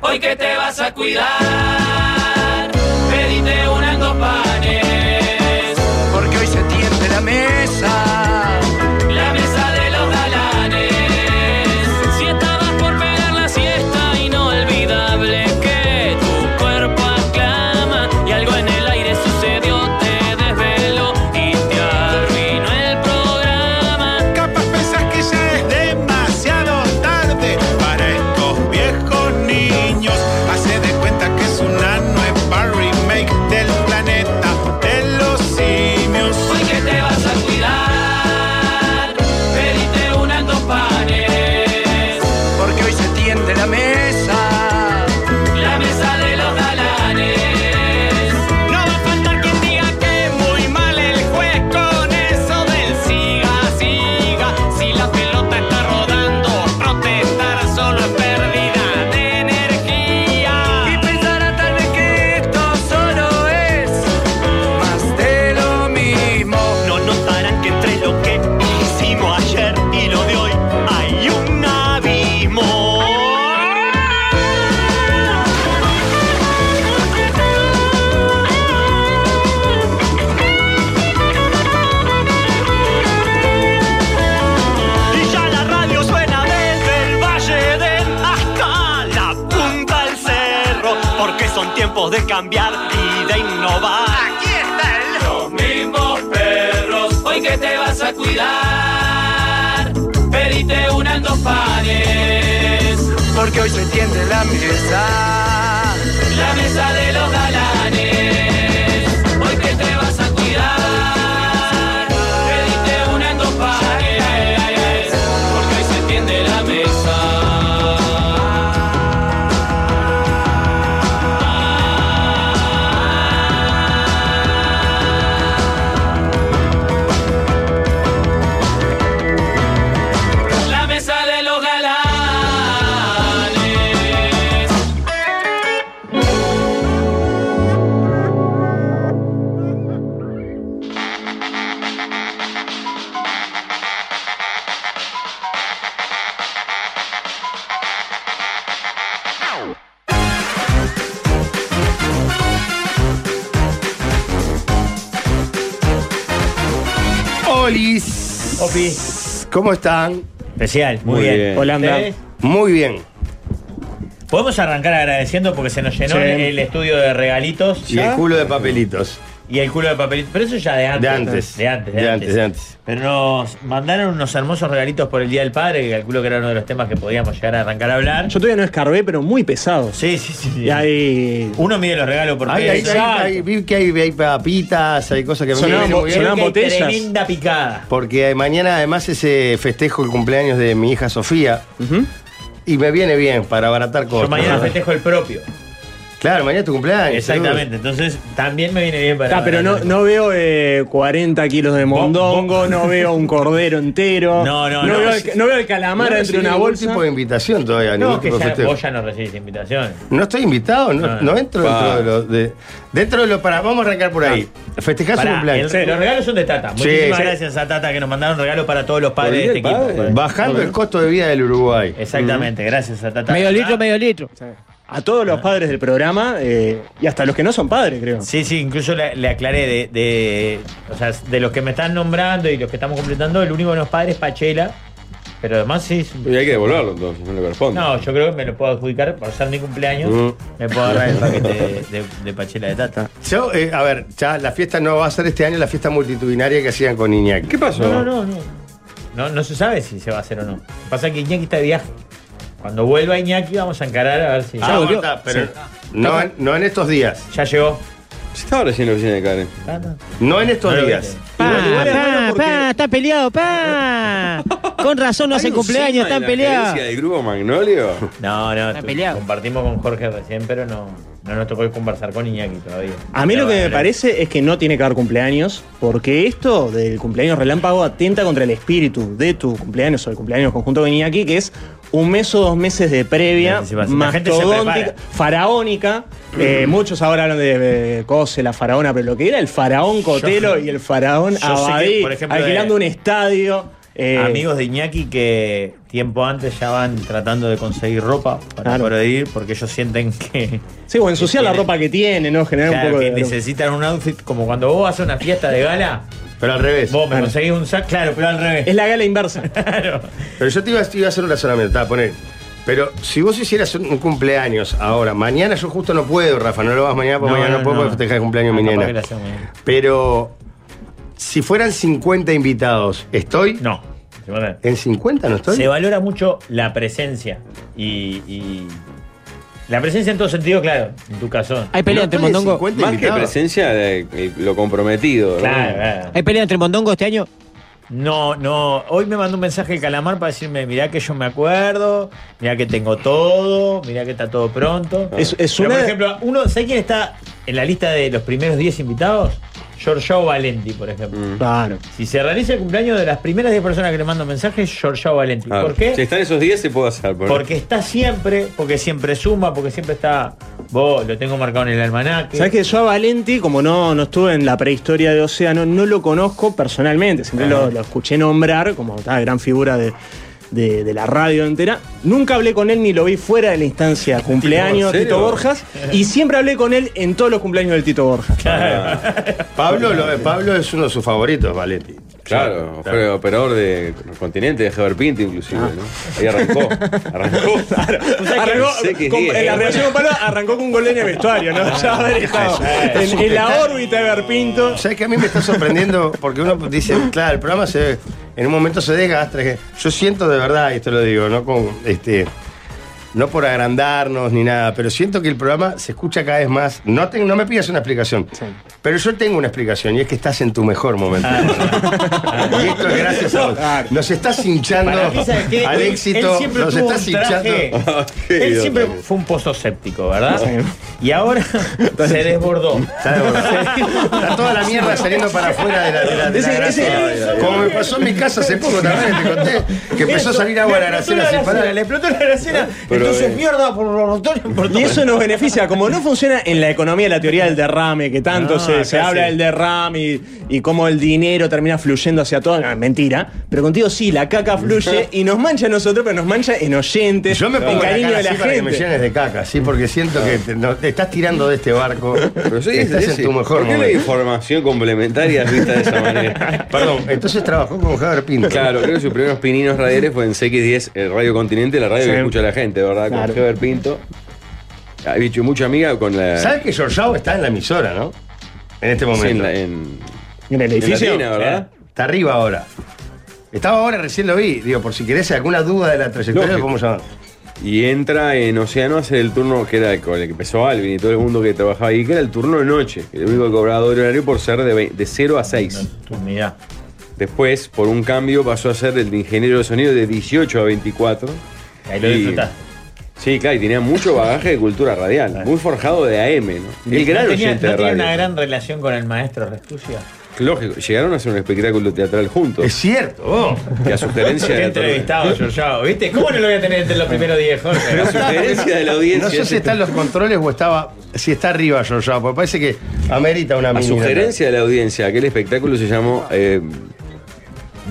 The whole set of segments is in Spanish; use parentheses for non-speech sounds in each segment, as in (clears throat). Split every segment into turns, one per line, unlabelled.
hoy que te vas a cuidar, pedite una en dos panes,
porque hoy se tiende la mesa.
la mesa de los galanes. Si estabas por pegar la siesta, inolvidable que tu cuerpo aclama y algo en el aire sucedió, te desveló y te arruinó el programa.
Capaz pensás que ya es demasiado tarde para estos viejos niños. Hace de cuenta que es una nueva remake del planeta de los simios.
Hoy que te vas a cuidar, pedite una en dos panes,
Porque hoy se tiende la mesa.
la mesa de los galanes. No va a faltar quien diga que muy mal el juez con eso del siga, siga. Si la pelota está rodando, protestar solo es pérdida de
Y
energía.
pensará tal vez que esto solo es más de lo mismo.
No notarán que entre lo que hicimos ayer y lo de hoy hay un abismo. Y ya la radio suena desde el Valle del hasta la punta del cerro, porque son tiempos de cambiar y de innovar.
Los mismos perros, hoy que te vas a cuidar, pedite una en dos panes.
Porque hoy se tiende la mesa.
La mesa de los galanes, hoy que te vas a cuidar, pediste una en dos pares, porque hoy se tiende la mesa. La mesa de los galanes.
Olis.
Opi.
¿Cómo están?
Especial, muy,
Muy
bien.
bien.
Holanda.
¿Eh?
Muy bien.
Podemos arrancar agradeciendo porque se nos llenó
Sí.
el estudio de regalitos
Y el culo de papelitos.
y el culo de papelito. Pero eso ya de antes.
De antes.
De antes, de,
De
antes.
antes, de antes.
Pero nos mandaron unos hermosos regalitos por el Día del Padre, que calculo que era uno de los temas que podíamos llegar a arrancar a hablar.
Yo todavía no escarbé, pero muy pesado.
Sí, sí, sí.
Y ahí.
Uno mide los regalos por
Hay,
peso.
hay, hay, hay- vi que hay, hay papitas, hay cosas que a mí me
Sonaban
vienen
bo-
muy bien.
Creo que hay
botellas.
Tremenda picada.
Porque mañana además ese festejo el cumpleaños de mi hija Sofía. Y me viene bien para abaratar cosas.
Yo mañana festejo el propio.
Claro, mañana es tu cumpleaños.
Exactamente. Entonces también me viene bien para.
Ah, pero no, no veo eh, 40 kilos de mondongo, no veo un cordero entero.
(laughs) No, no, no.
veo el, no veo el
seguro.
calamar
No
entre
recibí
una
ningún
bolsa.
tipo de invitación todavía,
No,
ningún
que
tipo de
ya,
festejo.
vos ya no recibís invitaciones.
No estoy invitado, no,
No, no.
no entro
Pa.
dentro de los. de- dentro de los. Pará, vamos a arrancar por ahí. Festejar su
Pará,
cumpleaños.
el- los regalos son de Tata.
Sí,
Muchísimas
sí.
gracias a Tata que nos mandaron regalos para todos los padres de
Por
este
el Día
equipo.
del Padre.
Bajando el costo de vida del Uruguay.
Exactamente, gracias a Tata.
Medio litro, medio litro.
A todos los padres del programa eh, y hasta los que no son padres, creo.
Sí, sí, incluso le, le aclaré de, de- o sea, de los que me están nombrando y los que estamos completando, el único de los padres es Pachela, pero además sí. es un-
Y hay que devolverlo entonces, no le corresponde.
No, yo creo que me lo puedo adjudicar por ser mi cumpleaños.
Mm.
Me puedo agarrar el paquete
(laughs)
de, de- de Pachela de Tata.
Yo, eh, a ver, ya la fiesta no va a ser este año la fiesta multitudinaria que hacían con Iñaki.
¿Qué pasó?
No, no, no, no. No, no se sabe si se va a hacer o no. Pasa que Iñaki está de viaje. Cuando vuelva Iñaki vamos a encarar a ver si.
Ah, bueno, está, pero no, en- no en estos días.
Ya llegó.
Estaba recién en la oficina de Karen.
Ah, no.
No en estos
No lo
días.
viste. Ah,
Pa,
Igual- igual es raro
pa,
porque
pa, está peleado,
(laughs)
pa. Con razón no
hay
hacen
un
cumpleaños,
sigma en
están
la
peleados.
gerencia del grupo Magnolio?
No, no,
Está
tú-
peleado.
compartimos con Jorge recién, pero no, no nos tocó conversar con Iñaki todavía.
A mí
Pero
lo que
bueno,
me parece es que no tiene que haber cumpleaños, porque esto del cumpleaños relámpago atenta contra el espíritu de tu cumpleaños o el cumpleaños conjunto que venía aquí, que es un mes o dos meses de
De
previa,
anticipación. La gente se
mastodóntica,
prepara.
faraónica.
(clears throat)
Eh, muchos ahora hablan de, de Cose, la
(laughs)
faraona, pero lo que era el faraón Cotelo y el faraón
Yo sé que,
Abadí,
por ejemplo,
alquilando
de-
un estadio. Eh,
Amigos de Iñaki que tiempo antes ya van tratando de conseguir ropa para
Claro.
poder ir porque ellos sienten que,
Sí, o ensuciar la ropa que tiene, ¿no? Generar
este, claro,
un poco
que
de.
necesitan un outfit como cuando vos vas a una fiesta de gala,
Pero al revés.
vos me conseguís un saco, claro, pero al revés.
Es la gala inversa.
(laughs) Claro.
Pero yo te iba, te iba a hacer un razonamiento, te iba a poner. Pero si vos hicieras un, un cumpleaños ahora, mañana yo justo no puedo, Rafa, no lo vas mañana porque
No,
mañana no,
no,
puedo
no.
porque festejar el cumpleaños
Ah,
de mi
capaz
nena.
que lo hacemos mañana.
Pero si fueran 50 invitados, ¿estoy?
No. se van a-
¿En 50 no estoy?
Se valora mucho la presencia y, y- la presencia en todo sentido, claro, en tu caso.
Hay
No
pelea entre
estoy en
Mondongo.
50
Más que
invitados.
presencia, de- de lo comprometido. ¿no?
Claro, claro.
Hay pelea entre Mondongo este año.
No, no. Hoy me mandó un mensaje el calamar para decirme, mirá que yo me acuerdo, mirá que tengo todo, mirá que está todo pronto.
Ah. Es- es
Pero,
una-
por ejemplo, uno, ¿sabés quién está en la lista de los primeros 10 invitados? Giorgio Valenti, por ejemplo.
Ah.
Claro.
Si se realiza el cumpleaños de las primeras 10 personas que le mandan mensajes, Giorgio Valenti.
Ah,
¿Por qué?
Si están esos 10, se puede hacer. por-
Porque está siempre, porque siempre suma, porque siempre está. Vos lo tengo marcado en el almanaque.
Sabes que yo a Valenti, como no, no estuve en la prehistoria de Océano, no lo conozco personalmente. Siempre lo, lo escuché nombrar como tal gran figura de, de- de la radio entera. Nunca hablé con él ni lo vi fuera de la instancia cumpleaños
¿en serio?
Tito Borjas. Y siempre hablé con él en todos los cumpleaños del Tito Borjas.
Pablo,
eh,
lo- Pablo es uno de sus favoritos, Valetti.
Claro, fue operador de Continente, de Heber Pinto, inclusive. ¿no? Ahí arrancó. (laughs) Arrancó.
Arrancó,
Sé que es Ah,
con-
diez.
en la relación con Pablo arrancó con un gol en el vestuario, ¿no? Ya haber
(laughs)
estado en, en la órbita de Berpinto.
¿Sabes que a mí me está sorprendiendo? Porque uno dice, claro, el programa se, en un momento se desgasta. que Yo siento de verdad, y esto lo digo, no con este. No por agrandarnos ni nada, pero siento que el programa se escucha cada vez más. No, te- no me pidas una explicación, pero yo tengo una explicación y es que estás en tu mejor momento.
Ah,
(laughs) y esto es gracias a vos. Nos estás hinchando
Para mí, ¿sabes qué?
al
Él-
éxito.
Él siempre
nos
tuvo
estás
un traje.
hinchando.
(laughs)
Ah, Qué
él
idiota.
siempre fue un pozo séptico, ¿verdad? Y
(laughs)
ahora se (laughs) desbordó.
Está, de verdad. Está toda la mierda saliendo para afuera de la, de la- de la
Ese-
grasa.
ese-
Como me pasó en mi casa hace poco también, te conté,
(laughs)
que empezó a salir agua a la
explotó
gracela sin parar.
Le explotó la gracena.
Pero,
Entonces,
eh,
mierda por los rotones, por todo.
Y eso nos beneficia, como no funciona en la economía la teoría del derrame, que tanto
Ah,
No,
se, se
acá
habla
sí.
del derrame y, y cómo el dinero termina fluyendo hacia todo. No, es mentira. Pero contigo sí, la caca fluye y nos mancha a nosotros, pero nos mancha en oyentes,
Yo me
en
pongo la
cariño
cara
de la
así para que me
gente.
llenes de caca, sí, porque siento que te, no- te estás tirando de este barco.
Pero sí,
estás
sí,
en
sí.
tu mejor
¿Por qué la
momento.
información complementaria es vista de
(laughs)
esa manera?
Perdón, entonces trabajó con Javier Pinto.
Claro, creo que sus primeros pininos radiales fue en CX10, el Radio Continente, la radio que escucha la gente, ¿verdad?
Claro.
Con Heber Pinto. Había hecho mucha amiga con la.
¿Sabes que Georgiao está en la emisora, no? En este
sí, en
momento.
la- en-
En el
en la
edificio.
tina, ¿verdad?
Está arriba ahora. Estaba ahora, recién lo vi. Digo, por si querés alguna duda de la trayectoria,
Lógico.
¿cómo llamar?
Y entra en Océano a hacer el turno que era con el que empezó Alvin y todo el mundo que trabajaba ahí, que era el turno de noche, el único que cobraba doble horario por ser de, ve- de 0 a 6.
Tú mirá.
Después, por un cambio, pasó a ser el de ingeniero de sonido de 18 a 24.
Ahí lo
Y-
disfrutás.
Sí, claro, y tenía mucho bagaje de cultura radial, muy forjado de AM, ¿no? El
¿No tenía,
gran oyente
no tenía
de radio.
una gran relación con el maestro Restucia?
Lógico, llegaron a hacer un espectáculo teatral
Es
juntos,
cierto. oh.
que a sugerencia
Qué
de la audiencia.
entrevistado, Giorgio. ¿Viste? ¿Cómo no lo voy a tener entre los primeros 10, Jorge?
A sugerencia de (laughs) la audiencia. este.
No sé si están los controles o estaba. Si está arriba, Georgiao, porque parece que amerita una
A
mini-
sugerencia de la audiencia, aquel espectáculo se llamó eh,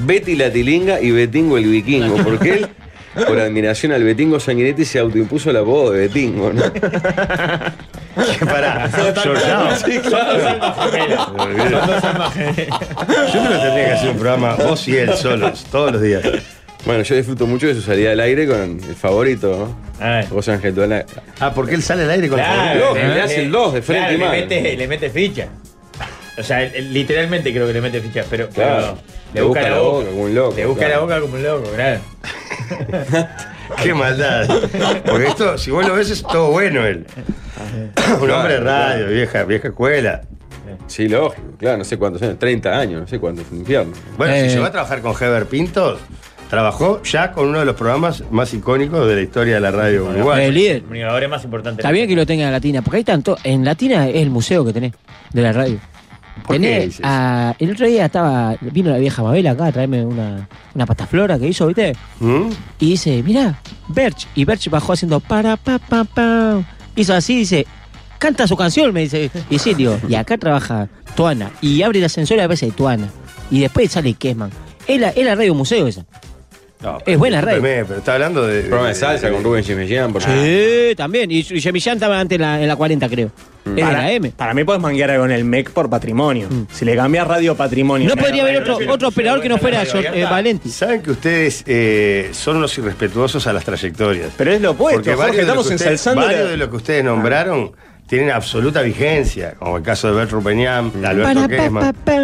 Betty la Tilinga y Betingo el Vikingo, porque él, por admiración al Betingo Sanguinetti, se autoimpuso el apodo de Betingo, ¿no?
Pará, Georgiao. Yo creo que tendría que hacer un programa vos y él solos, todos los días.
Bueno, yo disfruto mucho de su salida al aire con el favorito,
Ah,
¿no? José Ángel Duala.
Ah, porque él sale al aire con Ah,
Claro.
el
Loco, le hace el dos de frente y
claro,
mal.
le, mete, le mete ficha. O sea, él- él literalmente creo que le mete ficha, pero,
Claro.
pero le busca la boca
como un loco,
Le busca
claro.
la boca como un loco, claro.
(laughs) Qué maldad. Porque esto, si vos lo ves, es todo bueno él. Un hombre de radio, vieja, vieja escuela.
Sí, lógico, claro, no sé cuántos años, 30 años, no sé cuántos, un infierno.
Bueno,
Eh.
si llegó a trabajar con Heber Pinto, trabajó ya con uno de los programas más icónicos de la historia de la radio
El
uruguaya.
líder.
Comunicador es más importante.
Está bien que lo tenga en Latina, porque hay tanto. En Latina es el museo que tenés de la radio.
¿Por qué
Tenés
dices?
a- el otro día estaba, vino la vieja Mabel acá a traerme una, una pataflora que hizo, ¿viste?
¿Mm?
Y dice, mirá, Berch. Y Berch bajó haciendo para, pa, pa, pa. Hizo así, dice, canta su canción, me dice. Y sí, digo, y acá trabaja Tuana. Y abre el ascensor y a veces hay Tuana. Y después sale Kesman. Es la, es la radio museo esa.
No,
Es buena radio.
discúlpeme, Pero está hablando de.
Programa de salsa con Rubén Chimellán, por
Sí, Eh, también. Y, y Yemillán estaba antes en la, en la 40, creo. Es de la M.
Mm.
Mm.
Para mí podés manguear con el MEC por patrimonio. Si le cambias radio patrimonio.
No
me-
podría haber otro,
prefiero-
otro operador que no fuera
Radio
Jor- eh,
Abierta.
Valenti.
Saben que ustedes eh, son unos irrespetuosos a las trayectorias.
Pero es lo opuesto,
Porque
Jorge,
varios de los
estamos
que ustedes-
ensalzando la-
Varios de los que ustedes nombraron tienen absoluta vigencia, como el caso de Bert Rupeñán, de Alberto
Para, pa, pa,
Kesman.
pa.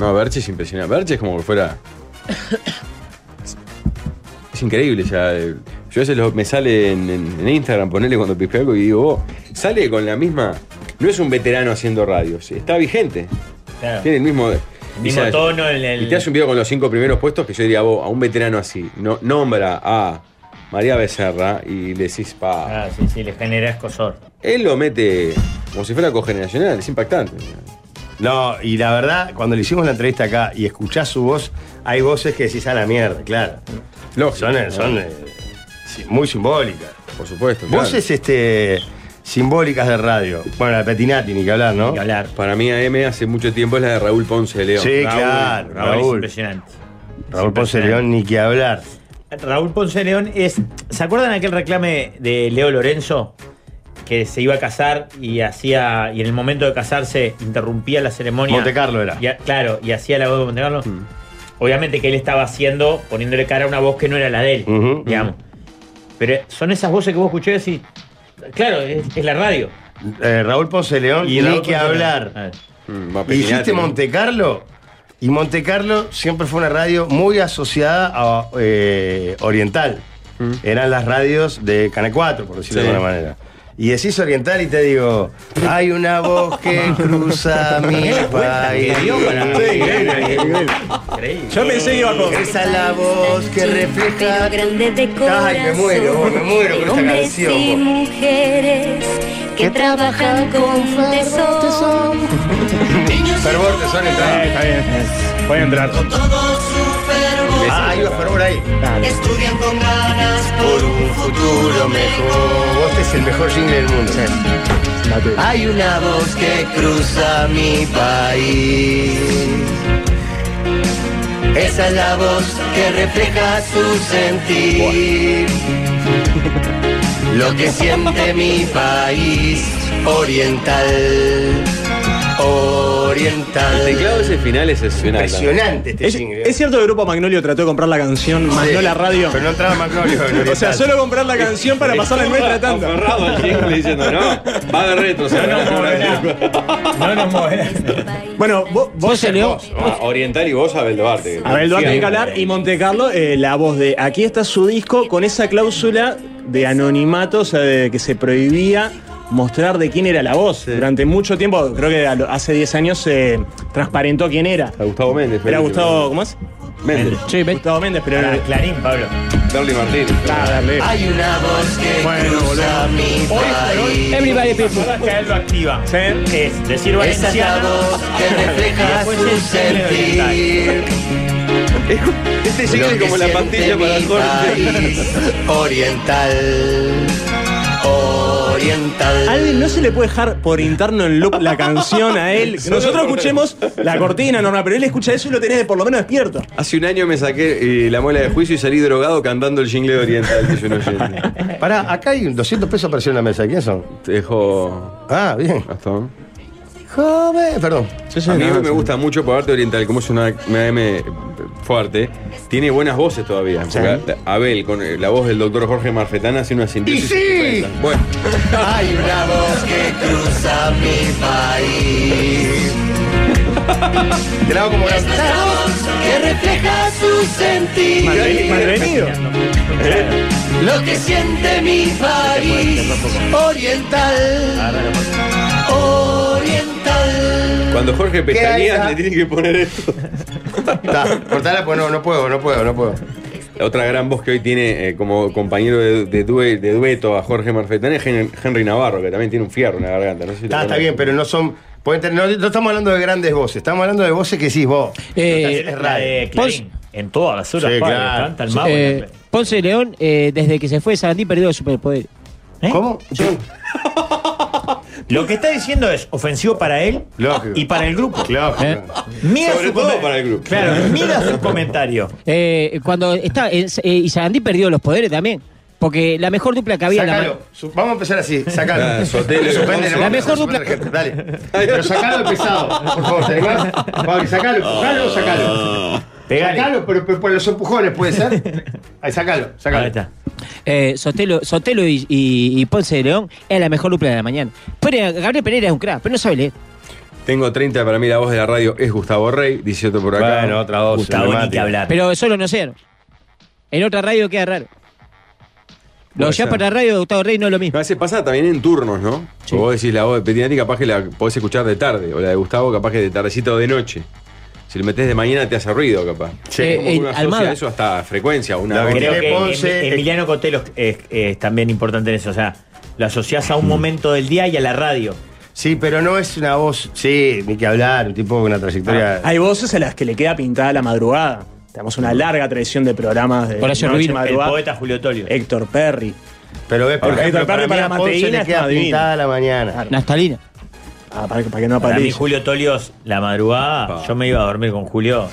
No, Berche es impresionante. Berche es como que fuera. Es increíble, ya. eh, Yo a veces lo- me sale en, en- en Instagram, ponerle cuando pispe algo y digo, oh, sale con la misma. No es un veterano haciendo radio, sí, está vigente.
Claro.
Tiene el mismo.
Mismo
y,
tono, el- el-
y te hace un video con los cinco primeros puestos que yo diría, vos, a un veterano así, no, nombra a María Becerra y le decís, pa.
Ah, sí, sí, le genera escosor.
Él lo mete como si fuera cogeneracional, es impactante.
No, y la verdad, cuando le hicimos la entrevista acá y escuchás su voz, hay voces que decís a la mierda, claro.
Lógico.
Son, eh,
¿no?
son eh, sí, muy simbólicas.
Ah, Por supuesto. claro.
Voces este, simbólicas de radio. Bueno, la Petinati, ni que hablar, ¿no?
Y hablar.
Para mí AM hace mucho tiempo es la de Raúl Ponce de León.
Sí,
Raúl.
claro,
Raúl, es
Raúl.
impresionante.
Raúl
Es
Ponce
impresionante.
León, ni que hablar.
Raúl Ponce León es. ¿Se acuerdan aquel reclame de Leo Lorenzo? Que se iba a casar y hacía. Y en el momento de casarse interrumpía la ceremonia.
Monte Carlo era. Mm.
Y ha- claro, y hacía la voz de Monte Carlo. Obviamente que él estaba haciendo, poniéndole cara a una voz que no era la de él,
Ujú,
digamos. Pero son esas voces que vos escuché y decís, Claro, es, es la radio.
Eh, Raúl Ponce León, ni
Raúl
que
Ponce León. A
hablar.
ver.
Mm, va
Y dijiste
Petinati, ¿no?
Monte Carlo. Y Monte Carlo siempre fue una radio muy asociada a eh, Oriental. Eran las radios de Canal 4, por decirlo
Mm. Sí.
de alguna manera. Y decís Oriental y te digo, hay una voz que cruza mi país.
Increíble.
Yo pensé que iba con.
Esa es la voz que refleja.
grande de
Ay, me muero, me muero con esta
Hombres y
canción.
mujeres que trabajan con tesón.
Fervor, te son
Eh, está bien. Voy a entrar.
Ah, hay una fervor ahí.
Estudian con ganas
Por un futuro mejor. Vos es el mejor jingle del mundo. Hay una voz que cruza mi país. Esa es la voz que refleja su sentir. Lo que siente mi país oriental.
El
Oriental.
teclado ese final es excepcional.
Impresionante este
Es,
jingle.
es cierto que el grupo Magnolio trató de comprar la canción, más
Sí.
no la radio.
Pero no entraba Magnolio. en
(laughs) o sea,
oriental.
solo comprar la canción para pasarla en nuestra tanda.
Aferrado al jingle diciendo, no, va de retro. se
No
va
nos
de
moverá. No nos moverá.
(laughs)
Bueno, vos, vos
Ponce León.
Ah, Oriental y vos, Abel Duarte.
Abel Duarte
Sí,
hay que hablar y Monte Carlo, eh, la voz de aquí está su disco con esa cláusula de anonimato, o sea, de que se prohibía mostrar de quién era la voz. Durante mucho tiempo, creo que a lo- hace 10 años se transparentó quién era.
A Gustavo Méndez.
Era
Felipe.
Gustavo, ¿cómo es?
Méndez.
Sí, ven.
Gustavo Méndez,
Ah,
pero
Para
era...
Clarín, Pablo.
Charlie Martínez.
Ah, dale.
Hay una voz que
Bueno,
cruza mi país
Everybody people.
Todas que a él lo activa.
Sí.
Es
Esa es
decir
la
valenciana.
voz que refleja
después
su
el jingle
sentir
Este
Lo
jingle es
que
como la
siente
pastilla para
mi
Jorge.
país Oriental Oriental
A Alvin no se le puede dejar por interno en loop la canción a él. Que Nosotros escuchemos la cortina, Norma, pero él escucha eso y lo tenés de por lo menos despierto.
Hace un año me saqué eh, la muela de juicio y salí drogado cantando el jingle de oriental que yo no oyente.
(laughs) Pará, acá hay 200 pesos apareció en la mesa. ¿Quién son?
Te dejo.
Ah, bien.
Gastón.
Joven. Perdón.
A mí me gusta mucho por arte oriental, como es una, una M fuerte, tiene buenas voces todavía. Porque Abel, con eh, la voz del doctor Jorge Marfetana, hace una síntesis.
sí!
estupenda. Bueno,
Hay una voz que cruza mi país
Te la hago como gran-
Esa voz que refleja su sentir ¿Eh?
Malvenido.
Lo que siente mi país Oriental Oriental
cuando Jorge pestañea,
ahí,
le tienen que poner esto.
Ta, cortala, pues no, no puedo, no puedo, no puedo.
La otra gran voz que hoy tiene eh, como compañero de, de due- de dueto a Jorge Marfetana es Hen- Henry Navarro, que también tiene un fierro en la garganta. No sé si lo
Ah, Está, está
conocen.
bien, pero no son. pueden tener- no, no estamos hablando de grandes voces, estamos hablando de voces que decís vos.
Eh,
Es
La
radio.
de Clarín. En todas las horas,
Sí,
Pablo.
claro.
Canta el mago.
eh, Ponce
¿Eh?
León, eh, desde que se fue Sarandí, perdió el superpoder.
¿Cómo?
Lo que está diciendo es ofensivo para él y para el grupo.
¿Eh?
Mira
Sobre
su
todo
comen-
para el grupo.
Claro, mira su comentario.
Eh, cuando está. eh, eh, y Sarandí perdió los poderes también. Porque la mejor dupla que había. en La,
Sácalo. Su- Vamos a empezar así, sacalo.
Ah, Sotelo,
Suspende,
Gonzalo.
le vamos a
La
mejor
suspender la gente, (laughs) Dale. Pero sacalo de pesado. Por favor, ¿te animás? Vamos, sacalo, empujalo, sacalo.
Pegale.
Sacalo, pero, pero por los empujones puede ser. Ahí, sacalo,
Ahí
sacalo.
está.
eh, Sotelo, Sotelo y, y- y Ponce de León es la mejor dupla de la mañana. Pero Gabriel Pereira es un crack, pero no sabe leer.
Tengo 30 para mí, la voz de la radio es Gustavo Rey, 18 por acá.
Bueno, otra voz.
Gustavo ni que
emblemática.
hablar.
Pero solo no sé. En otra radio queda raro. Lo
Puede
ya
ser.
para la radio de Gustavo Rey no es lo
A
mismo.
veces pasa también en turnos, ¿no?
Sí.
O Vos decís la voz de Petinetti, capaz que la podés escuchar de tarde, o la de Gustavo, capaz que de tardecito o de noche. Si lo metés de mañana te hace ruido, capaz.
Sí.
Es como
Eh,
que
eh,
uno asocia
Almada.
eso hasta frecuencia, una
La
voz.
que
Creo
tiene
que
Ponce, eh.
Em- Emiliano Cotelo es, es también importante en eso. O sea, lo asociás a un momento del día y a la radio.
Mm. Sí, pero no es una voz. Sí, ni que hablar, un tipo con una trayectoria.
Ah, Hay voces a las que le queda pintada la madrugada. Tenemos una larga tradición de programas de
Horacio
noche,
Rubino,
El
madrugada.
poeta Julio Tolio.
Héctor Perry.
Pero ves, por
Porque
ejemplo,
otra parte para
para, mí a
la
Ponce
mateína
le
es
queda
Madrid.
pintada la mañana.
Nastalina.
Ah, para, que- para que no
Para mí,
aparezca.
Julio Tolios, la madrugada,
Pa.
yo me iba a dormir con Julio.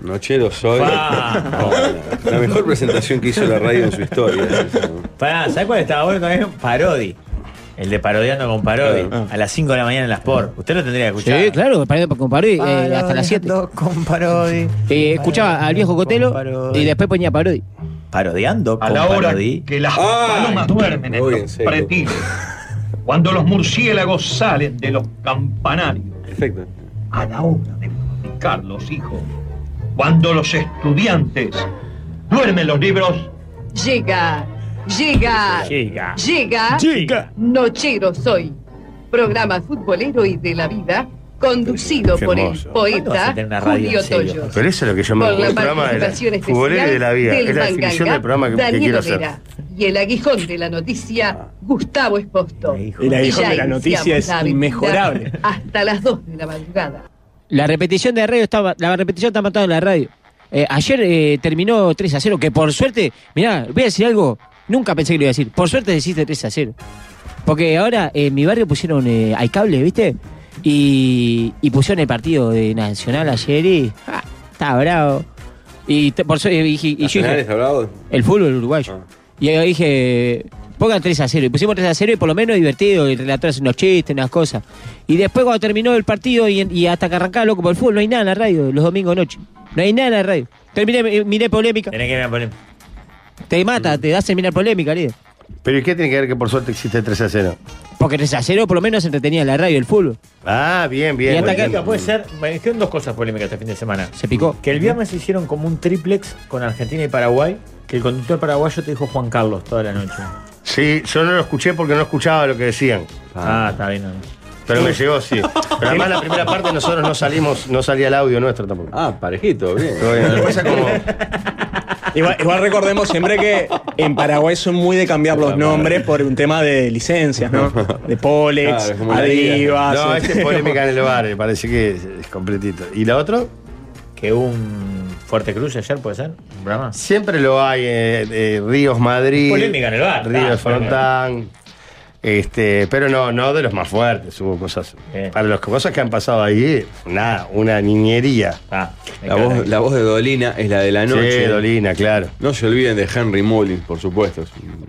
Nochero soy.
Pa.
No, la mejor presentación que hizo la radio en su historia.
(laughs)
Pará, ¿sabes cuál estaba bueno también? Parodi. El de parodiando con Parodi.
Claro.
A las 5 de la mañana en las POR. Usted lo tendría que escuchar.
Sí, claro, para, para comparar, eh, hasta las 7.
Con Parodi.
Eh, escuchaba al viejo Cotelo
Parodi.
y después ponía Parodi.
Parodiando con
a la hora
Parodi.
que las
Ah,
palomas duermen en
muy en
los
serio.
pretiles, cuando los murciélagos salen de los campanarios,
Perfecto.
a la hora de publicar los hijos, cuando los estudiantes duermen los libros,
Llega, llega,
Llega.
llega.
Llega.
Nochero soy. Programa futbolero y de la vida, conducido
Qué
por el
hermoso.
¿Cuándo vas a
poeta
tener una radio
Julio
en serio?
Toyo.
Pero eso es lo que yo me
Con
acuerdo
la
del programa era
participación
futbolero y
especial
de la vida.
del
Es la definición
manganga
del programa que, que
Daniel
quiero hacer. Ah.
Olera Y el aguijón de la noticia, Gustavo Esposto.
El aguijón.
El
Y
aguijón
ya
de la noticia
iniciamos
es
la aventura
inmejorable.
Hasta las 2 de la madrugada.
La repetición de radio estaba, la repetición está matando en la radio. Eh, ayer eh, terminó 3 a 0, que por suerte, mirá, voy a decir algo, nunca pensé que lo iba a decir. Por suerte deciste 3 a 0. Porque ahora eh, en mi barrio pusieron eh, hay cable, ¿viste? Y, y pusieron el partido de Nacional ayer y. ah, está bravo. Y te- por suerte, dije- y yo
Nacional,
dije,
¿está bravo?
el fútbol uruguayo.
Ah.
Y yo dije, pongan 3 a 0. Y pusimos 3 a 0 y por lo menos divertido. El relator hace unos chistes, unas cosas. Y después cuando terminó el partido y, y hasta que arrancaba loco por el fútbol, no hay nada en la radio los domingos noche. No hay nada en la radio. Terminé, eh, miré polémica.
Tenés que ver polémica.
Te mata, te hace mirar polémica, líder.
Pero ¿y qué tiene que ver que por suerte existe 3 a 0?
Porque 3 a 0 por lo menos entretenía en la radio el fútbol.
Ah, bien,
Y
bien.
hasta
muy
acá
bien.
Polémica puede ser. Bueno, hicieron dos cosas polémicas este fin de semana.
Se picó.
Que el viernes hicieron como un triplex con Argentina y Paraguay. Que el conductor paraguayo te dijo Juan Carlos toda la noche.
Sí, yo no lo escuché porque no escuchaba lo que decían.
Ah, está bien. no, no.
Pero me llegó, sí. Pero además la primera parte nosotros no salimos, no salía el audio nuestro tampoco.
Ah, parejito, bien.
Pero bueno, lo que pasa es como,
Igual, igual recordemos siempre que en Paraguay son muy de cambiar los nombres por un tema de licencias, ¿no? De Polex,
Claro, es como una
Adivas.
no,
eh,
este es polémica en el bar, me parece que es, es completito. ¿Y la otra?
Que hubo un fuerte cruce ayer, ¿puede ser? Un programa.
Siempre lo hay, eh, eh, Ríos Madrid.
Polémica en el bar,
Ríos
está,
Frontán. Este, pero no, no de los más fuertes, hubo cosas.
Bien.
Para las cosas que han pasado ahí, nada, una niñería.
Ah, me
La
encanta.
voz, la voz de Dolina es la de la noche.
Sí, Dolina, claro.
No se olviden de Henry Mullins, por supuesto. Es un-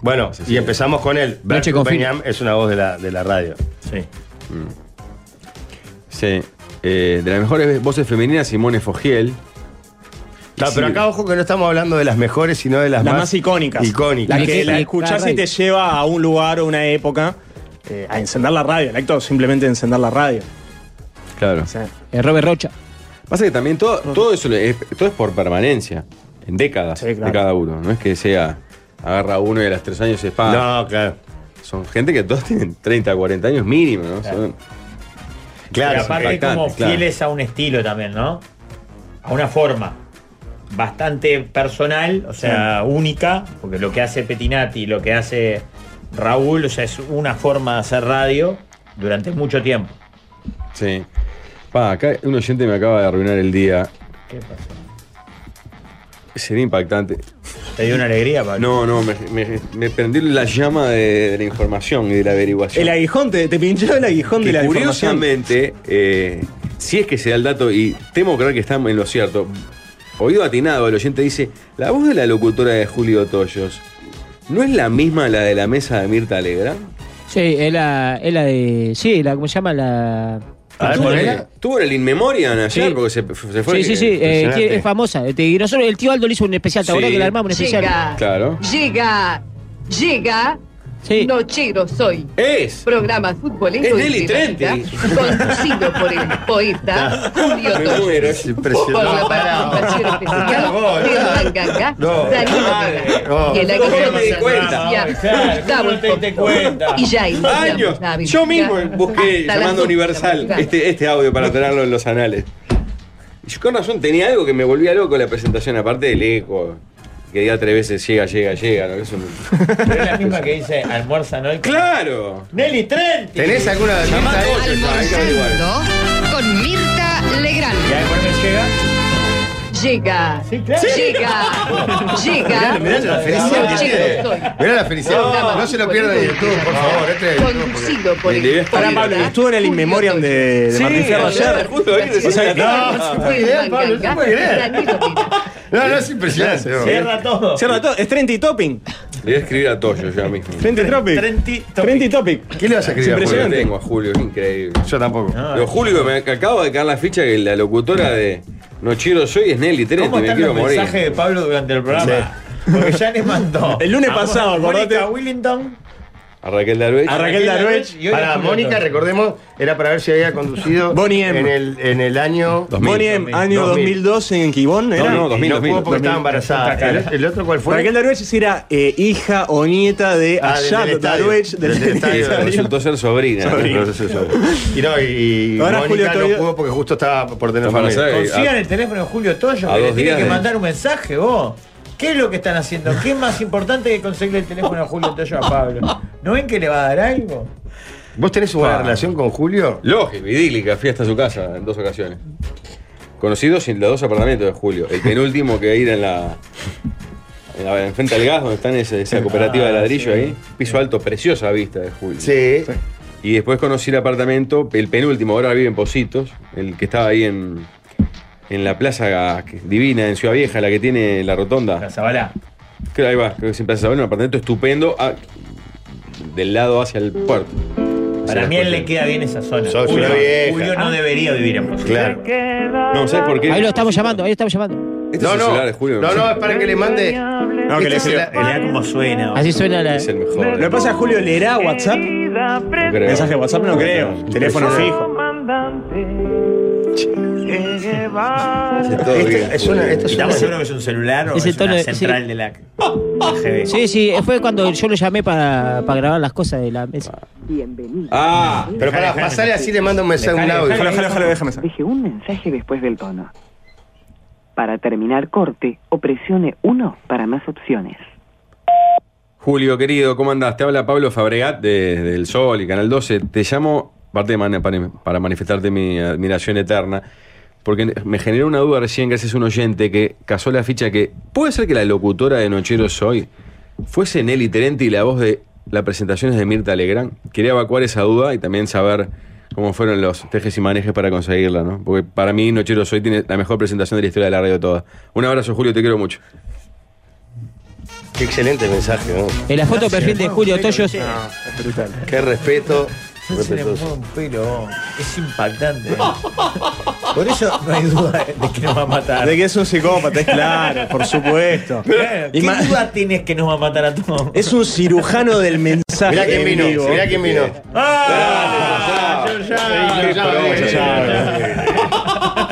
Bueno, y empezamos con él. Bert
Noche con fin.
Benham es una voz de la, de la radio.
Sí.
Mm. Sí. Eh, de las mejores voces femeninas, Simone Fogiel.
No,
Sí.
Ah, pero acá ojo que no estamos hablando de las mejores, sino de las,
Las más icónicas.
Icónicas.
La
Sí,
que
sí,
la
sí,
escuchás
cada
y te
radio.
lleva a un lugar o una época eh, a encender la radio. El acto simplemente de encender la radio.
Claro.
O sea,
Eh, Robert Rocha.
Pasa que también todo, todo eso es, todo es por permanencia. En décadas
Sí, claro.
de cada uno. No es que sea agarra uno y a los tres años se paga.
No, claro.
Son gente que todos tienen 30, 40 años mínimo, ¿no? Son-
Claro,
Pero aparte
impactante,
como
claro.
fieles a un estilo también, ¿no? A una forma bastante personal, o sea, única, porque lo que hace Petinati, lo que hace Raúl, o sea, es una forma de hacer radio durante mucho tiempo.
Sí. Pa, acá un oyente me acaba de arruinar el día.
¿Qué pasó?
Sería impactante.
¿Te dio una alegría,
Pablo? No, no, me, me- me prendió la llama de, de la información y de la averiguación.
El aguijón, te, te pinchó el aguijón
Que
de la información.
curiosamente, eh, si es que se da el dato, y temo creer que está en lo cierto, oído atinado, el oyente dice, la voz de la locutora de Julio Toyos, ¿no es la misma la de la mesa de Mirta Alegra?
Sí, es la, es la de. Sí, la, ¿cómo se llama? La.
Estuvo en el In Memoriam ayer porque se, se fue.
Sí, sí, sí, eh, que es famosa. Este, Y nosotros, el tío Aldo le hizo un especial, ¿te acordás
Sí.
que le armamos un especial?
Llega.
Claro.
Llega, llega. Nochero soy.
Es.
Programa futbolero.
Es Nelly
y de la vida, Conducido por
(laughs)
el poeta Julio
Me
Toyo.
muero, es impresionante.
Por la
No, pará.
participación especial de Manganga,
No.
Darío Vergara,
No.
y el
¿Cómo
aguijón
no me di
de
cuenta?
Patricia, Gustavo Escobar. Y ya iniciamos
Años.
la
Yo
aventura
mismo busqué
hasta las dos
llamando
de la
Universal
madrugada.
este, este audio para tenerlo en los anales. Y yo con razón tenía algo que me volvía loco la presentación, aparte del eco. Que diga tres veces llega, llega, llega. ¿no? Es un-
Pero es la misma que dice almuerzan hoy.
¡Claro!
¡Nelly Trenti!
¿Tenés alguna de
Llamá a Goyo,
Almorzando con Mirta Legrand.
¿Y ahí por qué llega?
Llega, llega, llega.
Mirá, mirá la felicidad que
Nochero
tiene.
soy.
Mirá la felicidad.
No.
No, se lo pierdan en YouTube, por favor. Este es el YouTube, porque-
Conducido por el
Pará, Pablo, estuvo en el In Memoriam de, de
Sí,
Martín Fierro
ayer,
ayer.
justo hoy decía-
O sea, que-
No, no puede creer, Pablo, no puede creer. No, no, es impresionante.
Cierra
hombre.
todo.
Cierra todo. Es 30 y topping.
Le voy a escribir a Toyo ya mismo.
Trenti topping. Trenti topic.
¿Qué le vas a
Es
escribir a
impresionante.
Julio?
tengo a Julio, es increíble.
Yo tampoco.
Pero Julio, me acabo de caer la ficha que la locutora de Nochiro Soy es Nelly Trenti,
¿Cómo
me
están
quiero
los
morir.
mensajes de Pablo durante el programa? Porque ya les mandó.
El lunes
a
pasado,
Mónica
acordate.
Willington.
A Raquel Darwech.
A Raquel Darwech y hoy a
Para
Julio
Mónica,
Torres.
recordemos, era para ver si había conducido
Bonnie M.
en el, en el año.
2000.
Bonnie M, año
2000.
2002 en Quibón, ¿era?
No, no, 2000,
no pudo
2000.
porque estaba embarazada.
Está cara.
¿El, el otro cuál fue?
Raquel Darwech si era eh, hija o nieta de
Ah, del- del
Ayat
estadio.
Darwech del,
Del estadio.
estadio.
Resultó ser sobrina.
Sobrina. Y no, y
Ahora
Mónica
Julio Toyo-
no pudo porque justo estaba por tener
Está
familia.
embarazada
Consigan el teléfono de Julio Toyo,
ah. a
que le
dos
tienen
días
que
de-
mandar un mensaje vos. ¿Qué es lo que están haciendo? ¿Qué es más importante que conseguirle el teléfono a Julio Toyo a Pablo? ¿No ven que le va a dar algo?
¿Vos tenés una relación con Julio?
Lógico, idílica, fui hasta su casa en dos ocasiones. Conocidos en los dos apartamentos de Julio. El penúltimo que ir en la. En la enfrente al gas, donde están esa,
Ah,
esa cooperativa de ladrillo ahí. Piso alto, preciosa vista de Julio.
Sí.
Y después conocí el apartamento, el penúltimo, ahora vive en Positos, el que estaba ahí en, en la plaza que- divina, en Ciudad Vieja, la que tiene la rotonda.
La Zabalá.
Creo, ahí va, creo que siempre se sabe, un apartamento estupendo ah, del lado hacia el puerto.
Para
Hacia
mí a
las
él le
costas.
queda bien esa zona.
Sos
Julio,
una vieja.
Julio no debería vivir en Positos.
Claro.
No, ¿sabes por qué?
Ahí lo estamos llamando, ahí lo estamos llamando.
Este
No,
es el
no.
celular de Julio.
No, no, es para que le mande.
No, que
Este
le
es el-
le da como suena.
Así suena la.
Es el mejor.
Lo que pasa es que Julio leerá WhatsApp.
No creo.
Mensaje de WhatsApp no creo.
No.
Teléfono fijo.
Hace todo
Este-
bien,
es
Julio.
una- esto es una-
¿Estamos seguros que es un celular o
Ese
es una
tono de-
central
sí.
de la
Ah,
AGB?
Sí, sí, fue cuando yo lo llamé para, para grabar las cosas de la mesa.
Ah,
Pero para pasarle así le mando un mensaje, un
Dejale,
audio.
Ojalá, ojalá, ojalá, déjame saber.
Deje un mensaje después del tono. Para terminar corte o presione 1 para más opciones.
Julio, querido, ¿cómo andás? Te habla Pablo Fabregat de, del Sol y Canal 12. Te llamo parte de man- para, para manifestarte mi admiración eterna, porque me generó una duda recién gracias a un oyente que casó la ficha que puede ser que la locutora de Nochero Soy fuese Nelly Trenti la voz de las presentaciones de Mirta Legrand. Quería evacuar esa duda y también saber cómo fueron los tejes y manejes para conseguirla, ¿no? Porque para mí Nochero Soy tiene la mejor presentación de la historia de la radio toda. Un abrazo, Julio, te quiero mucho.
Qué excelente mensaje, ¿no?
En la foto de perfil de Julio Toyos.
Es
(laughs)
brutal.
Qué respeto.
No se le
respetuoso.
mueve un pelo. Es impactante. ¿eh? Por eso no hay duda de que nos va a matar.
De que es un psicópata, es claro, por supuesto.
Claro, ¿Qué
Y ma-
duda tienes que nos va a matar a todos?
Es un cirujano del mensaje.
Mirá quién
en
vino,
vivo.
mirá quién vino.
¡Ah! Yo ya-
Yo ya-
yo ya-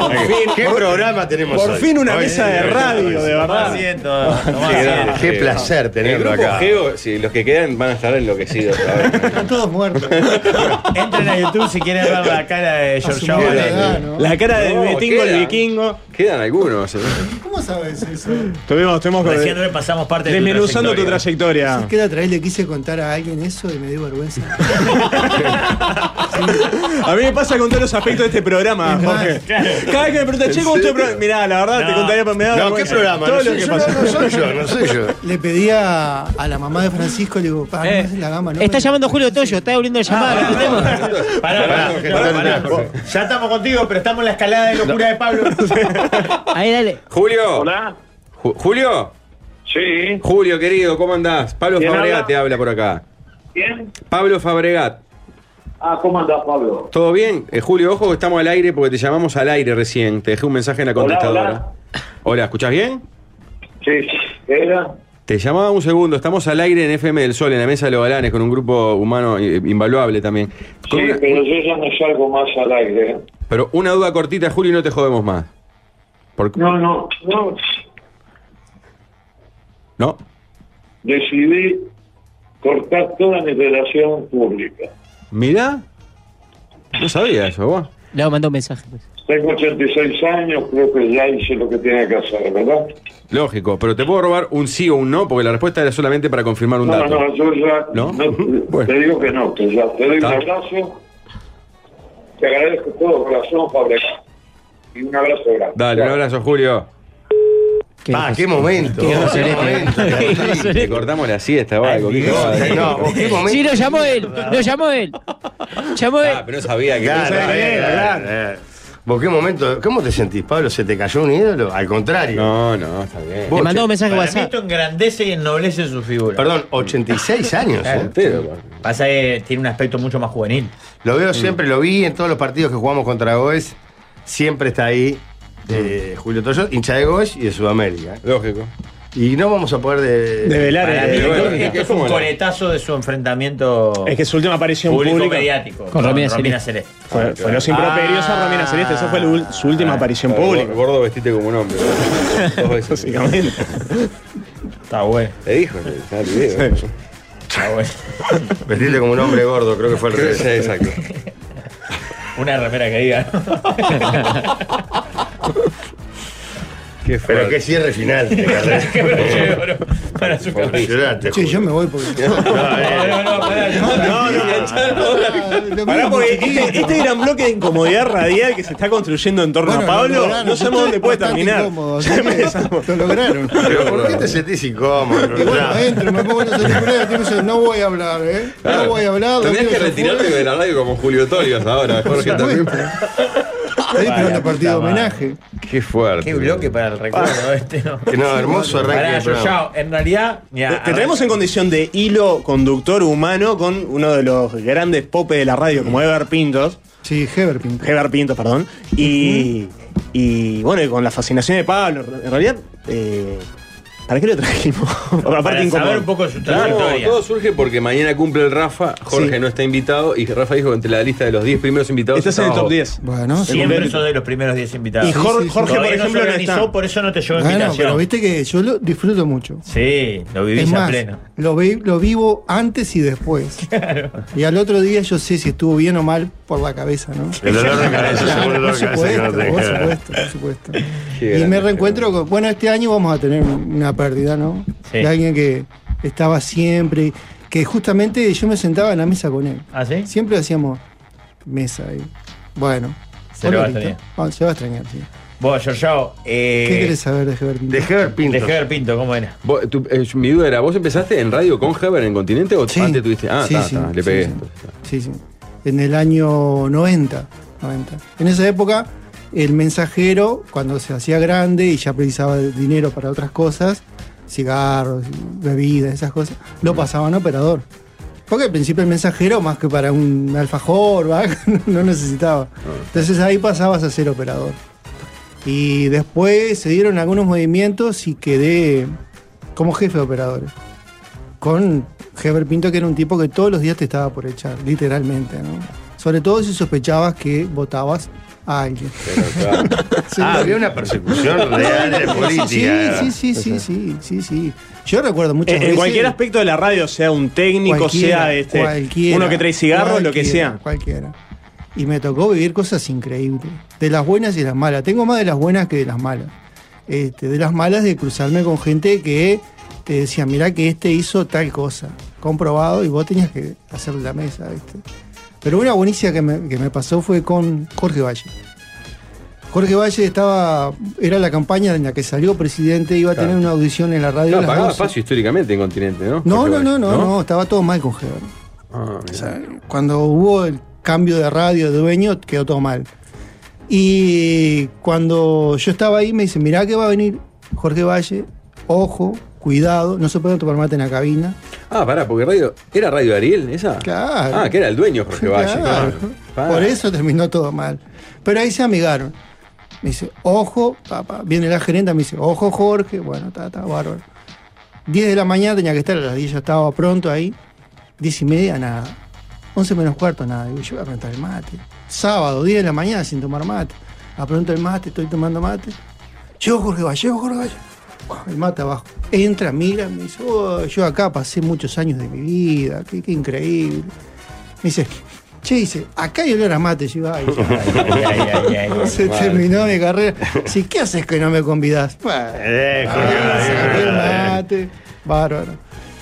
Oh,
¿Qué programa tenemos
Por
hoy?
fin una
Hoy
mesa
sí,
de
hoy sí,
radio,
hoy
de
sí.
Tomá
verdad.
asiento, tomá
Qué
asiento.
grande.
Qué
Sí.
placer
El
tenerlo
grupo
acá.
Geo, sí, los que quedan van a estar enloquecidos.
(laughs)
¿sabes?
Están todos muertos. Entren a YouTube si quieren ver la cara de Giorgio
Qué
Valeri.
grande.
Eh, La cara del
No,
vikingo, el
queda.
vikingo.
Quedan algunos. ¿eh?
¿Cómo sabes eso?
Tuvimos, tuvimos que-
Recién repasamos parte de tu
Desmenuzando tu
Ah.
trayectoria.
Es que la otra vez le quise contar a alguien eso y me dio vergüenza.
(laughs) A mí me pasa con todos los aspectos de este programa, Jorge. Cada vez que me preguntan, che,
¿En
¿cómo estuvo el
serio?
programa? Mirá, la verdad, Ah, te contaría para me da
No, ¿qué
vergüenza.
programa?
Todo
No
lo
soy
que
yo,
pasó.
no soy yo, no soy yo.
Le pedí a, a la mamá de Francisco, le digo,
Eh,
pa, no me haces la gama, ¿no?
Está llamando Julio Toyo, está volviendo
Ah,
a llamar.
Pará, pará, pará, pará. Ya estamos contigo, pero estamos en la escalada de locura de
(laughs)
Pablo.
Ahí dale.
Julio. Hola. Julio. Sí. Julio, querido, ¿cómo andás? Pablo
¿Quién
Fabregat
habla?
te habla por acá.
¿Quién?
Pablo Fabregat,
Ah, ¿cómo andás, Pablo?
¿todo bien? Eh, Julio, ojo que estamos al aire porque te llamamos al aire recién. Te dejé un mensaje en la
Hola,
contestadora.
hola.
Hola, ¿escuchás bien?
Sí, sí. ¿Qué era?
Te llamaba un segundo, estamos al aire en FM del Sol, en la mesa de los galanes, con un grupo humano eh, invaluable también.
Sí,
Con una-
pero yo ya no salgo más al aire. ¿eh?
pero una duda cortita, Julio, y no te jodemos más. Por-
No, no, no.
No.
Decidí cortar toda mi relación pública.
Mirá, no sabía eso, vos.
Le mandó un mensaje.
Tengo 86 años, creo que ya hice lo que tenía que hacer, ¿verdad?
Lógico, pero te puedo robar un sí o un no, porque la respuesta era solamente para confirmar un
No,
dato.
no, yo ya
¿No?
no,
(laughs) Bueno.
te digo que no, que ya te doy un
Está.
abrazo. Te agradezco todo corazón, Pablo. Y un abrazo grande.
Dale, un abrazo, Julio.
Pa, Ah, qué momento.
Qué
Qué momento.
Le cortamos la siesta o algo. qué joda.
Sí, lo llamó él, lo llamó él. Llamó él.
Ah, pero no sabía que.
Claro,
no sabía.
claro, claro. ¿Vos qué momento? ¿Cómo te sentís, Pablo? ¿Se te cayó un ídolo? Al contrario.
No, no, está bien.
Le mandó un
mensaje
Para mí esto engrandece y ennoblece su figura.
Perdón, 86 años. ¿eh?
Claro.
Eh, Soltero, Mm.
Pasa que eh, tiene un aspecto mucho más juvenil.
Lo veo siempre, lo vi en todos los partidos que jugamos contra Goes. Siempre está ahí eh, Julio Toyo, hincha de Goes y de Sudamérica.
Mm. Lógico. eh,
Y no vamos a poder de, eh,
Para mí,
Pero bueno,
esto es un coletazo de su enfrentamiento.
Es que su última aparición
pública-
mediático
Con Romina
Celeste.
Fue, fue los
Ah.
improperios a Romina Celeste. Esa fue la ul- su última aparición pública.
Eh, Gordo vestite como un hombre.
(laughs) Básicamente.
Está bueno.
Te dijo, está el video.
Ah,
Está
(laughs)
bueno.
Vestirte como un hombre gordo, creo que fue el
Creo que
revés.
sí, exacto.
Ah, Una remera que diga. (laughs)
Pero qué cierre final (laughs) de carrera.
Para su
Lloraste,
Che, yo me voy porque.
(laughs)
No, no, pará, no,
No,
Ah,
Pará, porque este, este gran bloque de incomodidad radial que se está construyendo en torno
Bueno,
a
lo
Pablo,
lograron.
no sabemos dónde puede
Bastante
terminar.
incómodo,
Ya
así que
(laughs) empezamos.
Lo lograron.
Pero ¿por qué te sentís incómodo?
Y bueno,
Ya.
adentro, me pongo una sorpresa, te dice, no voy a hablar, ¿eh? No voy a hablar.
Tenías
lo
que
digo yo
retirarte
fuera.
de la radio como Julio Torios ahora, Jorge también.
Ahí, pero una partida de homenaje.
Qué fuerte.
Qué bloque para el recuerdo este. ¿no?
Ah. Que no, hermoso arranque
Pará,
de
yo,
programa.
ya, en realidad.
Te,
mira,
te traemos Eh, en condición de hilo conductor humano con uno de los grandes popes de la radio, como Ever Pintos.
Sí, Heber Pintos.
Heber Pintos, perdón. Y, y bueno, y con la fascinación de Pablo, en realidad, eh, ¿para qué lo trajimos? (laughs)
Para
incómodo.
saber un poco su
Claro,
trayectoria.
todo surge porque mañana cumple el Rafa, Jorge no está invitado y Rafa dijo que entre la lista de los 10 primeros invitados.
Estás en Este el
estaba
top
vos.
10.
Bueno,
Siempre sos de los primeros 10 invitados.
Y Jorge- Sí, sí, sí. Jorge, por
Todavía
ejemplo,
no
no
se organizó,
está.
por eso no te llevó
Bueno,
invitación.
pero viste que yo lo disfruto mucho.
Sí, lo
Es
vivís a
más,
pleno.
lo, vi- lo vivo antes y después. Y al otro día yo sé si estuvo bien o mal por la cabeza, ¿no?
El dolor de cabeza,
Claro,
seguro el dolor
por
de cabeza que no
supuesto,
te
por
queda.
supuesto, por
(laughs)
supuesto.
Qué
Y
grande,
me reencuentro con. Bueno, este año vamos a tener una pérdida, ¿no?
Sí.
De alguien que estaba siempre. Que justamente yo me sentaba en la mesa con él.
¿Ah, sí?
Siempre hacíamos mesa ahí. Bueno.
Se lo va a
hola,
extrañar.
Rita. Ah, se va a extrañar, sí.
Vos, Giorgio, eh,
¿Qué querés saber de Heber Pinto?
Heber
de Heber Pinto, ¿cómo era?
Vos, tú, eh, mi duda era, ¿vos empezaste en radio con Heber en Continente o
Sí.
antes tuviste? Ah,
Sí,
está,
sí,
está, le
sí,
pegué.
sí. Sí, sí. En el año 90. 90. En esa época, el mensajero, cuando se hacía grande y ya precisaba de dinero para otras cosas, cigarros, bebidas, esas cosas, lo pasaban a operador. Porque al principio el mensajero, más que para un alfajor, ¿va? no necesitaba. Entonces ahí pasabas a ser operador. Y después se dieron algunos movimientos y quedé como jefe de operadores. Con Heber Pinto, que era un tipo que todos los días te estaba por echar, literalmente, ¿no? Sobre todo si sospechabas que votabas a alguien. Sí.
Ah, había una persecución real de política.
Sí, sí, sí, sí, sí, sí, sí. Yo recuerdo muchas
Eh, En, en
veces.
cualquier aspecto de la radio, sea un técnico,
Cualquiera,
sea este,
cualquiera,
uno que trae cigarros, lo que
cualquiera,
sea.
Cualquiera. y me tocó vivir cosas increíbles, de las buenas y las malas. Tengo más de las buenas que de las malas. Este, de las malas de cruzarme con gente que te decía, mirá que este hizo tal cosa, comprobado, y vos tenías que hacer la mesa, ¿viste? Pero una buenísima que me, que me pasó fue con Jorge Valle. Jorge Valle estaba, era la campaña en la que salió presidente, iba a
Claro.
tener una audición en la radio. a
No,
las
pagaba
12.
espacio históricamente en Continente, ¿no?
No,
Jorge
no, no,
Valle,
no, no, estaba todo mal con Heber.
Ah, mira.
Cuando hubo el cambio de radio de dueño, quedó todo mal. Y cuando yo estaba ahí, me dicen, mirá que va a venir Jorge Valle, ojo, cuidado, no se puede tomar mate en la cabina.
Ah, pará, porque radio. ¿Era Radio Ariel esa?
Claro.
Ah, que era el dueño Jorge Valle.
Claro.
Claro.
Por eso terminó todo mal. Pero ahí se amigaron. Me dice, ojo, papá. Viene la gerenta, me dice, ojo, Jorge. Bueno, está, está, bárbaro. 10 de la mañana tenía que estar, a las 10 ya estaba pronto ahí. 10 y media, nada. 11 menos cuarto, nada. Digo, yo voy a preguntar el mate. Sábado, 10 de la mañana, sin tomar mate. Apronto el mate, estoy tomando mate. Llegó Jorge Valle, llegó Jorge Valle. Buah, El mate abajo. Entra, mira, me dice, "Oh, yo acá pasé muchos años de mi vida, qué, qué increíble. Me dice, che, dice, acá hay olor a mate. Yo digo, "Ay,
Ay, ay, ay, ay,
(laughs)
ay,
se
mal.
terminó mi carrera. Si, ¿qué haces que no me convidás? Bah,
Eh,
ah, saqué el mate. Bárbaro.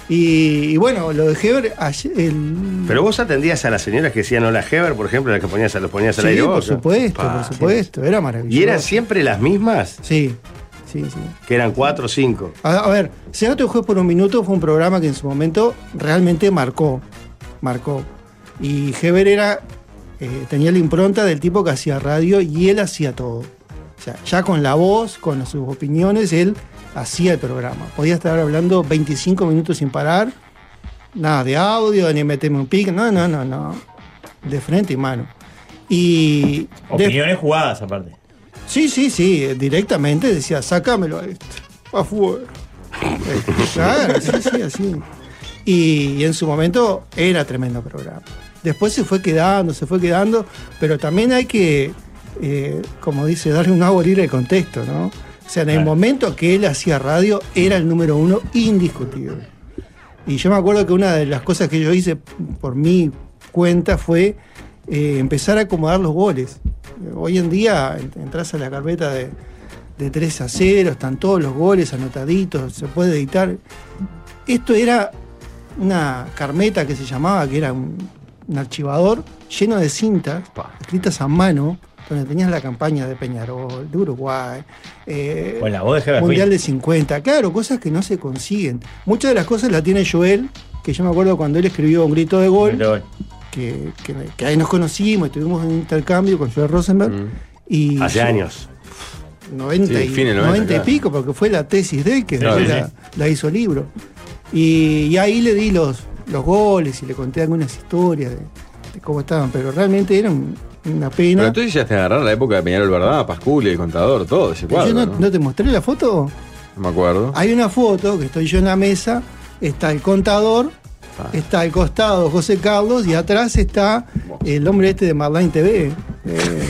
Y, y bueno, lo dejé ver ayer. el-
Pero vos atendías a las señoras que decían hola Heber, por ejemplo, las que ponías, los ponías al
Sí,
aire
por
vos, ¿no?
supuesto,
Pa.
por supuesto. Era maravilloso.
¿Y eran siempre las mismas?
Sí, sí, sí.
Que eran cuatro o cinco.
A, a ver, Si no te juez por un minuto fue un programa que en su momento realmente marcó. Marcó. Y Heber era, eh, tenía la impronta del tipo que hacía radio y él hacía todo. O sea, ya con la voz, con sus opiniones, él hacía el programa. Podía estar hablando 25 minutos sin parar. Nada de audio, ni meterme un pique. No, no, no, no. De frente y mano. Y. de-
Opiniones jugadas (laughs) aparte.
Sí, sí, sí, eh, directamente decía, sácamelo a este, afuera. Eh, claro, sí, sí, así. Y, y en su momento era tremendo programa. Después se fue quedando, se fue quedando, pero también hay que, eh, como dice, darle un agua libre de contexto, ¿no? O sea, en el momento que él hacía radio, era el número uno indiscutible. Y yo me acuerdo que una de las cosas que yo hice por mi cuenta fue eh, empezar a acomodar los goles. Eh, Hoy en día en- entras a la carpeta de, de 3 a 0, están todos los goles anotaditos, se puede editar. Esto era una carmeta que se llamaba, que era un, un archivador lleno de cintas escritas a mano, donde tenías la campaña de Peñarol, de Uruguay, eh,
Con la voz de Heber
Mundial de
Quinn.
50, claro, cosas que no se consiguen. Muchas de las cosas las tiene Joel, que yo me acuerdo cuando él escribió un grito de gol, que, que- que ahí nos conocimos, tuvimos un intercambio con Joel Rosenberg. Y
Hace
yo-
años.
90,
Mm. Sí,
y,
fin del
90 y
90, claro.
pico, porque fue la tesis de él que
Sí,
después
sí,
la,
sí.
la hizo libro. Y, y ahí le di los, los goles y le conté algunas historias de, de cómo estaban, pero realmente era un- una
Pero
pena.
tú llegaste a agarrar la época de Peñarol Verdad, Pasculi, el contador, todo ese
Yo
cuadro.
no,
no,
¿no te mostré la foto?
No me acuerdo.
Hay una foto que estoy yo en la mesa, está el contador,
Ah.
está al costado José Carlos y atrás está el hombre este de Marlene TV. Eh,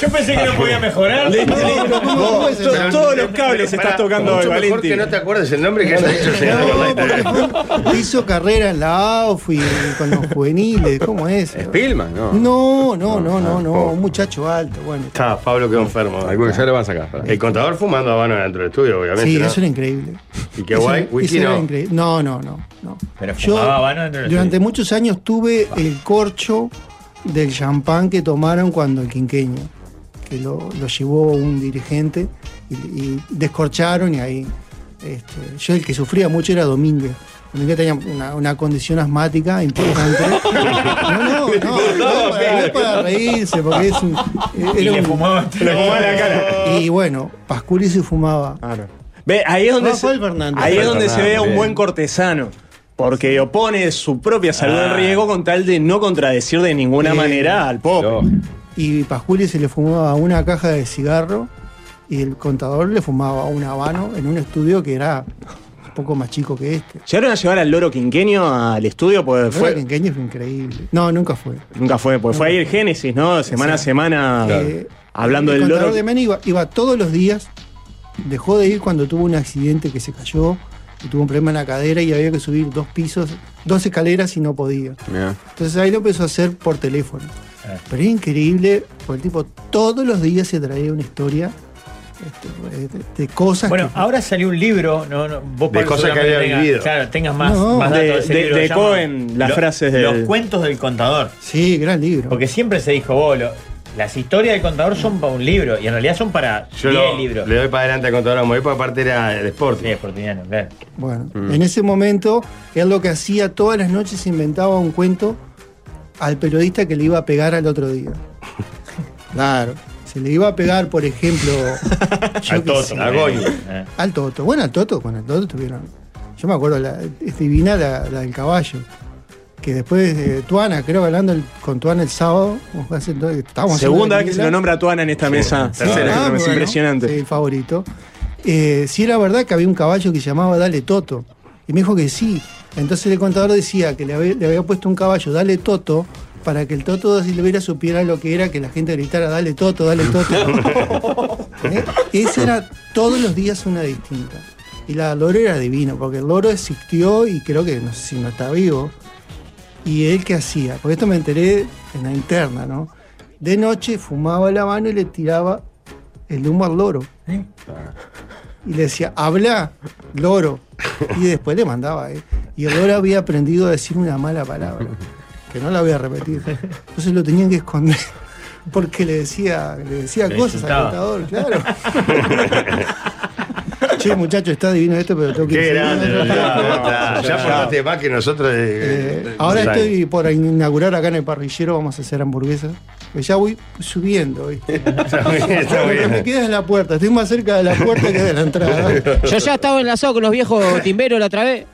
Yo pensé que no podía mejorar.
Vos, pero- Pará, mucho mejor que no te acuerdes el nombre que has dicho, señor.
(laughs) hizo carrera en la AUF y con los juveniles, ¿cómo es?
Spillman, ¿no?
No, no, no, no, no, un muchacho alto, bueno.
Está, Pablo quedó enfermo.
ya lo van a sacar.
El contador fumando habano dentro del estudio, obviamente.
Sí,
¿no?
eso era increíble.
Y qué
Eso-
guay,
eso
whisky
era
no.
increíble. No, no, no.
Pero
Yo
Ah,
fumaba habano dentro del
durante muchos años tuve el corcho del champán que tomaron cuando el quinqueño, que lo, lo llevó un dirigente y, y descorcharon y ahí. este, yo el que sufría mucho era Domínguez. Domínguez tenía una, una condición asmática importante. No, no, no, no, para, no es para reírse, porque es un.
Y le fumaba- le fumaba en la
cara. Y bueno, Pasculi se fumaba.
Ve, ahí es donde,
Rafael
se,
Fernández.
ahí es
Rafael
donde se
Fernández,
ve a un
bien.
buen cortesano. Porque opone su propia salud
Ah.
en riesgo con tal de no contradecir de ninguna
Bien.
manera al pop.
y Pasculi se le fumaba una caja de cigarro y el contador le fumaba un habano en un estudio que era un poco más chico que este.
¿Llegaron a llevar al loro quinquenio al estudio? Porque
Fue
fue,
quinqueño fue increíble. No, nunca fue.
nunca fue, porque fue ahí el génesis, ¿no? Semana a semana,
Claro.
Eh, hablando
Eh, el
del
contador
loro.
de Menem iba, iba todos los días, dejó de ir cuando tuvo un accidente que se cayó y tuvo un problema en la cadera y había que subir dos pisos dos escaleras y no podía.
Mirá.
Entonces ahí lo empezó a hacer por teléfono.
Ah.
Pero es increíble, porque el tipo todos los días se traía una historia este, de, de cosas
Bueno,
que-
ahora salió un libro, no, no, vos
De
Pablo,
cosas que
seguramente
había
tengas-
vivido.
Claro, tengas más,
No.
más
De-
datos de ese
de-
libro,
de
llama
Cohen, las frases del-
Los cuentos del contador.
Sí, gran libro.
Porque siempre se dijo, vos, lo- las historias del contador son para un libro, y en realidad son para
Yo
10
lo-
libros.
le doy para adelante al contador Amoy, porque aparte era el Sporting.
Sí, Sportingiano, claro.
Bueno,
Mm.
en ese momento, él lo que hacía todas las noches inventaba un cuento al periodista que le iba a pegar al otro
(laughs)
día. Claro. Se le iba a pegar, por ejemplo, yo
Al
qué sé.
Toto.
a Goyo.
Eh.
Al Toto. Bueno, al Toto, con el Toto tuvieron. Yo me acuerdo, la, es divina la, la del caballo. Que después eh, Tuana, creo hablando el- con Tuana el sábado, como fue hace- entonces, estábamos haciendo
Segunda
la
vez que se
novela.
lo nombra a Tuana en esta mesa.
Sí,
Tercera,
ah,
es
bueno, (laughs)
impresionante.
sí, el favorito. Eh, si era verdad que había un caballo que se llamaba Dale Toto. Y me dijo que sí. Entonces el contador decía que le había, le había puesto un caballo, Dale Toto, para que el Toto de Silvera supiera lo que era que la gente gritara, Dale Toto, Dale
(laughs)
Toto. ¿Eh? Esa era todos los días una distinta. Y la del loro era divino, porque el loro existió y creo que no sé si no está vivo. ¿Y él qué hacía? Porque esto me enteré en la interna, ¿no? De noche fumaba la mano y le tiraba el humo al loro. Y le decía, habla, loro. Y después le mandaba. ¿eh? Y el loro había aprendido a decir una mala palabra, que no la voy a repetir. Entonces lo tenían que esconder. Porque le decía, le decía
Lo
cosas al
insultaba.
contador, claro. che, muchacho, está divino esto, pero tengo que
Qué
ir (laughs)
grande,
siguiendo.
Leonardo, claro. Ya aportaste más que nosotros. eh, eh,
Ahora
Frank.
estoy por inaugurar acá en el parrillero, vamos a hacer hamburguesas. Que Ya voy subiendo, ¿viste?
(laughs) Está bien, está
Lo que me
bien.
queda es la puerta, estoy más cerca de la puerta que de la
(laughs)
entrada.
Yo ya estaba enlazado con los viejos timberos la otra vez.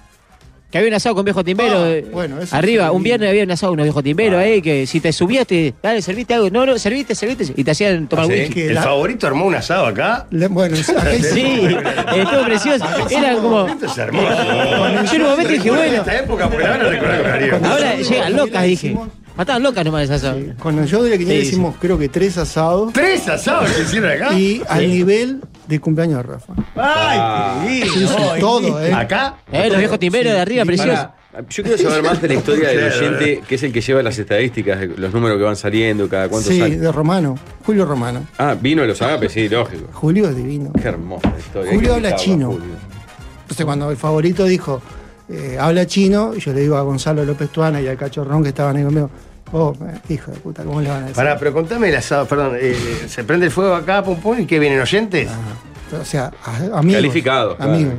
Que había un asado con viejos timberos.
Ah,
eh,
bueno, eso
Arriba,
es
un viernes había un asado con unos viejos timberos ahí. Que si te subías, te. Dale, serviste algo. No, no, serviste, serviste. Y te hacían
¿Ah,
tomar
Sí,
whisky.
El favorito armó un asado acá.
Le- bueno,
(laughs)
acá
Sí,
hicimos-
estuvo precioso. Era como.
Esto es hermoso.
Yo en un momento dije,
Recuerdo
bueno.
esta época porque la van a recordar con cariño.
Ahora llegan locas, dije. Mataban locas nomás esas asado.
Con el show de la quiniela
Sí, sí.
hicimos creo que tres asados.
¿Tres asados que hicieron acá?
Y
Sí.
al nivel de cumpleaños de Rafa.
¡Ay,
Sí, sí, todo, ¿eh?
Acá.
Eh, los viejos timberos de arriba, preciosos.
Pará, yo quiero saber más de la historia
(laughs)
del
Claro,
oyente, que es el que lleva las estadísticas, de los números que van saliendo, cada cuánto
Sí,
sale.
de Romano. Julio Romano.
Ah, vino de los agapes, sí, lógico.
Julio es divino.
Qué hermosa historia.
Julio
Hay que
habla
invitarlo a
chino.
Julio.
Entonces cuando el favorito dijo, eh, habla chino, yo le digo a Gonzalo López Tuana y al cachorrón que estaban ahí conmigo, oh, eh, hijo de puta, ¿cómo le van a decir?
Pará, pero contame el asado, perdón. eh, eh, ¿Se prende el fuego acá, pum pum? ¿Y qué vienen oyentes?
Ah, O sea, a- amigos.
Calificado, claro.
Amigos.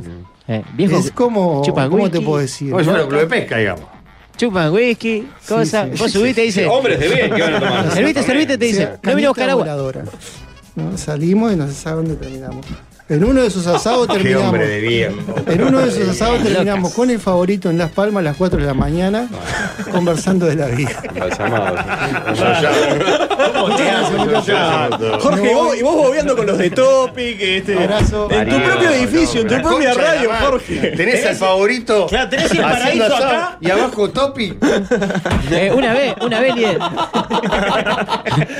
Eh, viejo,
es como,
chupa
¿cómo te
whisky.
puedo decir?
Vamos a llevar un club de pesca, digamos.
Chupan whisky, cosas.
sí.
Vos subiste y dice.
Hombres de bien, ¿qué van
(laughs)
a tomar?
Serviste, serviste, te dice. No vine a buscar
Cañita
agua.
voladora. ¿No? Salimos y no se sabe dónde terminamos. En uno de esos asados
(laughs) Qué
terminamos.
hombre de bien.
En uno de esos asados
Locas.
terminamos con el favorito en Las Palmas a las 4 de la mañana, conversando de la vida.
Embalsamado. (laughs)
Jorge,
Me voy.
vos- y vos bobeando con los de Topic, este,
Abrazo.
en tu
Mariano,
propio edificio, en tu
La
propia
concha de la
radio,
madre.
Jorge.
Tenés al favorito.
Claro, tenés el
haciendo
paraíso
asado
acá.
Y abajo Topi.
Eh, una vez, una vez, líder.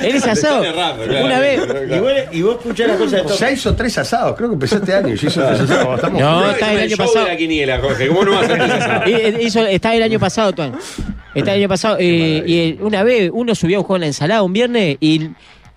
Eres asado. Una vez.
Y vos, y vos escuchás las cosas de todo.
Ya hizo tres asados, creo que empezó este año. Ya hizo tres asados. Estamos
No,
juntos.
está el año
show
pasado.
de la quiniela, Jorge. ¿Cómo no vas a hacer esa?
Y, eh, hizo- está el año pasado, Tuan. Está el año pasado. eh, y eh, una vez uno subió a jugar la ensalada un viernes y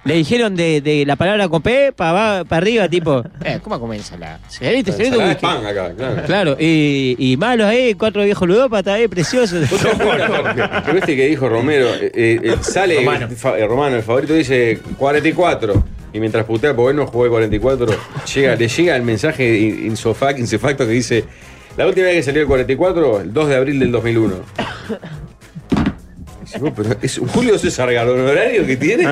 le dijeron de, de la palabra con P para arriba, tipo, eh, ¿cómo comer ensalada? ¿Se viste? ¿Se viste?
Ensalada de
whisky?
pan acá, claro.
Claro, y, y malos ahí, cuatro viejos ludópatas ahí, preciosos.
(laughs)
Pero este que dijo Romero, eh, eh, sale
Romano.
el fa- eh, Romano, el favorito dice 44. Y mientras putea, porque hoy no jugué 44, llega, le llega el mensaje in- insofac- insefacto que dice: La última vez que salió el 44, el 2 de abril del 2001. Dice, "Vos, pero es un Julio César el horario que tiene,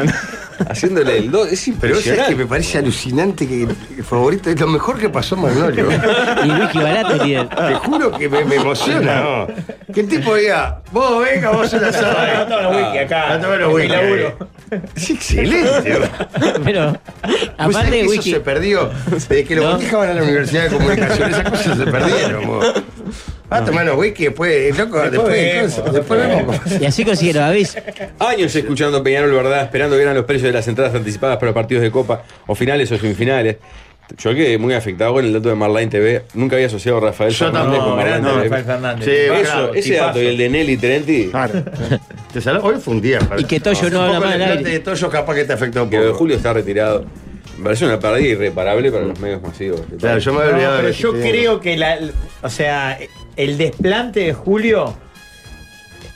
haciéndole el 2. Es
Ah, Pero vos sabés que
impresionante.
me parece alucinante que el favorito es lo mejor que pasó en Magnolio.
Y Luigi Barato, líder.
Te juro que me, me emociona. ¿no? Que el tipo diga, vos venga, vos en la Ah,
No,
sala.
no, no, wiki acá.
A tomar los
en mi
whisky.
laburo.
Es excelente. ¿no?
Pero,
Vos sabés
aparte de
que
whisky.
Eso se perdió. Desde que los botijaban a la Universidad de Comunicación, esas cosas se perdieron. vos. Ah, tomar los whisky, después, eh, loco, después,
vemos,
después, después vemos cómo
Y así consiguieron, ¿veis?
Años escuchando Peñarol, ¿verdad? Esperando que eran los precios de las entradas anticipadas para partidos de Copa, o finales o semifinales. Yo quedé muy afectado con el dato de Marline TV. Nunca había asociado a Rafael
Yo
Fernández
tampoco,
con Marline
grande
TV.
Rafael Fernández.
Sí,
Tipazo,
eso, ese
tipazo.
dato y el de Nelly Trenti.
Claro. (laughs) Te sal- Hoy fue un día. para-
Y que Toyo no
Un
habla
poco
mal
la-
al
la
aire.
de Toyo capaz que te afectó un
Que lo de
poco.
Julio está retirado. Me parece una pérdida irreparable para los medios masivos.
Claro, yo me había
No,
olvidado
pero
de-
yo
de-
creo que la, o sea, el desplante de Julio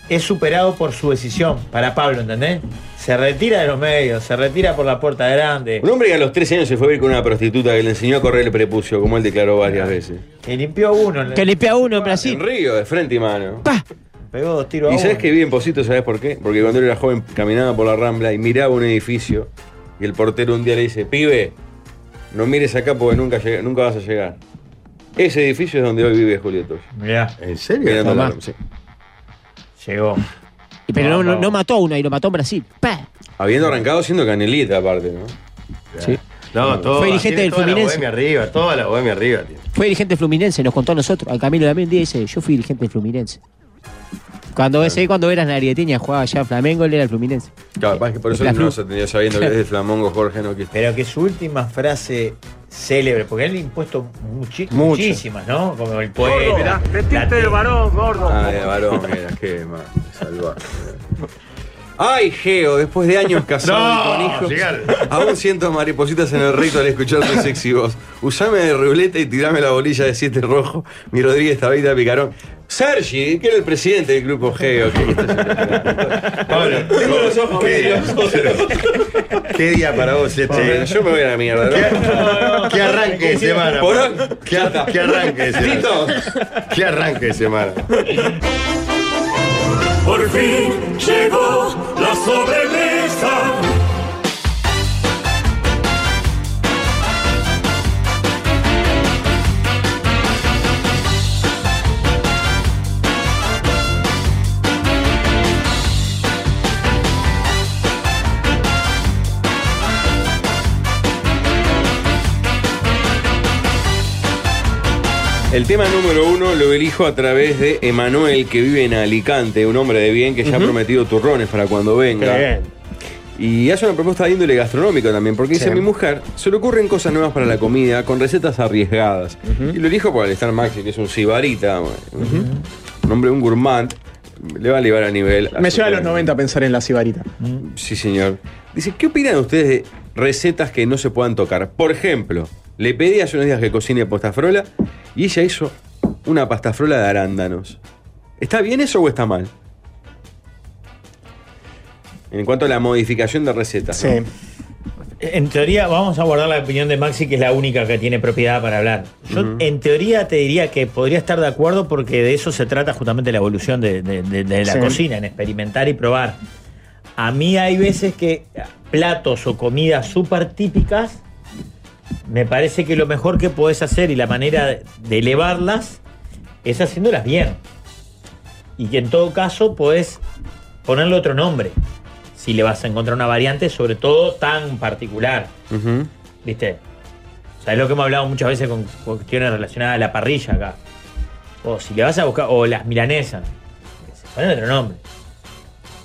es superado por su decisión para Pablo, ¿entendés? Se retira de los medios, se retira por la puerta grande,
Un hombre que a los 13 años se fue a vivir con una prostituta que le enseñó a correr el prepucio, como él declaró varias veces.
que limpió uno,
Que limpia uno en Brasil.
Río, de frente y mano.
pegó dos tiros
¿Y
a
sabes
uno.
que vive en Posito? ¿Sabes por qué? Porque cuando él era joven caminaba por la rambla y miraba un edificio y el portero un día le dice, pibe, no mires acá porque nunca, llega- nunca vas a llegar. Ese edificio es donde hoy vive Julio Tosh.
Mirá.
¿En
serio?
Tomá. Llegó.
Y Pero no, no- no mató a uno y lo mató en Brasil. Pa.
Habiendo arrancado siendo canelita aparte, ¿no?
Sí.
No, todo.
Fue dirigente
tiene
del
toda
Fluminense.
La bohemia arriba, toda la bohemia arriba. tiene.
Fue dirigente fluminense, nos contó a nosotros. Al Camilo también día dice, yo fui dirigente del fluminense. Cuando ese, cuando eras narieteña, jugaba ya Flamengo, él era el fluminense.
Claro, capaz que por eso
La
no
Flu.
se tenía sabiendo que es de Flamongo Jorge no quiso.
Pero que su última frase célebre, porque él le ha impuesto muchi-
Mucho.
muchísimas, ¿no? Como el
Gordo,
poeta.
mirá,
la
del
varón, gordo.
Ah, de varón, mira, qué más salvaje. Ay, Geo, después de años casado y
No,
con hijos,
llegar.
aún siento maripositas en el rito al escuchar tu sexy voz. Usame de ruleta y tirame la bolilla de siete rojo, mi Rodríguez Tabita Picarón. Sergi, que era el presidente del grupo Geo. que- Tengo los ojos vidriosos.
¿Qué día para vos
Bueno,
este?
Yo me voy a la mierda. ¿no?
Que arranque de semana.
Porón.
Que ar- que arranque de
Tito.
semana. Que arranque de semana.
Por fin llegó la sobremesa.
El tema número uno lo elijo a través de Emanuel, que vive en Alicante, un hombre de bien que ya ha prometido turrones para cuando venga. Y hace una propuesta de índole gastronómico también, porque dice mi mujer, se le ocurren cosas nuevas para la comida, con recetas arriesgadas. Y lo elijo por Alestar Maxi, que es un sibarita, un hombre, un gourmand, le va a elevar a nivel.
Me lleva a los 90 a pensar en la cibarita.
Sí, señor. Dice, ¿qué opinan ustedes de recetas que no se puedan tocar? Por ejemplo, le pedí hace unos días que cocine pastafrola y ella hizo una pastafrola de arándanos. ¿Está bien eso o está mal? En cuanto a la modificación de recetas. ¿no?
En teoría, vamos a guardar la opinión de Maxi, que es la única que tiene propiedad para hablar. Yo, en teoría, te diría que podría estar de acuerdo porque de eso se trata justamente la evolución de, de- de- de la
Sí.
cocina, en experimentar y probar. A mí hay veces que platos o comidas súper típicas, me parece que lo mejor que podés hacer y la manera de- de elevarlas es haciéndolas bien. Y que en todo caso podés ponerle otro nombre. Si le vas a encontrar una variante, sobre todo tan particular.
Ujú.
¿Viste? O sea, es lo que hemos hablado muchas veces con cuestiones relacionadas a la parrilla acá. O si le vas a buscar, o las milanesas. Que se ponen otro nombre.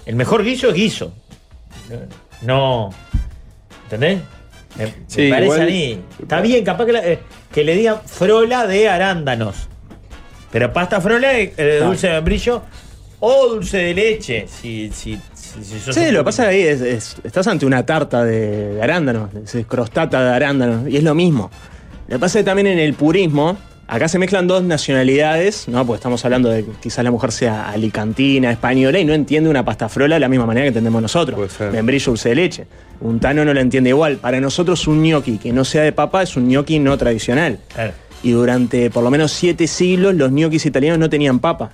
El mejor guiso es guiso. No. ¿Entendés? Me, me
Sí,
parece
igual-
a mí. Está bien, capaz que, la- eh, que le digan frola de arándanos. Pero pasta frola es eh, dulce de membrillo o dulce de leche. Si, si, si, si sos
Sí,
un
lo que pasa ahí es, es- estás ante una tarta de, de arándanos, es crostata de arándanos, y es lo mismo. Lo que pasa es que también en el purismo, acá se mezclan dos nacionalidades, ¿no? Porque estamos hablando de que quizás la mujer sea alicantina, española, y no entiende una pastafrola de la misma manera que entendemos nosotros. Membrillo dulce de leche. Un tano no la entiende igual. Para nosotros un gnocchi que no sea de papa es un gnocchi no tradicional.
Claro.
Y durante por lo menos siete siglos los gnocchis italianos no tenían papa.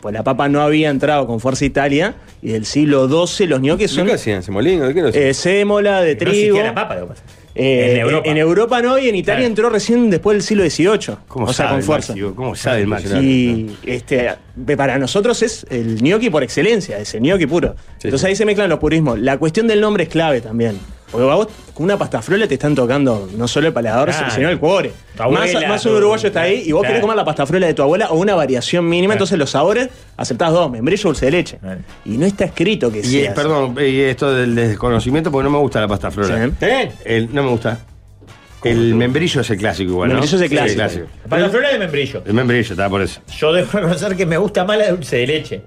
Pues la papa no había entrado con fuerza a Italia y del siglo XII los gnocchis son
¿Qué hacían? ¿Semolino? ¿De qué lo hacían?
eh, sémola, de
No existía
trigo.
la papa, lo que pasa.
Eh,
En Europa.
no y en Italia
Claro.
entró recién después del siglo XVIII. o sea,
sabe
con
el
fuerza.
Maxi, ¿Cómo sabe el Maxi?
Y este, para nosotros es el gnocchi por excelencia, es el gnocchi puro. Entonces ahí se mezclan los purismos. La cuestión del nombre es clave también. Porque a vos con una pastafrola te están tocando no solo el paladar,
Claro.
sino el cuore.
Tu abuela,
más, más
tu-
un uruguayo está ahí y vos
Claro.
querés comer la pastafrola de tu abuela o una variación mínima, entonces los sabores aceptás dos, membrillo dulce de leche. Y no está escrito que
Y, eh,
sea.
perdón, y esto del desconocimiento, porque no me gusta la pasta flora.
Sí.
El- no me gusta. El membrillo es el clásico igual, ¿no?
Membrillo es el clásico. Pasaflora de membrillo.
El membrillo, estaba por eso.
Yo debo reconocer que me gusta más la dulce de leche.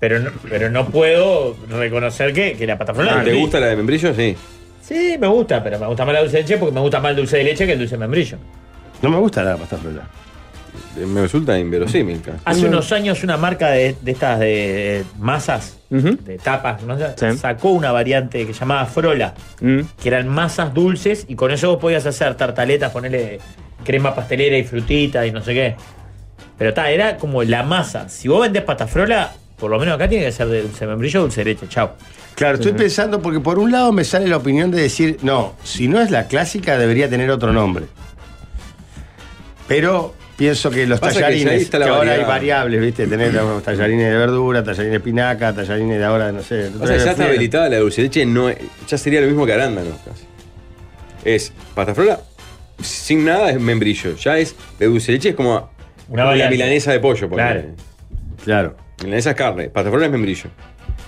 Pero no, pero no puedo reconocer que, que la pataflora.
Ah, ¿Te gusta la de membrillo? Sí.
Sí, me gusta, pero me gusta más la dulce de leche porque me gusta más el dulce de leche que el dulce de membrillo.
No me gusta la pasta frola.
Eh, Me resulta inverosímil. casi.
Hace unos años una marca de, de estas de masas, de tapas, masas, sacó una variante que llamaba Frola,
Mm.
que eran masas dulces y con eso vos podías hacer tartaletas, ponerle crema pastelera y frutita y no sé qué. Pero está, era como la masa. Si vos vendés patafrola, por lo menos acá tiene que ser de dulce de membrillo o dulce de leche, chao.
Claro, estoy pensando porque por un lado me sale la opinión de decir, no, si no es la clásica debería tener otro nombre. Pero pienso que los
Pasa que ya ahí
tallarines, que,
está la
ahora hay
variedad.
variables, ¿viste? Tener los tallarines de verdura, tallarines de espinaca, tallarines de ahora, no sé.
O sea, ya está habilitada la dulce de leche, no, es- ya sería lo mismo que arándano casi. Es pataflora, sin nada es membrillo. Ya es de dulce de leche, es como
Una
la
variante.
milanesa de pollo. ponele.
Claro.
Claro.
Milanesa es carne, pataflora es membrillo.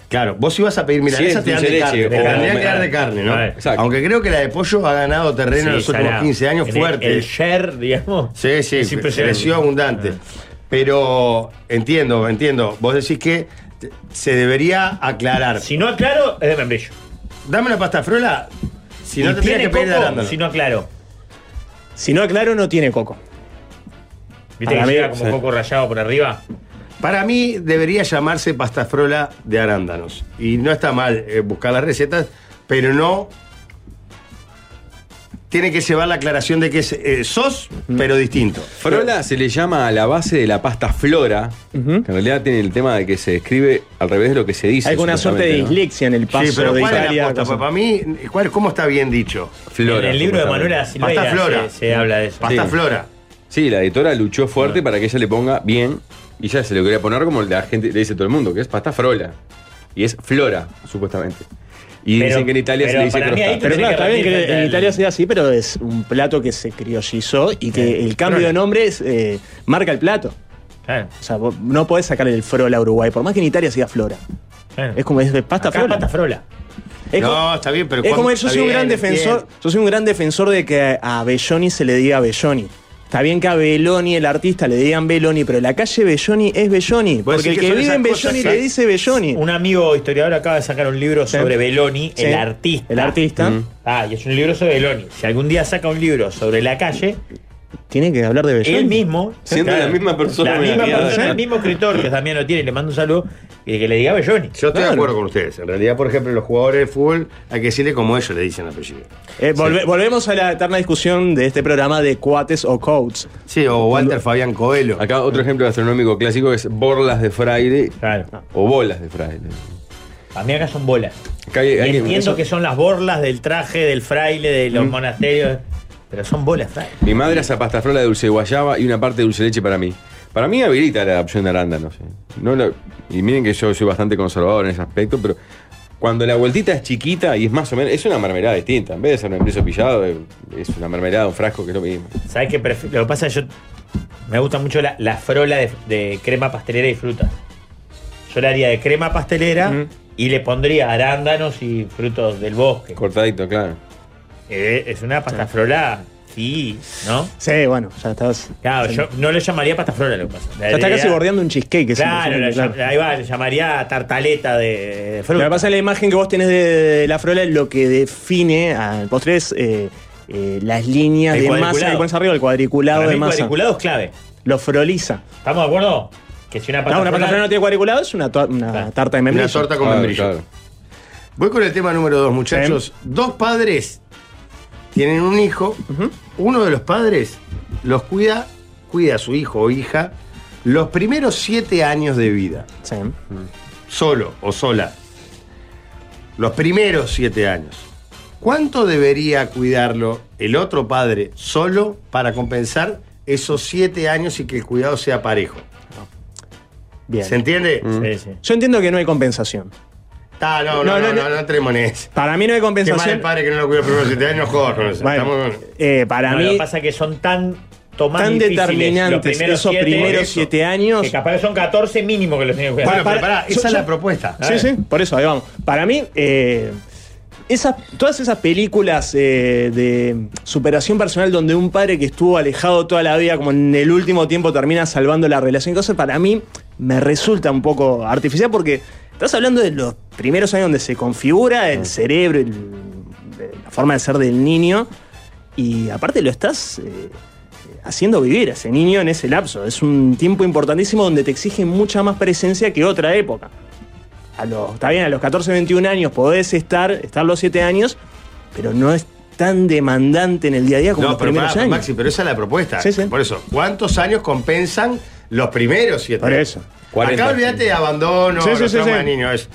Claro, vos ibas a pedir milanesa, te dan de carne, te tendría que dar de carne, ¿no? Aunque creo que la de pollo ha ganado terreno en
Sí,
los últimos
salado.
15 años
El-
fuerte.
el share, digamos.
Sí, sí,
Es impresionante. Ah.
creció abundante. Pero entiendo, entiendo. Vos decís que te- se debería aclarar.
Si no aclaro, es de membrillo.
Dame una pasta frola. Si no
Y
te tienes que
tiene
pedir de
coco,
arándano.
Si no aclaro.
Si no aclaro, no tiene coco.
Viste
Para
que
mí-
llega como
sí.
coco rayado por arriba.
Para mí debería llamarse pastafrola de arándanos. Y no está mal eh, buscar las recetas, pero no. Tiene que llevar la aclaración de que es, eh, sos, pero distinto.
Mm. Frola se le llama a la base de la pasta flora, que en realidad tiene el tema de que se escribe al revés de lo que se dice.
Hay una suerte de
dislexia en el
sí, pero ¿cuál es la posta? Para mí, ¿cuál, ¿cómo está bien dicho?
Flora,
en el libro de
supuestamente.
Manuela Silveira
Pasta flora.
Se, se habla de eso.
Pasta flora.
Sí, la editora luchó fuerte para que ella le ponga bien y ya se lo quería poner como la gente le dice todo el mundo, que es pasta frola. Y es flora, supuestamente. Y
Pero-
dicen que en Italia se
pero
le dice
para mí
crostata.
Pero claro, está bien que en Italia sea así, pero es un plato que se criollizó y que el cambio de nombre es, eh, marca el plato. O sea, vos no podés sacar el frola a Uruguay, por más que en Italia sea flora. Es como es de pasta
Acá
frola.
pasta frola.
Es
no,
como-
está bien, pero
es
¿cuál-
como yo
está
soy, un
bien,
gran defensor,
bien.
yo soy un gran defensor de que a Belloni se le diga Belloni. Está bien que a Belloni, el artista, le digan Belloni, pero la calle Belloni es Belloni. Porque el que vive en Belloni le dice Belloni.
Un amigo historiador acaba de sacar un libro
Sí.
sobre Belloni,
Sí.
el artista.
El artista. Mm.
Ah, y es un libro sobre Belloni. Si algún día saca un libro sobre la calle,
Tiene que hablar de Belloni.
él mismo.
Siendo la misma persona,
La
me
misma
daría-
persona, el mismo escritor que también lo tiene, le mando un saludo, y que le diga Belloni.
Yo estoy de acuerdo con ustedes. En realidad, por ejemplo, los jugadores de fútbol hay que decirle como ellos le dicen el apellido.
Eh, volve- Volvemos a la eterna discusión de este programa de cuates o coats.
Sí, o Walter Fabián Coelho.
Acá otro ejemplo gastronómico clásico es borlas de fraile o bolas de fraile.
A mí acá son bolas.
Acá hay- hay-
Entiendo
eso-
que son las borlas del traje, del fraile, de
Mm.
los monasterios, pero son bolas, fraile.
Mi madre hace pasta flora de dulce de guayaba y una parte de dulce de leche para mí. Para mí habilita la opción de arándanos. ¿eh? No lo- y miren que yo soy bastante conservador en ese aspecto, pero cuando la vueltita es chiquita y es más o menos. Es una mermelada distinta. En vez de ser un empreso pillado, eh, es una mermelada, un frasco que es lo mismo.
¿Sabes qué? prefi- Lo que pasa es que yo. Me gusta mucho la, la frola de, de crema pastelera y frutas. Yo la haría de crema pastelera y le pondría arándanos y frutos del bosque.
Cortadito, claro.
Eh, es una pasta frola, sí, ¿no?
Sí, bueno, ya estás.
Claro, yo no le llamaría pasta frola lo que pasa.
Ya está casi bordeando un cheesecake. es
Claro,
impresionante,
la llam- ahí va, le llamaría tartaleta de, de fruta.
Lo que pasa es la imagen que vos tenés de, de la frola, lo que define al postre es eh, eh, las líneas
El
de
cuadriculado.
masa que pones arriba, el cuadriculado
Para mí
de
el
masa.
cuadriculado es clave.
Lo froliza.
¿Estamos de acuerdo? Que si una pasta
No, una pasta
frola-
frola no tiene cuadriculado, es una, to- una tarta de membrillo.
Una torta con membrillo. Voy con el tema número dos, muchachos. Dos padres tienen un hijo. Uno de los padres los cuida, cuida a su hijo o hija los primeros siete años de vida. Solo o sola. Los primeros siete años. ¿Cuánto debería cuidarlo el otro padre solo para compensar esos siete años y que el cuidado sea parejo?
Bien.
¿Se entiende?
Yo entiendo que no hay compensación.
Ah, no, no, no, no, no, entremos en eso.
Para mí no hay compensación.
Qué mal el padre que no lo cuida los primeros siete años, joder. con eso.
Bueno,
Estamos-
eh, para
No,
mí.
Lo que pasa es que son tan tomados
Tan determinantes esos primeros siete años.
Que capaz que son 14 mínimo que los tienen que cuidar.
Para- para- yo- yo- Sí, sí, por eso, ahí vamos. Para mí, eh, esas, todas esas películas eh, de superación personal donde un padre que estuvo alejado toda la vida, como en el último tiempo termina salvando la relación, entonces para mí me resulta un poco artificial porque estás hablando de los primeros años donde se configura el cerebro, el- la forma de ser del niño y aparte lo estás... eh, haciendo vivir a ese niño en ese lapso. Es un tiempo importantísimo donde te exige mucha más presencia que otra época. A los, está bien, a los 14, 21 años podés estar, estar los 7 años, pero no es tan demandante en el día a día como los
pero
primeros
pará,
años.
Maxi, pero esa es la propuesta.
Sí, sí.
Por eso, ¿cuántos años compensan los primeros siete?
Por eso.
40.
Acá olvídate de abandono,
Sí, sí,
los
sí,
traumas
sí.
de niños. Es,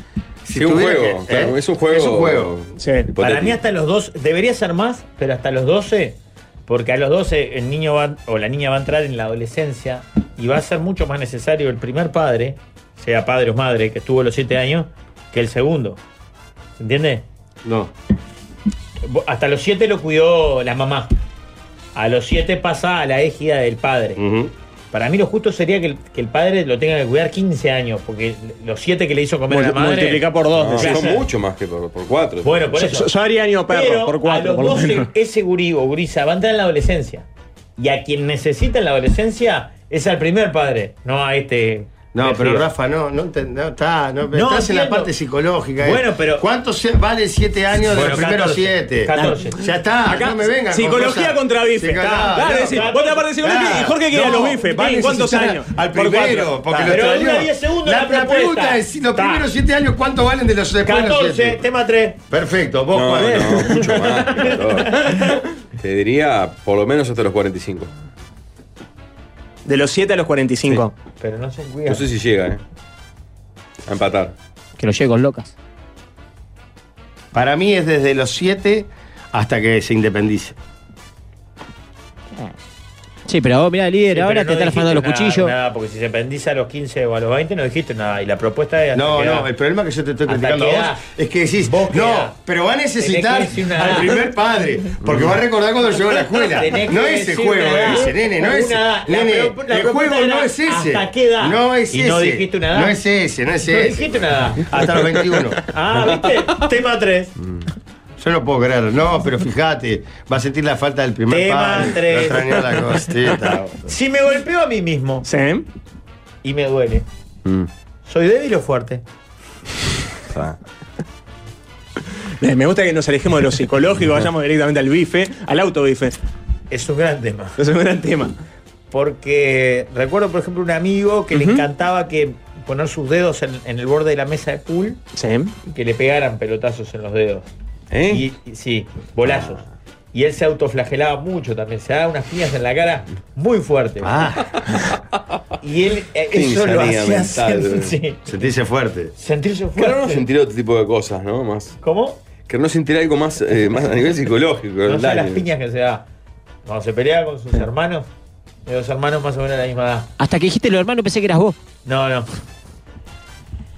Sí, un
tuviera
juego,
¿eh?
claro, es un juego
Es un juego.
Para mí hasta los 12, debería ser más, pero hasta los 12, porque a los 12 el niño va, o la niña va a entrar en la adolescencia y va a ser mucho más necesario el primer padre, sea padre o madre, que estuvo los 7 años, que el segundo. ¿Se entiende?
No.
Bo- Hasta los 7 lo cuidó la mamá. A los 7 pasa a la égida del padre. Para mí lo justo sería que el, que el padre lo tenga que cuidar 15 años, porque los 7 que le hizo comer a la
Multiplicar
madre...
por dos.
Claro.
son mucho más que por, por cuatro.
Bueno, por eso. Pero A los 12, ese gurí o gurisa va a entrar en la adolescencia. Y a quien necesita en la adolescencia es al primer padre, no a este.
No, pero
elegido.
Rafa, no, no, ente- no, está, no,
No,
estás en la
entiendo.
parte psicológica. eh.
Bueno, pero-
¿Cuántos se- vale siete años de
Bueno,
los primeros
14,
siete?
14.
Ya está,
Acá,
no me vengan.
psicología
contra bife, está. Claro, es decir, vos la parte de psicología y Jorge quiere a los bifes, ¿vale? ¿Cuántos años?
Al
Por
primero,
cuatro.
porque
Está.
lo
Pero
extrañó.
dura 10 segundos la propuesta.
pregunta es: si los
Está.
primeros siete años, ¿cuánto valen de los después de los
14,
siete?
tema 3.
Perfecto, vos,
No,
Juan.
no, mucho más. que todo. Te diría por lo menos hasta los 45.
De los 7 a los 45.
Pero no se cuida.
No sé si llega, ¿eh? A empatar.
Que los llegos locas.
Para mí es desde los 7 hasta que se independice.
Sí, pero vos, mirá, líder,
Sí,
ahora te
pero no
están afando los
dijiste nada,
cuchillos.
Nada, porque si se pendiza a los 15 o a los 20, no dijiste nada. Y la propuesta es. hasta
No,
qué
no,
edad.
el problema que yo te estoy
Hasta
criticando a
que
vos
edad.
es que decís,
qué edad.
no, pero va a necesitar
Tenés que decir una edad.
al primer padre, porque va a recordar cuando llegó a la escuela.
(laughs) Tenés que
No es ese
decir
juego
una edad.
ese, nene, no
Una
es
edad. La
nene,
pro- la
el
propuesta
juego
era
no es ese.
¿hasta qué edad?
No es
Y
ese.
no dijiste una edad.
No es ese, no es
No
ese.
dijiste una edad.
Hasta los 21.
Ah, ¿viste? Tema 3.
Yo no puedo creer, no, pero fíjate, va a sentir la falta del primer
Tema
padre.
tres.
Va a extrañar la cosita.
(laughs) Si me golpeo a mí mismo. Y me duele.
Mm.
¿Soy débil o fuerte?
Eh, Me gusta que nos alejemos de lo psicológico, vayamos directamente al bife, al autobife.
Es un gran tema.
Es un gran tema.
Porque recuerdo, por ejemplo, un amigo que le encantaba que poner sus dedos en, en el borde de la mesa de pool y que le pegaran pelotazos en los dedos.
¿Eh?
Y, y- sí, bolazos. Y él se autoflagelaba mucho también, se daba unas piñas en la cara muy fuerte. Y él eh, eso lo
Insanía
hacía
Ah. mental.
sen-
¿eh?
(laughs) sí.
Sentirse fuerte.
sentirse fuerte.
Claro, no sentir otro tipo de cosas, ¿no? Más.
¿Cómo?
Que no sentir algo más, eh, más a nivel psicológico.
No sé
¿verdad?
las piñas que se da. Cuando se peleaba con sus hermanos, de los hermanos más o menos de la misma edad.
Hasta que dijiste lo hermano, pensé que eras vos.
No, no.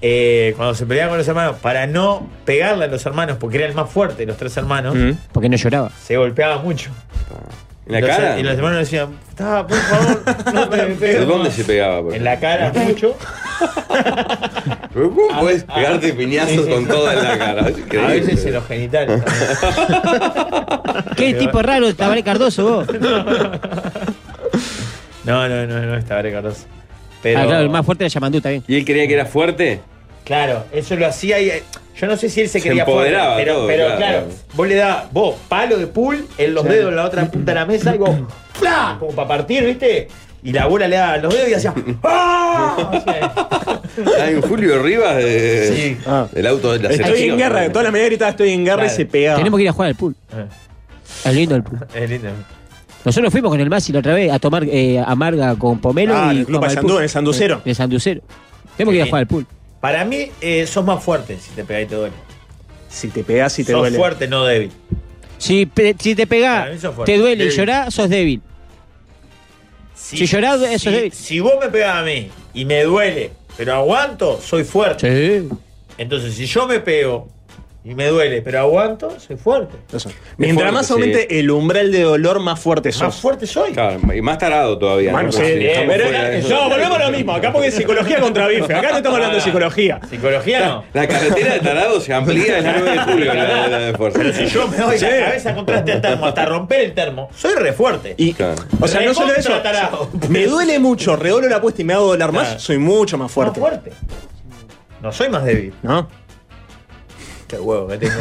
Eh, cuando se peleaba con los hermanos, para no pegarle a los hermanos, porque era el más fuerte de los tres hermanos,
Porque no
(laughs)
lloraba.
se golpeaba mucho.
Mm. ¿En la
Los-
cara?
Y los hermanos decían, "Ta, por favor, no
(laughs)
me
¿Pero
pegues
dónde
más".
se pegaba? por
En la cara mucho.
¿Pero ¿Cómo puedes pegarte piñazos con toda en la cara? Es
A
increíble.
veces en los genitales.
Qué tipo raro, Tabaré Cardoso, vos.
(laughs)
No, no, no, no estaba Cardoso. Pero,
Ah, claro, el más fuerte era Yamandú, está bien.
¿Y él creía que era fuerte?
Claro, eso lo hacía y eh, yo no sé si él se
Se
quería
empoderaba
pero,
todo,
pero
claro.
claro, vos le das, vos, palo de pool en los dedos en la otra punta de la mesa
(clears throat)
y vos, ¡fla! Como para partir, ¿viste? Y la bola le daba en los dedos y
(laughs)
hacía, ¡ah! O sea,
Hay un Ah, Julio Rivas de, del auto de la
Ah. Estoy en
selección.
guerra, toda la media gritaba estoy en guerra y se pegaba.
Tenemos que ir a jugar al pool.
Ah.
Es lindo el pool.
es lindo.
Nosotros fuimos con el Masi la otra vez a tomar eh, amarga con pomelo
Ah, en
y
el Club
jugamos al
Paysandú,
pool.
en el Sanducero.
En el Sanducero. Tenemos que ir a
Sí.
jugar al pool.
Para mí, eh, sos más fuerte si te pegás y te duele.
Si te pegás y te
sos
duele.
fuerte, no débil.
Si, pe- si te pegás,
Para mí sos fuerte.
Ah, te duele
Débil.
y llorás, sos débil. Si llorás, eso es
si-
débil.
Si vos me pegás a mí y me duele, pero aguanto, soy fuerte. Entonces, si yo me pego y me duele, pero aguanto, soy fuerte.
Es
Mientras
fuerte,
más aumente el umbral de dolor, más fuerte sos.
Más fuerte soy.
Claro, y más tarado todavía.
Bueno,
¿no?
sí,
Porque si
bien,
dejamos
pero-
fuera eso- eh,
no, volvemos a lo mismo. Acá porque es
(laughs)
psicología contra bife. Acá no estamos hablando de psicología.
Psicología no.
La carretera de tarado se amplía el 9 de julio, la, la- la de fuerza.
Pero si yo me doy la cabeza contra este termo hasta romper el termo, soy re fuerte.
Y, O sea, no solo eso. Me duele mucho, redoblo la apuesta y me hago doler más,
Claro.
soy mucho más fuerte.
Más fuerte. No soy más débil.
¿No?
Qué huevo que
(laughs)
tengo.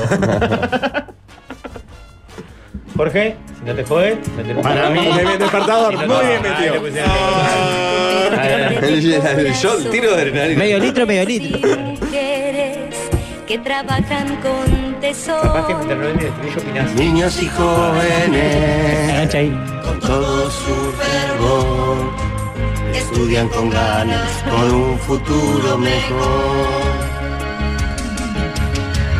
Jorge, si no te jodes, mete un-
Para mí. Muy bien despertador,
Si no
muy
te-
bien
Ah,
metido.
le pusieron-
(laughs) El, el shot, tiro de adrenalina.
Medio litro, medio litro.
Mujeres que trabajan con
Capaz que
tesón.
mientras no viene el estribillo opinás.
Niños y jóvenes,
Agacha ahí.
con todo su fervor, estudian con ganas por un futuro mejor.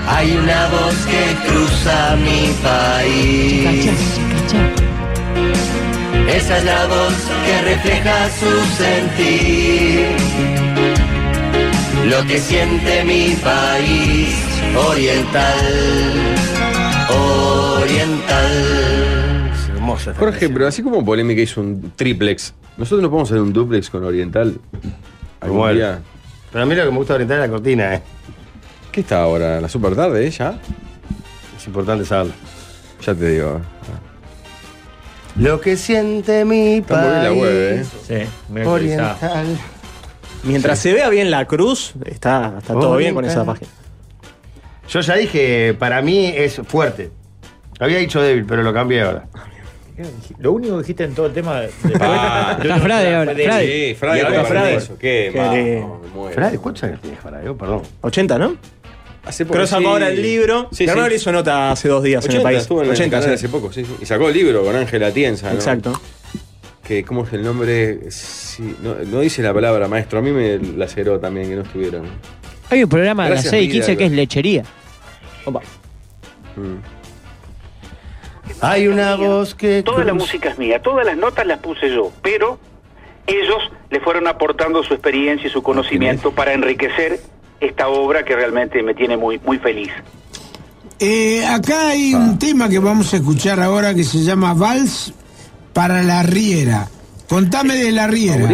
Hay una voz que cruza mi país. Esa es la voz que refleja su sentir. Lo que siente mi país oriental. Oriental. Hermosa.
Jorge, pero así como Polémica hizo un triplex, ¿nosotros no podemos hacer un duplex con Oriental? ¿Algún
Igual.
día?
Pero a mí lo que me gusta orientar es la cortina, ¿eh?
¿Qué está ahora? ¿La super tarde, eh? ¿Ya?
Es importante saberlo.
Ya te digo.
Lo que siente mi
Está muy bien la web, ¿eh?
país.
Sí, muy actualizada.
Oriental.
Mientras se vea bien la cruz, está, está
Oh,
todo bien con esa
Oriental.
Ah,
página.
Yo ya dije, para mí es fuerte. Había dicho débil, pero lo cambié ahora.
Lo único que dijiste en todo el
(laughs)
tema de.
Ah,
de-
Frade ahora,
de-
Frade.
Sí,
Y
Frade,
ahora
con
Frade.
permiso, ¿Qué?
Qué
Vamos,
lindo.
me muero.
Frade, ¿cuántos años tienes para yo? Perdón.
80, Eh, ¿no?
Hace poco,
Creo que sacó
sí.
ahora el libro.
Sí,
Bernardo
sí.
hizo nota hace dos días
80,
en el país.
estuvo en el
80,
canal
sí.
hace poco, sí, sí. Y sacó el libro con Ángela Tienza, ¿no?
Exacto.
Que, ¿Cómo es el nombre? Sí, no, no dice la palabra, maestro. A mí me laceró también que no estuvieron.
Hay un programa a las
Gracias,
6 y
vida,
15 que
igual.
es lechería.
Mm.
Hay una voz que.
Toda la
cruza-
música es mía, todas las notas las puse yo, pero ellos le fueron aportando su experiencia y su conocimiento para enriquecer esta obra que realmente me tiene muy, muy feliz.
Eh, acá hay
Ah.
un tema que vamos a escuchar ahora que se llama Vals para la Riera. Contame de la Riera.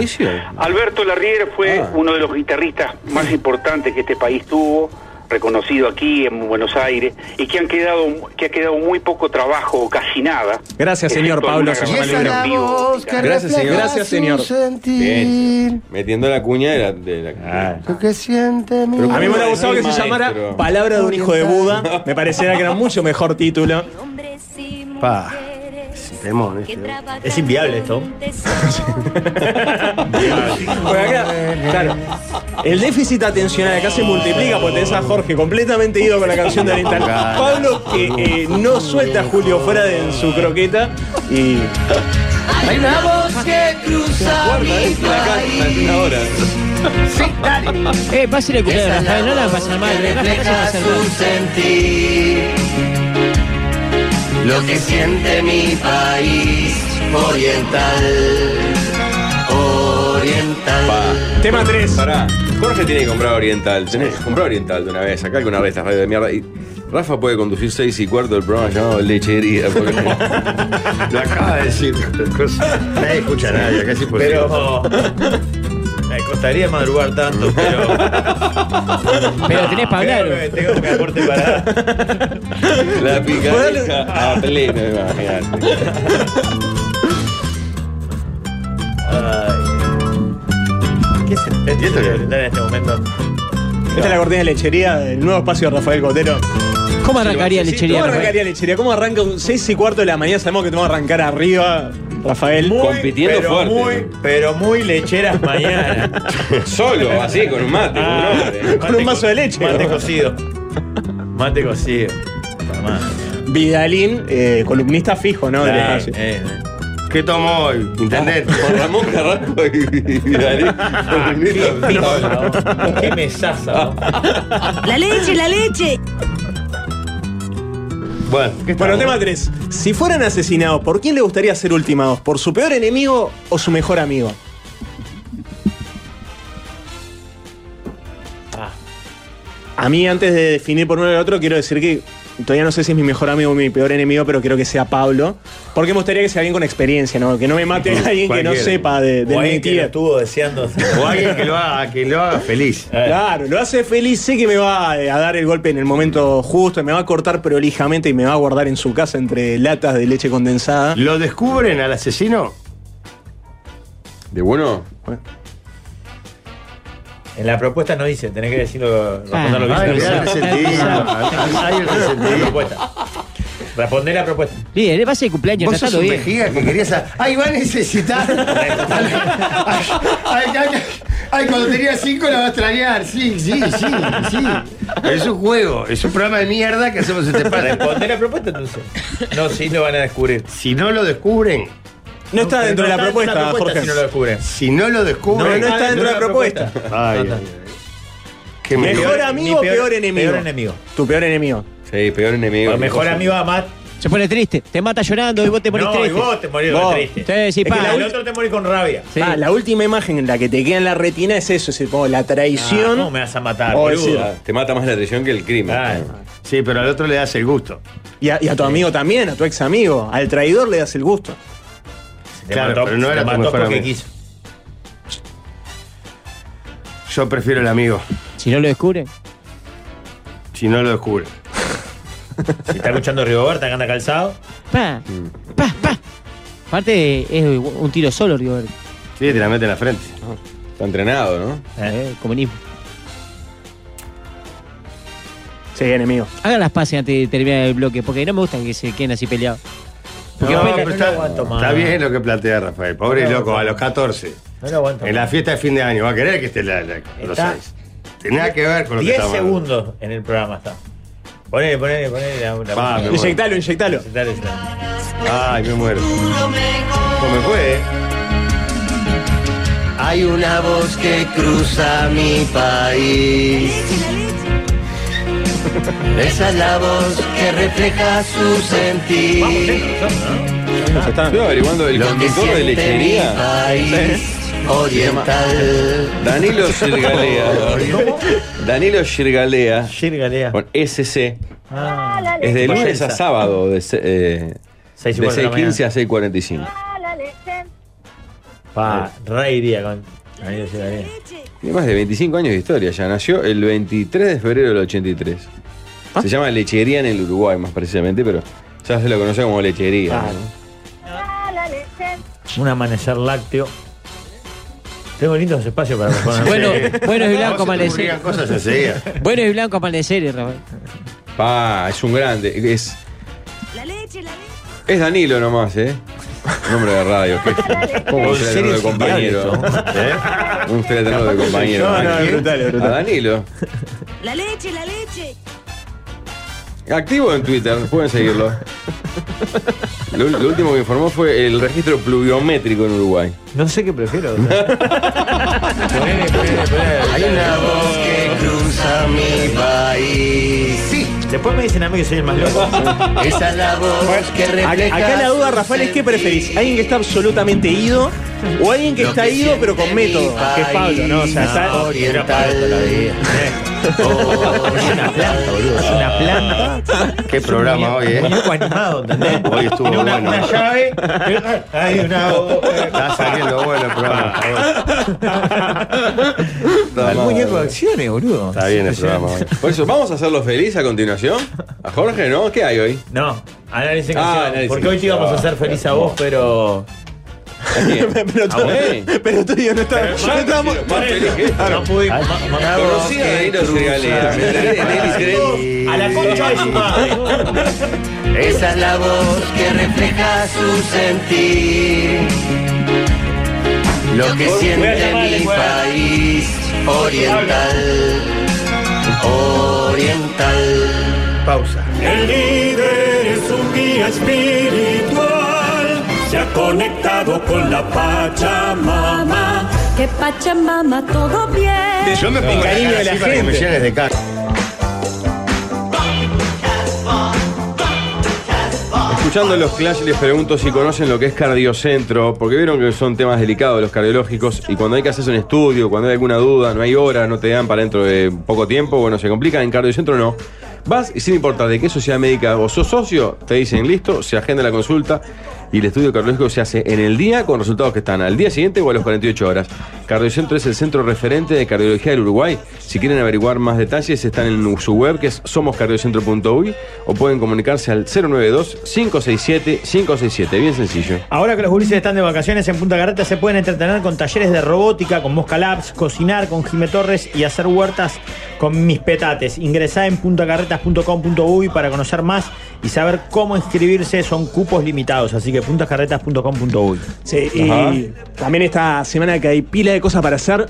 Alberto Larrier fue
Ah.
uno de los guitarristas más importantes que este país tuvo, reconocido aquí en Buenos Aires, y que han quedado, que ha quedado muy poco trabajo, o casi nada.
Gracias, señor
excepto
Pablo.
alguna
se llama el
grabación
libro.
en vivo.
Gracias, señor.
Gracias, señor.
Bien. Metiendo la cuña de la. de la-
Ah.
Lo que siente mi
Pero
A mí me hubiera
Ay,
gustado que se
maestro.
llamara Palabra de un hijo de Buda. Me pareciera que era un mucho mejor título.
Pa. Es un temón, este.
Es inviable
(laughs)
esto.
Porque acá, claro, el déficit atencional acá se multiplica porque tenés a Jorge completamente ido con la canción de Oriental. Pablo que eh, no suelta a Julio fuera de en su croqueta y.
(laughs)
Hay una voz que cruza mi país.
Ahora.
Eh, pasen el cumpleaños, Rafael, no la pasen mal. eh, pasen a hacer mal.
sentir. Lo que siente mi país oriental.
Oh.
Oriental.
Tema 3.
Pará. Jorge tiene que comprar Oriental. Tenés que comprar Oriental de una vez. Acá alguna vez esta radio de mierda. Y Rafa puede conducir 6 y cuarto del programa llamado Lechería. porque-
Lo acaba de decir. Nadie escucha a nadie, casi
pues
por
Pero. Me costaría madrugar tanto, pero.
Pero tenés para
Creo
hablar.
que tengo que aporte para.
la picaresca a pleno, imagínate.
Ay. ¿Qué se entiende en este momento?
Esta es la cortina de lechería del nuevo espacio de Rafael Cotero.
¿Cómo arrancaría lechería?
¿Cómo
Rafael?
arrancaría lechería? ¿Cómo arranca un 6 y cuarto de la mañana? Sabemos que tenemos que arrancar arriba, Rafael.
Compitiendo
pero
fuerte.
Muy, pero muy lecheras mañana.
Solo, así, con un mate, con un hombre.
Con un vaso de leche.
Mate cocido. Mate cocido. Mamá.
(laughs) Vidalín, eh, columnista fijo, ¿no? Del
Eh,
espacio.
eh,
¿Qué tomó hoy? Intendente.
Con Ramón Carrasco y, y Darío. Con
Qué
Ah,
Nito.
pizza, vos. Qué mesaza. vos.
La leche, la leche.
Bueno, ¿qué
Bueno, tema 3. Si fueran asesinados, ¿por quién le gustaría ser ultimados? ¿Por su peor enemigo o su mejor amigo?
Ah.
A mí, antes de definir por uno y el otro, quiero decir que todavía no sé si es mi mejor amigo o mi peor enemigo, pero quiero que sea Pablo. Porque me gustaría que sea alguien con experiencia, ¿no? Que no me
(laughs)
mate a alguien que no
Cualquiera.
sepa de, de
O alguien que lo
estuvo deseando.
O alguien que lo haga, que lo haga feliz.
Eh.
Claro, lo hace feliz, sé que me va eh, a dar el golpe en el momento justo, me va a cortar prolijamente y me va a guardar en su casa entre latas de leche condensada.
¿Lo descubren al asesino?
¿De bueno?
En la propuesta no dice, tenés que decirlo, responderlo
Ah,
bien.
mirá, resentido. Ahí el resentido.
La propuesta. Responder la propuesta.
Líder, va a ser el cumpleaños,
Vos
tratalo
sos un
bien.
vejiga que querías. a- Ay, va a necesitar. Ay, ay, ay, ay, cuando tenía cinco la vas a tragar. Sí, sí, sí, sí. Es un juego, es un programa de mierda que hacemos este par.
Responder la propuesta entonces. No, si lo van a descubrir.
Si no lo descubren.
No está dentro de la propuesta, Jorge.
Si no lo descubren.
Si no lo descubren.
No, no está dentro de la propuesta.
Ay, ay, ay. Qué
¿Mejor
mejor.
amigo o peor, enemigo?
Peor enemigo.
Tu peor enemigo.
Sí, peor enemigo.
mejor amigo además.
Se pone triste, te mata llorando y vos te pones
No, y
triste.
vos te morís de
Vos.
triste.
Sí, sí,
es que
pa.
la- el otro te morís con rabia.
Ah, la última imagen en la que te queda en la retina es eso, es como la
Ah,
traición.
¿Cómo me vas a matar,
Oh,
boludo?
sí.
Ah, Te mata más la atención que el crimen.
Sí, pero al otro le das el gusto.
y, a, y a tu amigo también, a tu ex amigo. Al traidor le das el gusto.
Te
Claro,
mató,
pero no
te
era tu
mató
mejor
porque
amigo.
quiso.
Yo prefiero el amigo.
Si no lo descubre.
Si no lo descubren.
Si está escuchando Rigoberta que anda calzado.
Pa, pa, pa. Aparte, es un tiro solo, eh, Rigoberto.
Sí, te la meten en la frente.
Está entrenado, ¿no?
Eh, comunismo.
Sí, enemigo.
Hagan las pases antes de terminar el bloque, porque no me gusta que se queden así peleados.
No,
Porque después
pero
la-
está,
más.
está bien lo que plantea Rafael. Pobre loco, a los 14.
No lo aguanto.
En la fiesta de fin de año. Va a querer que esté la, la- los
Está-
seis. Tiene nada que ver con lo que
10
estamos hablando.
segundos en el programa está. Ponele, ponele, ponele la, la
Pa, me muero.
Inyectalo, inyectalo.
Dale, dale.
Ay, me muero. No me fue.
Hay una voz que cruza mi país. Esa es la voz que refleja su sentir.
Estoy averiguando el
Lo que
conductor de
siente
lechería.
mi país oriental.
Danilo Shirgalea. Danilo Shirgalea.
Shirgalea.
Con SC.
Ah,
Es de lunes
Vergüenza.
a sábado, de, se- eh,
Seis y
de
cuarto de la
6.15 a 6.45.
Pa, re iría con. Ahí llegaría.
Tiene Eh, más de 25 años de historia ya. Nació el 23 de febrero del 83.
Ah.
Se llama Lechería en el Uruguay, más precisamente, pero ya se lo conoce como Lechería.
Claro. Un amanecer lácteo. Tengo lindos espacios
(laughs)
para mejorar.
Bueno, bueno y blanco
Vos se te publican
amanecer.
cosas enseguida.
Bueno y blanco amanecer, Rafael.
¿no? Pa, es un grande. Es,
La leche, la leche.
es Danilo nomás, ¿eh? Nombre de radio, qué ¿Cómo usted tenerlo de compañero? ¿Eh? ¿Cómo usted tenerlo de compañero?
No, no,
¿A
es
quién?
brutal, es brutal.
A Danilo.
La leche, la leche.
Activo en Twitter, pueden seguirlo. Lo, lo último que informó fue el registro pluviométrico en Uruguay.
No sé
(laughs)
qué prefiero. Ponele, ponele, ponele.
Hay una voz que cruza mi país.
Después me dicen a mí que soy el más loco.
(laughs) Esa es la voz que
Acá
refleja.
acá la duda,
su
Rafael, es qué
sentir.
preferís. ¿Alguien que está absolutamente ido? O alguien que
Lo
está
que
ido pero con
siente
método,
mi
que es Pablo, ¿no? O sea,
país
está-
Era para esto la vida.
oriental.
Es una planta, boludo. Es una planta.
Qué programa hoy,
Un
¿eh?
muñeco animado, ¿entendés?
Hoy estuvo
Tiene una,
bueno.
una llave. Hay una. eh,
Está saliendo bueno el programa.
Un muñeco de acciones, boludo.
Está bien el programa hoy.
¿eh? Por eso, ¿vamos a hacerlo feliz a continuación? ¿A Jorge, no? ¿Qué hay hoy?
No, análisis en
Ah,
canción,
análisis
Porque hoy te
en
íbamos a
canción.
hacer feliz a vos, pero.
(laughs)
¿A quién?
Pero
Ah,
¿A vos?
todavía- pero todavía no está.
Más
no estamos-
feliz, más feliz que esto.
No pude. ma- ma-
Conocí a Danilo Sergalea.
A la concha de su madre.
Esa es la voz que refleja su sentir. Lo que
Voy a
siente
llamarle,
mi
voy a-
país oriental. Oriental.
Pausa.
El líder es un guía espiritual, se ha conectado con la Pachamama.
Que Pachamama, todo bien.
Yo me pongo
cariño
cara
de la
así para que me
gente.
llenes de cara.
Escuchando los Clash les pregunto si conocen lo que es cardiocentro, porque vieron que son temas delicados los cardiológicos y cuando hay que hacerse un estudio, cuando hay alguna duda, no hay hora, no te dan para dentro de poco tiempo, bueno, se complica, en cardiocentro no. Vas y sin importar de qué sociedad médica o sos socio, te dicen listo, se agenda la consulta y el estudio cardiológico se hace en el día con resultados que están al día siguiente o a las 48 horas. Cardiocentro es el centro referente de cardiología del Uruguay. Si quieren averiguar más detalles, están en su web que es somoscardiocentro.uy o pueden comunicarse al 092-567-567. Bien sencillo.
Ahora que los gurises están de vacaciones en Punta Carreta, se pueden entretener con talleres de robótica, con Mosca Labs, cocinar con Jimé Torres y hacer huertas con mis petates. Ingresá en puntacarretas.com.uy para conocer más y saber cómo inscribirse. Son cupos limitados, así que puntacarretas.com.uy.
Sí, y
Ajá.
también esta semana que hay pila de cosas para hacer.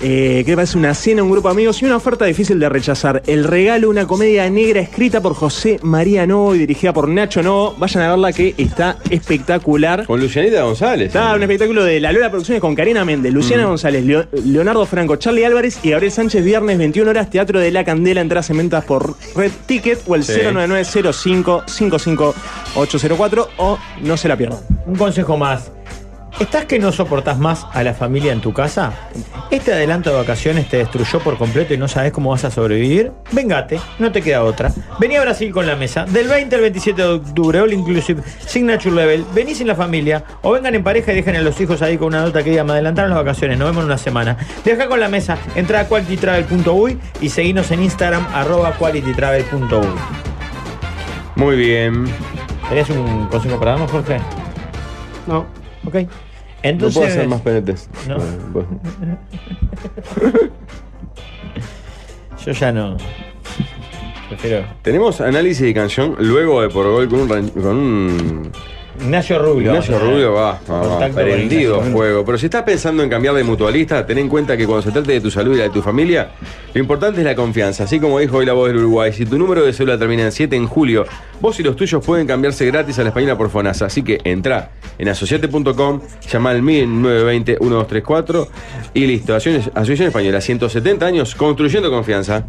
eh, que parece una cena, un grupo de amigos y una oferta difícil de rechazar. El regalo, una comedia negra escrita por José María Novo y dirigida por Nacho Novo. Vayan a verla que está espectacular.
Con Lucianita González. Mm.
Está un espectáculo de La Lola Producciones con Karina Méndez, Luciana González, Leo- Leonardo Franco, Charlie Álvarez y Gabriel Sánchez. Viernes 21 horas, Teatro de la Candela. Entradas en ventas por Red Ticket o el
Sí.
099-05-55804 o no se la pierdan.
Un consejo más. ¿Estás que no soportás más a la familia en tu casa? ¿Este adelanto de vacaciones te destruyó por completo y no sabes cómo vas a sobrevivir? Vengate, no te queda otra. Vení a Brasil con la mesa. Del 20 al 27 de octubre, All Inclusive, Signature Level. Vení sin la familia o vengan en pareja y dejen a los hijos ahí con una nota que diga, me adelantaron las vacaciones, nos vemos en una semana. Deja con la mesa, entra a qualitytravel.uy y seguinos en Instagram, arroba qualitytravel.uy.
Muy bien.
¿Tenés un consejo para darnos, Jorge?
No.
Ok.
no
Entonces,
puedo hacer más penetes.
No.
Bueno, bueno. pues
(laughs) Yo ya no. Prefiero.
Tenemos análisis de canción luego de por gol con un, ran- con un
Ignacio Rubio.
Ignacio Rubio va, va, va,
Contacto con
prendido
Ignacio.
a fuego. Pero si estás pensando en cambiar de mutualista, ten en cuenta que cuando se trate de tu salud y la de tu familia, lo importante es la confianza. Así como dijo hoy la voz del Uruguay, si tu número de célula termina en 7 en julio, vos y los tuyos pueden cambiarse gratis a la española por Fonasa. Así que entra en asociate.com, llama al 1920-1234 y listo. Asociación, Asociación Española, 170 años construyendo confianza.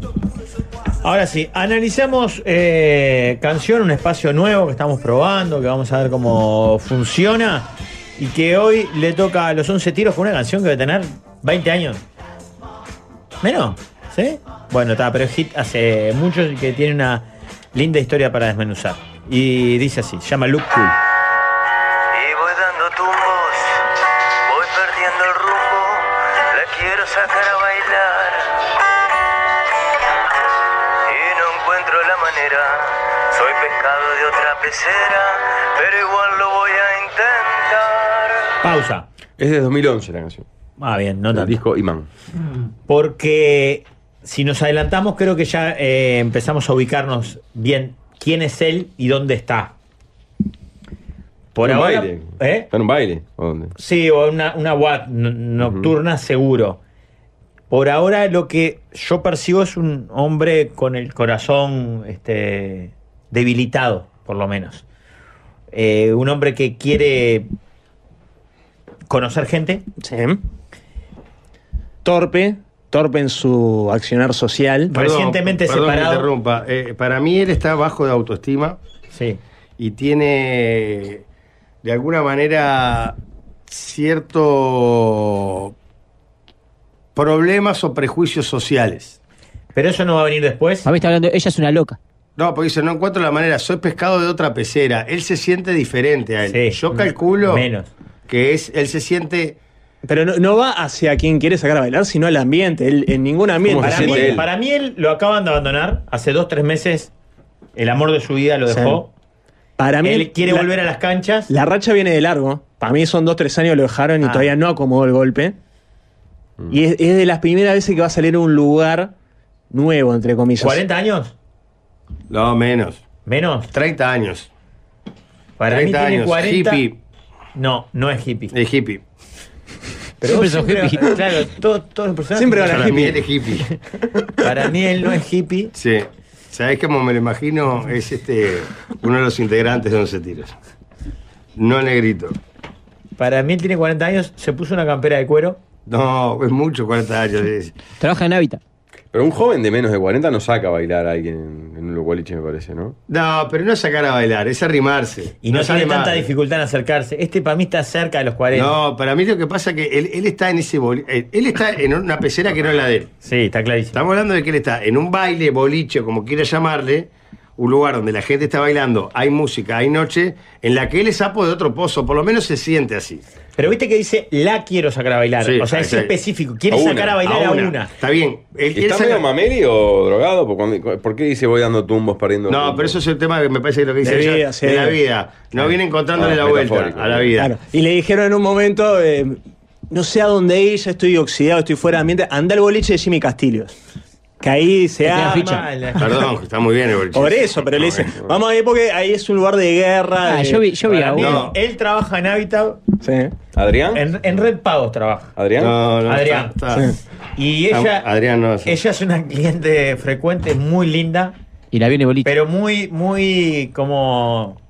Ahora sí, analizamos eh, canción, un espacio nuevo que estamos probando, que vamos a ver cómo funciona. Y que hoy le toca a los 11 tiros con una canción que debe tener 20 años. Menos, ¿sí? Bueno, está, pero es hit hace mucho y que tiene una linda historia para desmenuzar. Y dice así, se llama Look Cool.
Y voy dando tumbos, voy perdiendo el rumbo, la quiero sacar a bailar. Y no encuentro la manera, soy pescado de otra pecera, pero igual lo voy a intentar.
Pausa.
Es de 2011 la canción.
Ah, bien, no
El disco Imán.
Porque si nos adelantamos, creo que ya eh, empezamos a ubicarnos bien quién es él y dónde está. Por
Está en
ahora.
baile.
¿Eh?
¿Está en un baile? ¿O dónde?
Sí, o una, una wat no- nocturna seguro. Por ahora lo que yo percibo es un hombre con el corazón este, debilitado, por lo menos. Eh, un hombre que quiere conocer gente.
Torpe, torpe en su accionar social.
Perdón, perdón que interrumpa. Eh, para mí él está bajo de autoestima.
Sí.
Y tiene, de alguna manera, cierto problemas o prejuicios sociales.
Pero eso no va a venir después.
A mí
está Ah, hablando, ella es una loca.
No, porque dice, no encuentro la manera, soy pescado de otra pecera. Él se siente diferente a él. Yo calculo
menos.
que es, él se siente.
Pero no, no va hacia quien quiere sacar a bailar, sino al ambiente. Él, en ningún ambiente.
Para mí, para mí él lo acaban de abandonar. Hace dos, tres meses el amor de su vida lo
Sí.
dejó.
Para mí,
él quiere
la-
volver a las canchas.
La racha viene de largo. Para mí son dos, tres años lo dejaron y
Ah.
todavía no acomodó el golpe.
Mm.
Y es, es de las primeras veces que va a salir a un lugar nuevo, entre comillas.
¿40 años?
No, menos.
¿Menos?
30 años.
Para mí
30
tiene
años.
40.
Hippie.
No, no es hippie.
Es hippie.
Pero vos
Siempre son
siempre,
hippies.
(laughs) claro, todo- todos los personajes.
Para mí él es hippie.
(laughs) Para mí él no es hippie.
Sí. ¿Sabés cómo me lo imagino? Es este uno de los integrantes de Once Tiros. No negrito.
Para mí él tiene 40 años, se puso una campera de cuero.
No,
Pues
es mucho 40 años.
Trabaja en Hábitat.
Pero un joven de menos de 40 no saca a bailar a alguien en, en un los gualiches, me parece, ¿no?
No, pero no es sacar a bailar, es arrimarse.
Y no,
es
tiene
arrimar.
tanta dificultad en acercarse. Este para mí está cerca de los 40.
No, para mí lo que pasa es que él, él está en ese boli- eh, él está en una pecera que no es la de él.
Sí, está clarísimo.
Estamos hablando de que él está en un baile, boliche, como quiera llamarle, un lugar donde la gente está bailando, hay música, hay noche, en la que él es sapo de otro pozo, por lo menos se siente así.
Pero viste que dice, la quiero sacar a bailar.
Sí,
o sea, es
exacto.
específico. Quiere sacar a bailar a una.
Está bien. Él- él
¿Está
saca-
medio mameli o drogado? ¿Por, cuándo- por qué dice voy dando tumbos, perdiendo
No, pero eso es el tema que me parece que lo que dice
De
ella,
vida, sí.
de la vida. No viene encontrándole
Ah,
la vuelta
metafórico.
a la vida.
Claro.
Y le dijeron en un momento, eh, no sé a dónde ir, ya estoy oxidado, estoy fuera de ambiente, anda al boliche de Jimmy Castillos. Que ahí se
da
arma.
Perdón, está muy bien el boliche.
Por eso, pero
(laughs)
le dicen, vamos a ir porque ahí es un lugar de guerra.
Ah,
de-
yo vi- yo vi
Para
a
mí,
uno. Él trabaja en Habitat.
¿Adrián?
En, en Red Pagos trabaja.
¿Adrián?
No, no,
Adrián.
está- está-
Sí. Y
está-
ella,
Adrián no. sí.
ella es una cliente frecuente, muy linda,
Y la viene boliche.
pero muy, muy como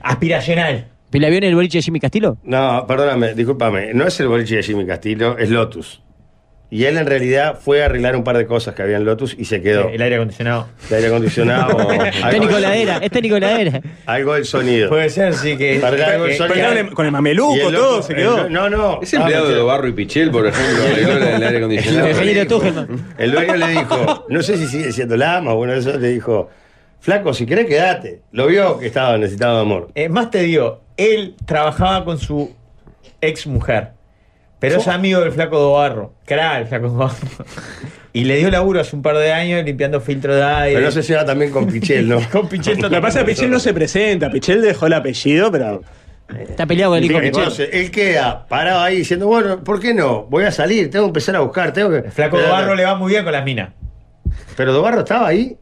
aspiracional.
¿Pero la vio en el boliche de Jimmy Castillo?
No, perdóname, discúlpame. No es el boliche de Jimmy Castillo, es Lotus. Y él en realidad fue a arreglar un par de cosas que había en Lotus y se quedó.
El aire acondicionado.
El aire
(laughs)
(laughs)
acondicionado.
Está
algo,
Nicoladera, está Nicoladera.
algo del sonido.
E. Puede ser, sí, que.
Arreglar algo del
que-
sonido.
pero
con el
Y
mameluco,
el
todo,
loco-
se quedó.
el- no, no.
Ese empleado
Ah,
de Barro y Pichel, por ejemplo, arregló la- el aire acondicionado.
El dueño, el dueño le dijo, no sé si sigue siendo lama o bueno, eso le dijo, flaco, si querés quedate. Lo vio que estaba necesitado de amor.
Eh, más te digo, él trabajaba Ah, con su ex mujer, pero
Oh.
es amigo del flaco Dobarro. Claro, el flaco Dobarro. Y le dio laburo hace un par de años limpiando filtro de aire.
Pero no se lleva también
(laughs)
con Pichel, ¿no?
con Pichel
(laughs) Lo que pasa es que Pichel no se presenta, Pichel dejó el apellido, pero.
Está peleado con el hijo de Pichel.
Entonces, él queda parado ahí diciendo, bueno, ¿por qué no? Voy a salir, tengo que empezar a buscar, tengo que...
Flaco Dobarro le va muy bien con las minas.
Pero Dobarro estaba ahí.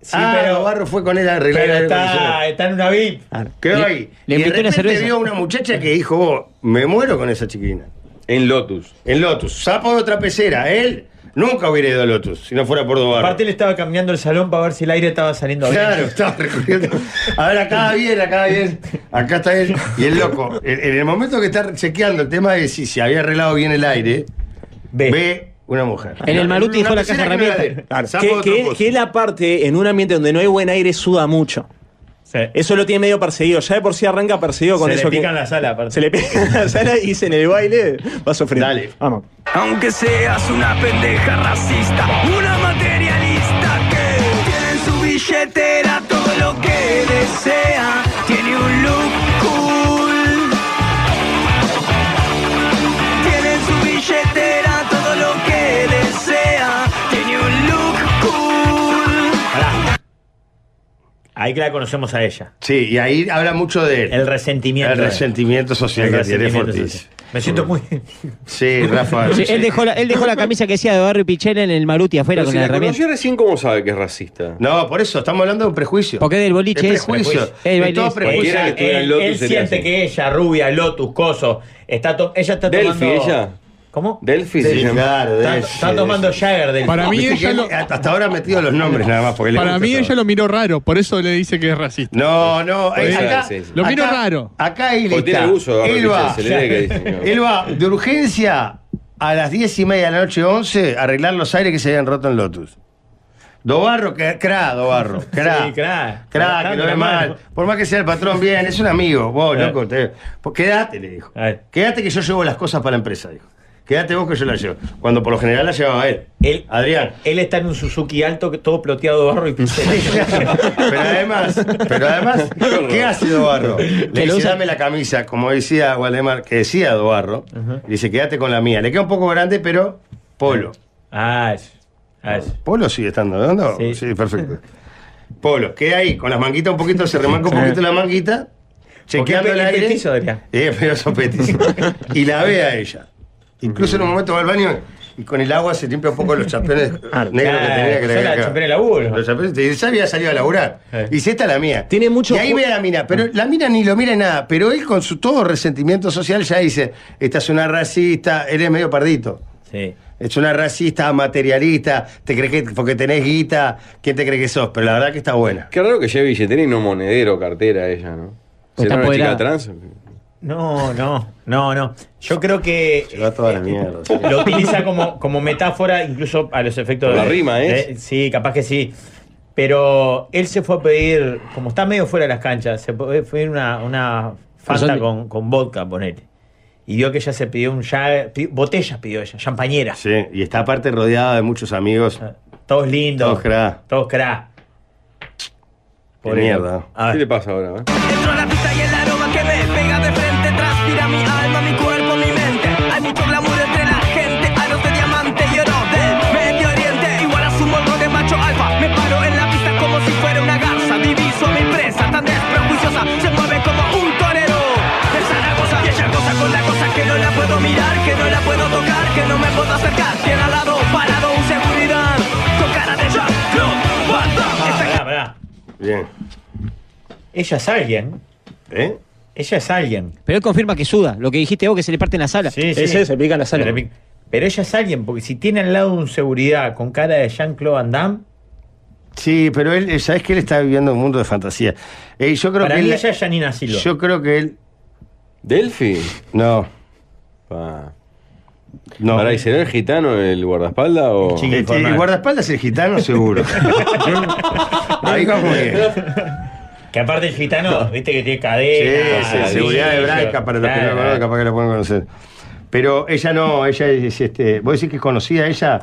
Sí,
ah,
pero-
Dobarro fue con él a arreglar
Pero
el aire
está,
acondicionado.
está en una VIP.
Quedó ahí.
le
y de
invitó una
repente
cerveza.
vio a una muchacha que dijo, vos, me muero con esa chiquina.
En Lotus.
En Lotus. Sapo de otra pecera. Él nunca hubiera ido a Lotus si no fuera por Dobarro.
Aparte le estaba cambiando el salón para ver si el aire estaba saliendo bien.
Claro, estaba recorriendo. A ver, acá bien, acá bien. Acá está él. Y el loco, en, en el momento que está chequeando el tema de si se había arreglado bien el aire,
ve,
una mujer.
En el
Maluti dejó la caja de herramientas.
Claro,
Sapo
que,
de otro
que-
pozo.
que la parte en un ambiente donde no hay buen aire suda mucho. Eso lo tiene medio perseguido. Ya de por sí arranca perseguido con
se
eso.
le pica
que-
en la sala. aparte.
Se le pica en la sala y se en el baile va a sufrir. Dale. Vamos.
Aunque seas una pendeja racista, una materialista que tiene en su billetera todo lo que desea, tiene un look cool. Tiene en su billetera todo lo que desea, tiene un look cool.
Ahí que la conocemos a ella.
Sí, y ahí habla mucho de él.
El resentimiento.
El resentimiento social
El
que tiene
resentimiento
Fortis.
Me siento muy.
Sí, Rafa.
Sí, él, dejó la, él dejó la camisa que decía de Barrio Pichel en el Maluti afuera
Pero
con
si
la
la
herramienta.
conoció recién, ¿cómo sabe que es racista?
No, por eso, estamos hablando de un prejuicio.
Porque del boliche
Es
es.
prejuicio.
Es el
Es
baile
todo
ese.
prejuicio.
Cualquiera que estuviera en
él,
Lotus
él
se le
siente
hace.
que ella, rubia, Lotus, coso, está to- ella está tomando.
¿Delphi ella?
¿Cómo?
Delphi
Sí,
se llama.
claro,
Está,
de-
está tomando Jagger del
Para mí
Viste
ella
que él
lo-
Hasta ahora ha metido los nombres nada más. Porque le
Para
gusta
mí
saber.
ella lo miró raro, por eso le dice que es racista.
No, no,
Puede
eh,
ser,
acá,
sí, sí. Lo miro raro.
Acá él
O tiene
está.
uso,
él,
Gabriel
va,
Pichel, se le
(laughs)
ve que dicen que-
él va de urgencia a las 10 y media de la noche 11 a arreglar los aires que se habían roto en Lotus. Dobarro, que- cra, Dobarro, cra.
(laughs) Sí, cra.
Cra, que
Dame
lo
la
ve
mano.
mal. Por más que sea el patrón bien, es un amigo. Vos,
Eh.
loco, te- pues quédate, le dijo. Quédate que yo llevo las cosas para la empresa, dijo. Quédate vos que yo las llevo. Cuando por lo general las llevaba él.
Él,
Adrián.
Él está en un Suzuki alto, que todo ploteado de
(laughs)
barro y pincel.
Pero además, pero
(laughs)
además, ¿qué hace Dobarro? Le dice, dame la camisa, como decía Waldemar, que decía Dobarro. Le dice, quédate con la mía. Le queda un poco grande, pero polo.
Ah, es- ah, es-
Polo sigue estando, ¿no? No, Sí, perfecto. Polo, queda ahí, con las manguitas un poquito, se remanca un poquito la manguita, chequeando
Porque
el
es
aire. (laughs)
petizo, Adrián.
Eh, pero son petizos. Y la ve a ella. Incluso en un momento va al baño y con el agua se limpia un poco los
(laughs)
chapeones negros que
Ah, claro,
tenía que
son
le
las chapeones de laburo.
Los chapeones, te- ya había salido a laburar. Y dice, esta es la mía. Tiene mucho y ahí ve a la mina, pero la mina ni lo mira ni nada. Pero él con su todo resentimiento social ya dice, esta es una racista, eres medio pardito.
Sí.
Es una racista, materialista, te crees que porque tenés guita, ¿quién te cree que sos? Pero la verdad que está buena.
Qué raro que lleve billetera y no monedero, cartera ella, ¿no?
Pues está
¿Será una chica
empoderada.
trans?
No, no, no, no. Yo creo que.
mierda.
Lo utiliza como, como metáfora, incluso a los efectos
Por la rima, ¿eh?
de- sí, capaz que sí. Pero él se fue a pedir, como está medio fuera de las canchas, se fue fue a pedir una, una
Pero
Fanta
son-
con, con vodka, ponete. Y vio que ella se pidió un Jagger, pi- botellas pidió ella, champañeras.
Sí, y está aparte rodeada de muchos amigos.
Todos lindos.
Todos cra.
Todos cra.
Qué mierda.
¿Qué le pasa ahora?
aroma que me pega de frente Transpira mi alma, mi cuerpo, mi mente Hay mucho glamour entre la gente Aros de diamante y oro del Medio Oriente Igual asumo el rol de macho alfa Me paro en la pista como si fuera una garza Diviso a mi presa tan desprejuiciosa Se mueve como un torero de Zaragoza Y ella goza con la cosa que no la puedo mirar Que no la puedo tocar, que no me puedo acercar Tiene al lado parado un seguridad Con cara de Jack Club Van Damme. Esta
Ah, Pará, pará.
Bien.
Ella es alguien.
¿Eh?
Ella es alguien.
Pero él confirma que suda, lo que dijiste vos, que se le parte en la sala.
Sí, sí. Se le pica. Pero ella es alguien, porque si tiene al lado un seguridad con cara de Jean-Claude Van Damme,
Sí, pero él, ¿sabes que Él está viviendo un mundo de fantasía. Eh, yo creo
para
que
mí
él-
ella es Janina Silva.
Yo creo que él.
¿Delphi?
No.
No. ¿Para será el gitano el guardaespaldas o.?
El, el guardaespaldas es el gitano, (laughs) seguro. Ahí como que.
(laughs) Que aparte el gitano, viste que tiene cadena.
Sí, sí, seguridad
anillo,
hebraica para los que no
claro.
lo conocen, capaz que lo pueden conocer. Pero ella no, ella es este. ¿Vos decís que es conocida ella?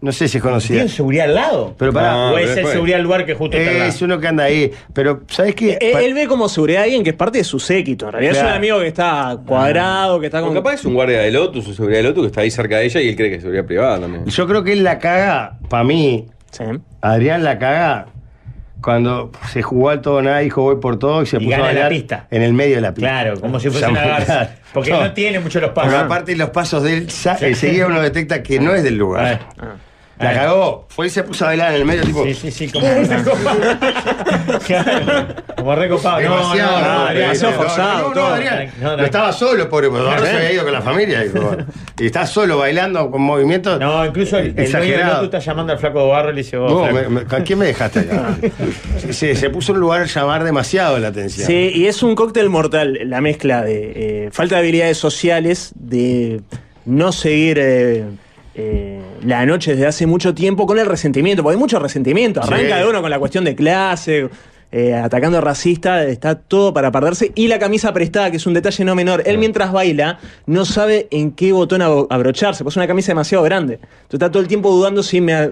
No sé si es conocida.
¿Tiene seguridad al lado?
Pero Eh, pará.
o es el seguridad al lugar que justo está al lado.
Es uno que anda ahí. Pero, ¿sabes qué?
Él, él ve como seguridad a alguien que es parte de su séquito. En realidad es
Claro.
un amigo que está cuadrado, que está
O
con.
capaz es un guardia de Lotus, un seguridad de Lotus que está ahí cerca de ella y él cree que es seguridad privada también.
Yo creo que él la caga, para mí, Adrián la caga cuando se jugó al todo o nada, dijo voy por todo y se
Y
puso a
gana en la
bailar
pista.
en el medio de la pista.
Claro, como si fuese una garza. Porque no, tiene mucho los
Porque
pasos.
aparte los pasos de él, sa- enseguida uno detecta que no es del lugar. La cagó, fue y se puso a bailar en el medio tipo. Sí,
Ah. sí, sí, como
(laughs)
Como recopado. No, Ah, no,
Demasiado,
no,
no,
Adrián,
demasiado
no, no,
forzado,
no, no,
todo.
Adrián. No,
No,
no.
estaba solo, pobre, porque Eduardo se
¿Eh?
había ido con la familia. dijo,
(laughs)
bueno. Y está solo bailando con movimientos.
No, incluso el, el dueño del
exagerados.
otro está llamando al flaco de barro y le dice, vos,
No,
flaco.
me- me- ¿a quién me dejaste
(laughs)
acá? Sí, se, puso en un lugar a llamar demasiado la atención.
Sí, y es un cóctel mortal la mezcla de eh, falta de habilidades sociales, de no seguir eh, eh, la noche desde hace mucho tiempo con el resentimiento, porque hay mucho resentimiento. Arranca
Sí.
de uno con la cuestión de clase, eh, atacando racista, está todo para perderse. Y la camisa prestada, que es un detalle no menor. Él mientras baila no sabe en qué botón abo- abrocharse, pues es una camisa demasiado grande. Entonces está todo el tiempo dudando si me a-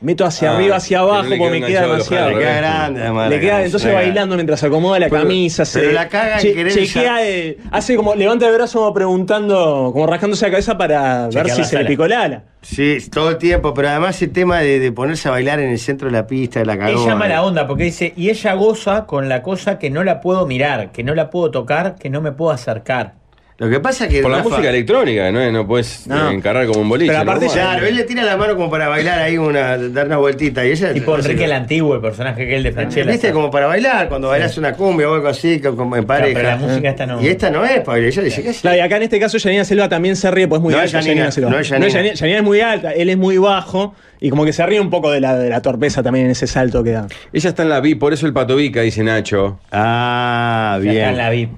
meto hacia
Ah,
arriba, hacia
que no le
abajo,
queda
porque me queda
enganchado los
demasiado.
jarros, Le queda ¿eh? grande, además,
Le
la
queda-
camisa.
entonces
Le queda-
bailando mientras se acomoda la
Pero-
camisa. se-
pero la caga en querer
chequea,
ya-
eh, hace como, levanta el brazo como preguntando, como rascándose la cabeza para
Chequear
ver si
la
se le
sala.
picó la ala.
Sí, todo el tiempo, pero además el tema de, de ponerse a bailar en el centro de la pista, de la
Él
cagó.
llama la onda porque dice, y ella goza con la cosa que no la puedo mirar, que no la puedo tocar, que no me puedo acercar.
Lo que pasa es que.
Por la
Rafa- (laughs)
música electrónica, ¿no? No puedes
No.
encarar como un boliche.
Pero aparte,
¿no?
claro, él le tira la mano como para bailar ahí, una, dar una vueltita. Y ella,
Tipo
no sé qué.
Enrique el Antiguo, el personaje que él de Franchella.
Viste, como para bailar, cuando bailas una cumbia o algo así, que- como en pareja.
pero la música esta no.
Y esta no es, Pablo. Ella le dice, ¿qué
Claro, y acá en este caso Janina Silva también se ríe, pues es muy
No es
alta.
Janina,
Silva.
no es Janina.
Janina. Janina es muy alta, él es muy bajo, y como que se ríe un poco de la, de la torpeza también en ese salto que da.
Ella está en la VIP, por eso el pato Vica, dice Nacho.
Ah,
bien.
está en la VIP.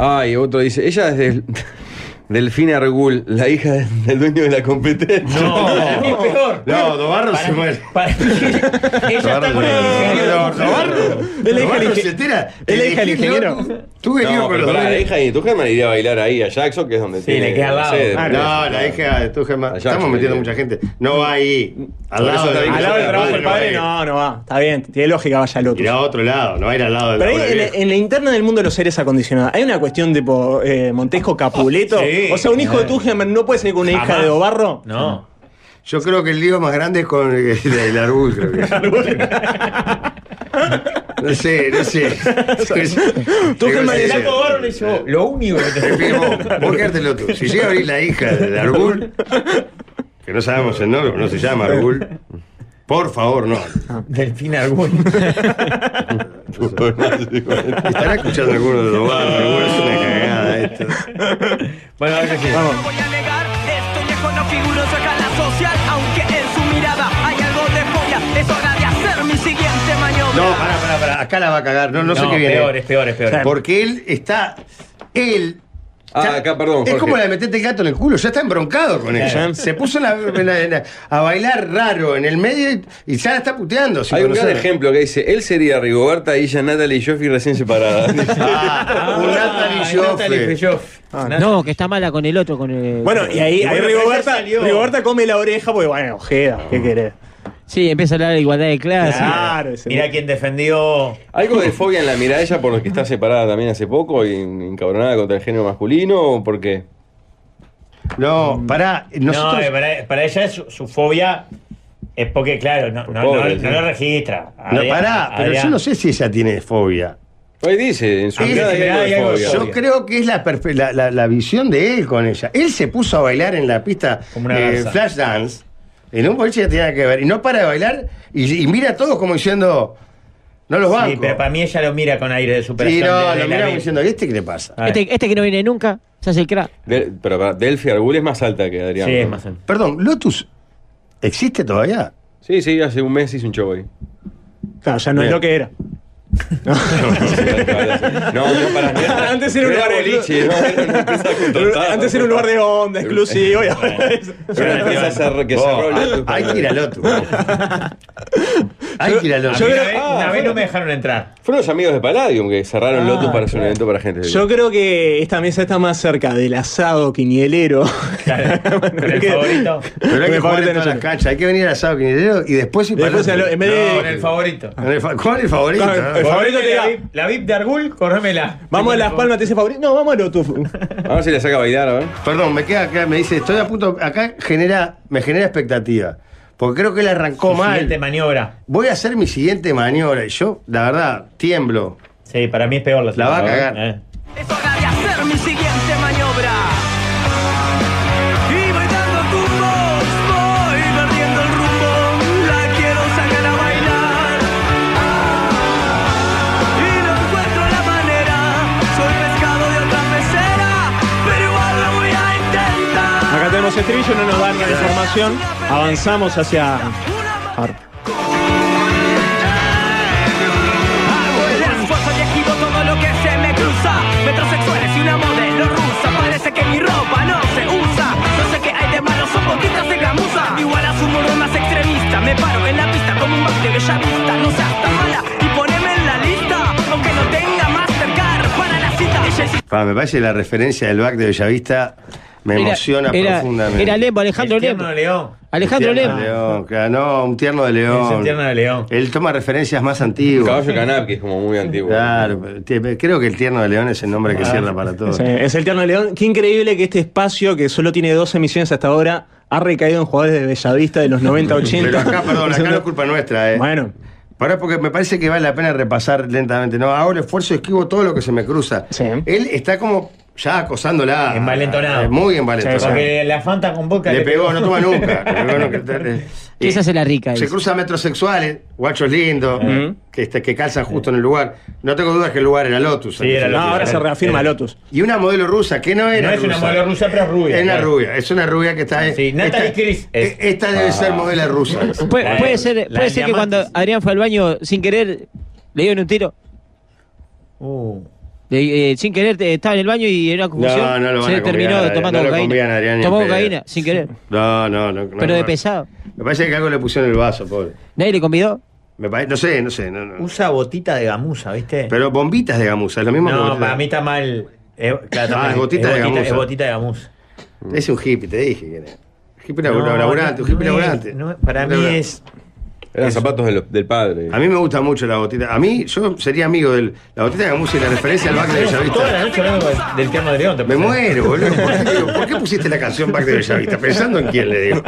Ay, otro dice, ella es del, (laughs) Delfina Argul, la hija del dueño de la competencia. (laughs)
No, es peor.
No, Dobarro se muere.
Ella está con el
No, Dobarro.
Es la hija del
Dobarro
ingen-
se entera.
es la hija del
Elegí,
ingeniero.
loco. Tuve lío
No,
con
pero
los
pará,
dos.
la hija de Tujerman iría a bailar ahí a Jackson, que es donde tiene
le queda al lado.
sede.
Ah, no, la hija de Tujerman.
Allá,
Estamos metiendo mucha gente. No va ahí. Al
Por
lado
eso
de
está- al lado del trabajo del padre,
va a ir.
no, no va. Está bien, tiene lógica, vaya al otro.
Irá a otro lado, no va a ir al lado del
Pero ahí,
pobre
en, la-
viejo.
en la interna del mundo de los seres acondicionados, hay una cuestión tipo eh, Montesco Capuleto.
Sí.
o sea, un hijo de Tuchman no puede ser con una hija de Obarro.
No.
Yo creo que el lío más grande es con el, el Arbuz, creo que. No sé, no sé.
Tujerman
Sí,
el
sí.
flaco Barro
eh,
le dice, "Oh, lo único que
(laughs)
te
Vos quedártelo tú. Si llega a abrir la hija
(laughs)
del Arbul, que no sabemos el nombre, no se llama Arbul, por favor, no.
Delfín
(laughs)
Argul.
(laughs)
Estará escuchando alguno de los barros, Arbul, es una cagada esto.
Bueno, ahora sí.
Vamos.
viejo no figuro en su escala social Aunque en su mirada hay algo de fobia Es hora de hacer mi siguiente maniobra
No, pará, pará, pará. Acá la va a cagar. No, no, sé
No,
qué viene.
peor, es peor, es peor.
Porque él está. Él
Ah,
Ya-
acá, perdón,
Es
Jorge.
como la de meterte el gato en el culo, ya está embroncado con ella.
Claro.
Se puso en la- en la- en la- a bailar raro en el medio y- y ya la está puteando. sin
Hay un gran
conocerla.
ejemplo que dice, él sería Rigoberta, ella Natalie y Joffi recién separadas. (laughs)
un Ah, Natalie
Natalie
no, que está mala con el otro, con el.
Bueno, y ahí, ahí
Bueno,
Rigoberta, Rigoberta come la oreja porque, bueno, ojeda, ¿qué querés?
Sí, empieza a hablar de igualdad de clase.
Mirá quién defendió.
¿Algo de fobia en la mirada ella por lo que está separada también hace poco y encabronada contra el género masculino o por qué?
No, pará,
No, eh, para, para ella es su, su fobia es porque, claro, no, no,
Pobre,
no-
sí.
no lo registra.
No,
Adrián-
pará, pero
Adrián.
yo no sé si ella tiene fobia.
Hoy dice, en su
Es-
mirada hay algo de fobia.
yo creo que es la, perfe- la, la- la visión de él con ella. Él se puso a bailar en la pista
una
eh,
garza.
Flash Dance. En un boliche que tenía que ver. Y no para de bailar. Y, y mira a todos como diciendo. No los banco.
Sí, pero para mí ella lo mira con aire de superación.
Sí, no,
de- de
lo
la
mira como
vida.
diciendo, ¿y este qué le pasa?
Este, este que no viene nunca, se hace el crack.
Del- pero para- Delphi Argul es más alta que Adrián.
Sí, es más alta.
Perdón, ¿Lotus existe todavía?
Sí, sí, hace un mes hice un show ahí.
Claro, ya no es
Bien.
lo que era.
No, no, para mí.
Antes era un
Era
lugar de
boliche, no, era una empresa contratada.
Antes era un lugar de onda exclusivo y ahora es-
Una empresa cerró- que
Oh,
cerró
ah,
hay-
Lotus.
Hay que ir a Lotus. Hay que Ah, ir a
A
Lotus.
mí una vez, una vez no me dejaron entrar.
Fueron los amigos de Palladium que cerraron Lotus para hacer un evento para gente. de-
Yo creo que esta mesa está más cerca del asado quinielero. (laughs)
Pero el favorito.
Pero hay
Me
que jugar
parece
en todas las
nosotros.
canchas. Hay que venir al asado quinidero y después ir para
Después
Lotus.
a lo- en vez de-
Con el favorito.
No, con el fa- Ah. ¿Cuál es el favorito? Ah.
Con el- el
Correme
favorito te
la
diga-
vida.
La VIP de Argul, corrémela.
Vamos a Las Palmas, te dice favorito. No, vamos a lo tu.
A ver si le saca a bailar, a ver.
Perdón, me queda acá, me dice, estoy a punto. Acá genera, me genera expectativa. Porque creo que él arrancó
Su
mal.
siguiente maniobra.
Voy a hacer mi siguiente maniobra. Y yo, la verdad, tiemblo.
Sí, para mí es peor la
La va a
segunda,
cagar.
¿eh?
Voy a hacer mi siguiente maniobra. Y voy dando tumbos, voy perdiendo el rumbo. La quiero sacar a bailar. Ah, y no encuentro la manera. Soy pescado de otra pecera, pero igual lo voy a intentar.
Acá tenemos estribillo, no nos dan la información. Avanzamos hacia. A ver.
Hago el esfuerzo y esquivo todo lo que se me cruza. Metrosexuales y una modelo rusa. Parece que mi ropa no se usa. No sé qué hay de malo, son poquitas de gamuza. Igual a su modo más extremista. Me paro en la pista como un back de bella vista. No seas tan mala y poneme en la lista. Aunque no tenga Mastercard para la cita. Ella es
Pa, me parece la referencia del back de Bellavista me
Era-
emociona
era-
profundamente.
Era Lembo, Alejandro Lembo. Alejandro
Un tierno
Lembo.
de León, claro, no, un tierno de León.
Es un tierno de León.
Él toma referencias más antiguas.
Caballo Canap, que es como muy antiguo.
Claro, te- creo que el tierno de León es el nombre que
Ah.
cierra para todos.
Sí, es el Tierno de León. Qué increíble que este espacio, que solo tiene dos emisiones hasta ahora, ha recaído en jugadores de Bellavista de los 90-80.
Pero acá, perdón, acá no es culpa nuestra, ¿eh?
Bueno.
Pará, porque me parece que vale la pena repasar lentamente. No, hago el esfuerzo y esquivo todo lo que se me cruza. Él está como ya acosándola.
Envalentonado.
Eh, Muy envalentonado.
Porque la Fanta con boca.
Le pegó, no
(laughs)
toma nunca. Le pegó nunca.
(laughs) Que esa se la rica.
Se
dice.
cruza metrosexuales, guachos lindos, que, este- que calzan justo en el lugar. No tengo dudas que el lugar era Lotus.
Sí, era Lotus. No, ahora se reafirma Lotus.
Y una modelo rusa, que no era
No es una modelo rusa, pero es rubia.
Es una
claro.
rubia, es una rubia que está...
Sí, Natalie
esta-
Cris es. Ah.
e- Esta debe ser modelo rusa.
Pu- Puede, ser,
la
puede ser que
diamante.
cuando Adrián fue al baño sin querer le dieron un tiro.
Uh.
Le- eh, sin querer eh, estaba en el baño y era una confusión.
No, no lo van
se
a
terminó
convidar,
tomando
no lo convidan a
cocaína.
Adrián ni en
Tomó
pedo.
cocaína sin querer.
(laughs) No, no, no. no,
pero de
no.
pesado.
Me parece que algo le pusieron el vaso, pobre.
Nadie le convidó.
Me parece, no sé, no sé. No, no.
Usa botita de gamuza, ¿viste?
Pero bombitas de gamuza, es lo mismo que
no,
botita-
para mí está mal. Es, claro,
Ah,
también
es botita de gamuza.
Es botita de gamuza.
Es un hippie, te dije que era. Hippie
No,
laburante, un
no
hippie
es-
laburante.
no es- para mí
Laburante.
es.
Eran zapatos de los- del padre.
A mí me gusta mucho la botita. A mí, yo sería amigo de la botita de gamuza y la referencia al back de
Toda la
Bellavista.
noche hablando del- del Tierno de León. te
Me
pensás.
muero, boludo. ¿Por qué, digo, por qué pusiste la canción back de Bellavista? Pensando en quién le digo.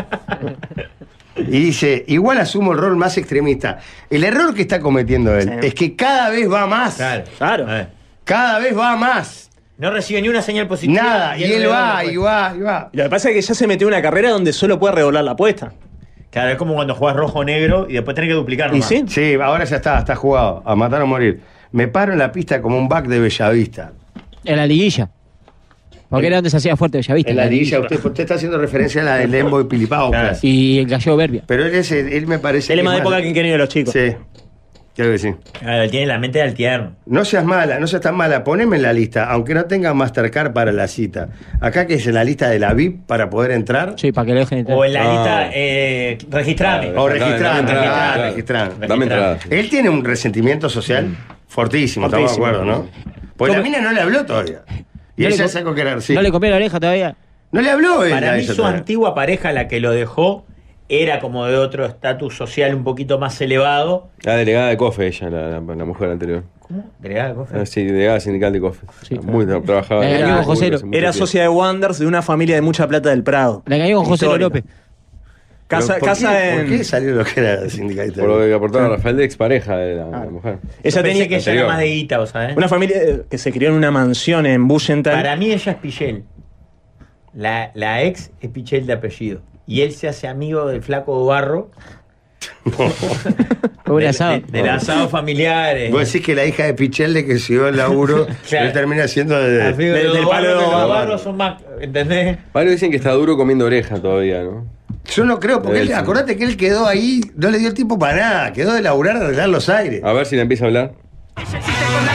Y dice, igual asumo el rol más extremista. El error que está cometiendo él es que cada vez va más.
Claro. Eh.
Cada vez va más.
No recibe ni una señal positiva.
Nada. Y él
le da
va,
la
y
vuelta.
va, y va.
Lo que pasa es que ya se metió en una carrera donde solo puede redoblar la apuesta.
Claro, es como cuando jugás rojo o negro y después tenés que duplicarlo. más.
Sí, ahora ya está, está jugado. A matar o morir. Me paro en la pista como un back de Bellavista.
En la liguilla. Porque era donde se hacía fuerte Bellavista.
En la liguilla, usted, usted está haciendo referencia a la de Lembo y Pilipao. pues.
Y el gallo Verbia.
Pero él, es, él me parece.
Él es
que
más de
es
época que han querido los chicos.
Sí. Claro que sí.
tiene la mente de altierno.
No seas mala, no seas tan mala, poneme en la lista, aunque no tenga Mastercard para la cita. Acá que es en la lista de la VIP para poder entrar.
Sí, para que lo dejen entrar.
O en la lista, eh, registrame.
O Ah. registrame,
Dame entrada,
ah,
claro.
registrame.
Dame entrada.
Él tiene un resentimiento social fortísimo, estamos de
Mm. Fortísimo.
acuerdo, ¿no? Pues la
¿Cómo?
mina no le habló todavía. Y
No le
ella
co-
sacó que era (laughs) sí.
No le comió la oreja todavía.
No le habló él
Para
a
mí
ella
su
todavía.
antigua pareja, la que lo dejó, era como de otro estatus social un poquito más elevado.
La delegada de COFE, ella, la, la- la mujer anterior.
Delegada de COFE.
Ah, sí, delegada sindical de COFE. Muy tra- trabajaba.
La
muy-
engañó
muy-
con José
hace
Lo-
mucho
Eh, Era
tiempo.
socia de Wanders de una familia de mucha plata del Prado.
La engañó con José Lo
Histórica.
López.
Casa,
¿Por
casa
qué-
en.
¿Por qué salió lo que era sindicalista?
Por lo que aportaba Rafael de expareja de la, la mujer.
Ella tenía
que ella era más de guita, o sea, ¿eh?
Una familia eh, que se crió en una mansión en Buyental.
Para mí ella es Pichel. La, la ex es Pichel de apellido. Y él se hace amigo del flaco
(laughs)
Barro.
Pobre asado.
(laughs) Del, del asado familiar. eh.
Vos decís que la hija de Pichelle que siguió el
(laughs)
laburo le termina siendo
Eh,
de,
Al fin,
de-
los
del palo de
Barros- los
Obarro.
Barros son más, ¿entendés?
Varios dicen que está duro comiendo oreja todavía, ¿no?
Yo no creo, porque él, acordate que él quedó ahí, no le dio tiempo para nada, quedó de laburar, de arreglar los aires.
A ver si le empieza a hablar.
Que ya no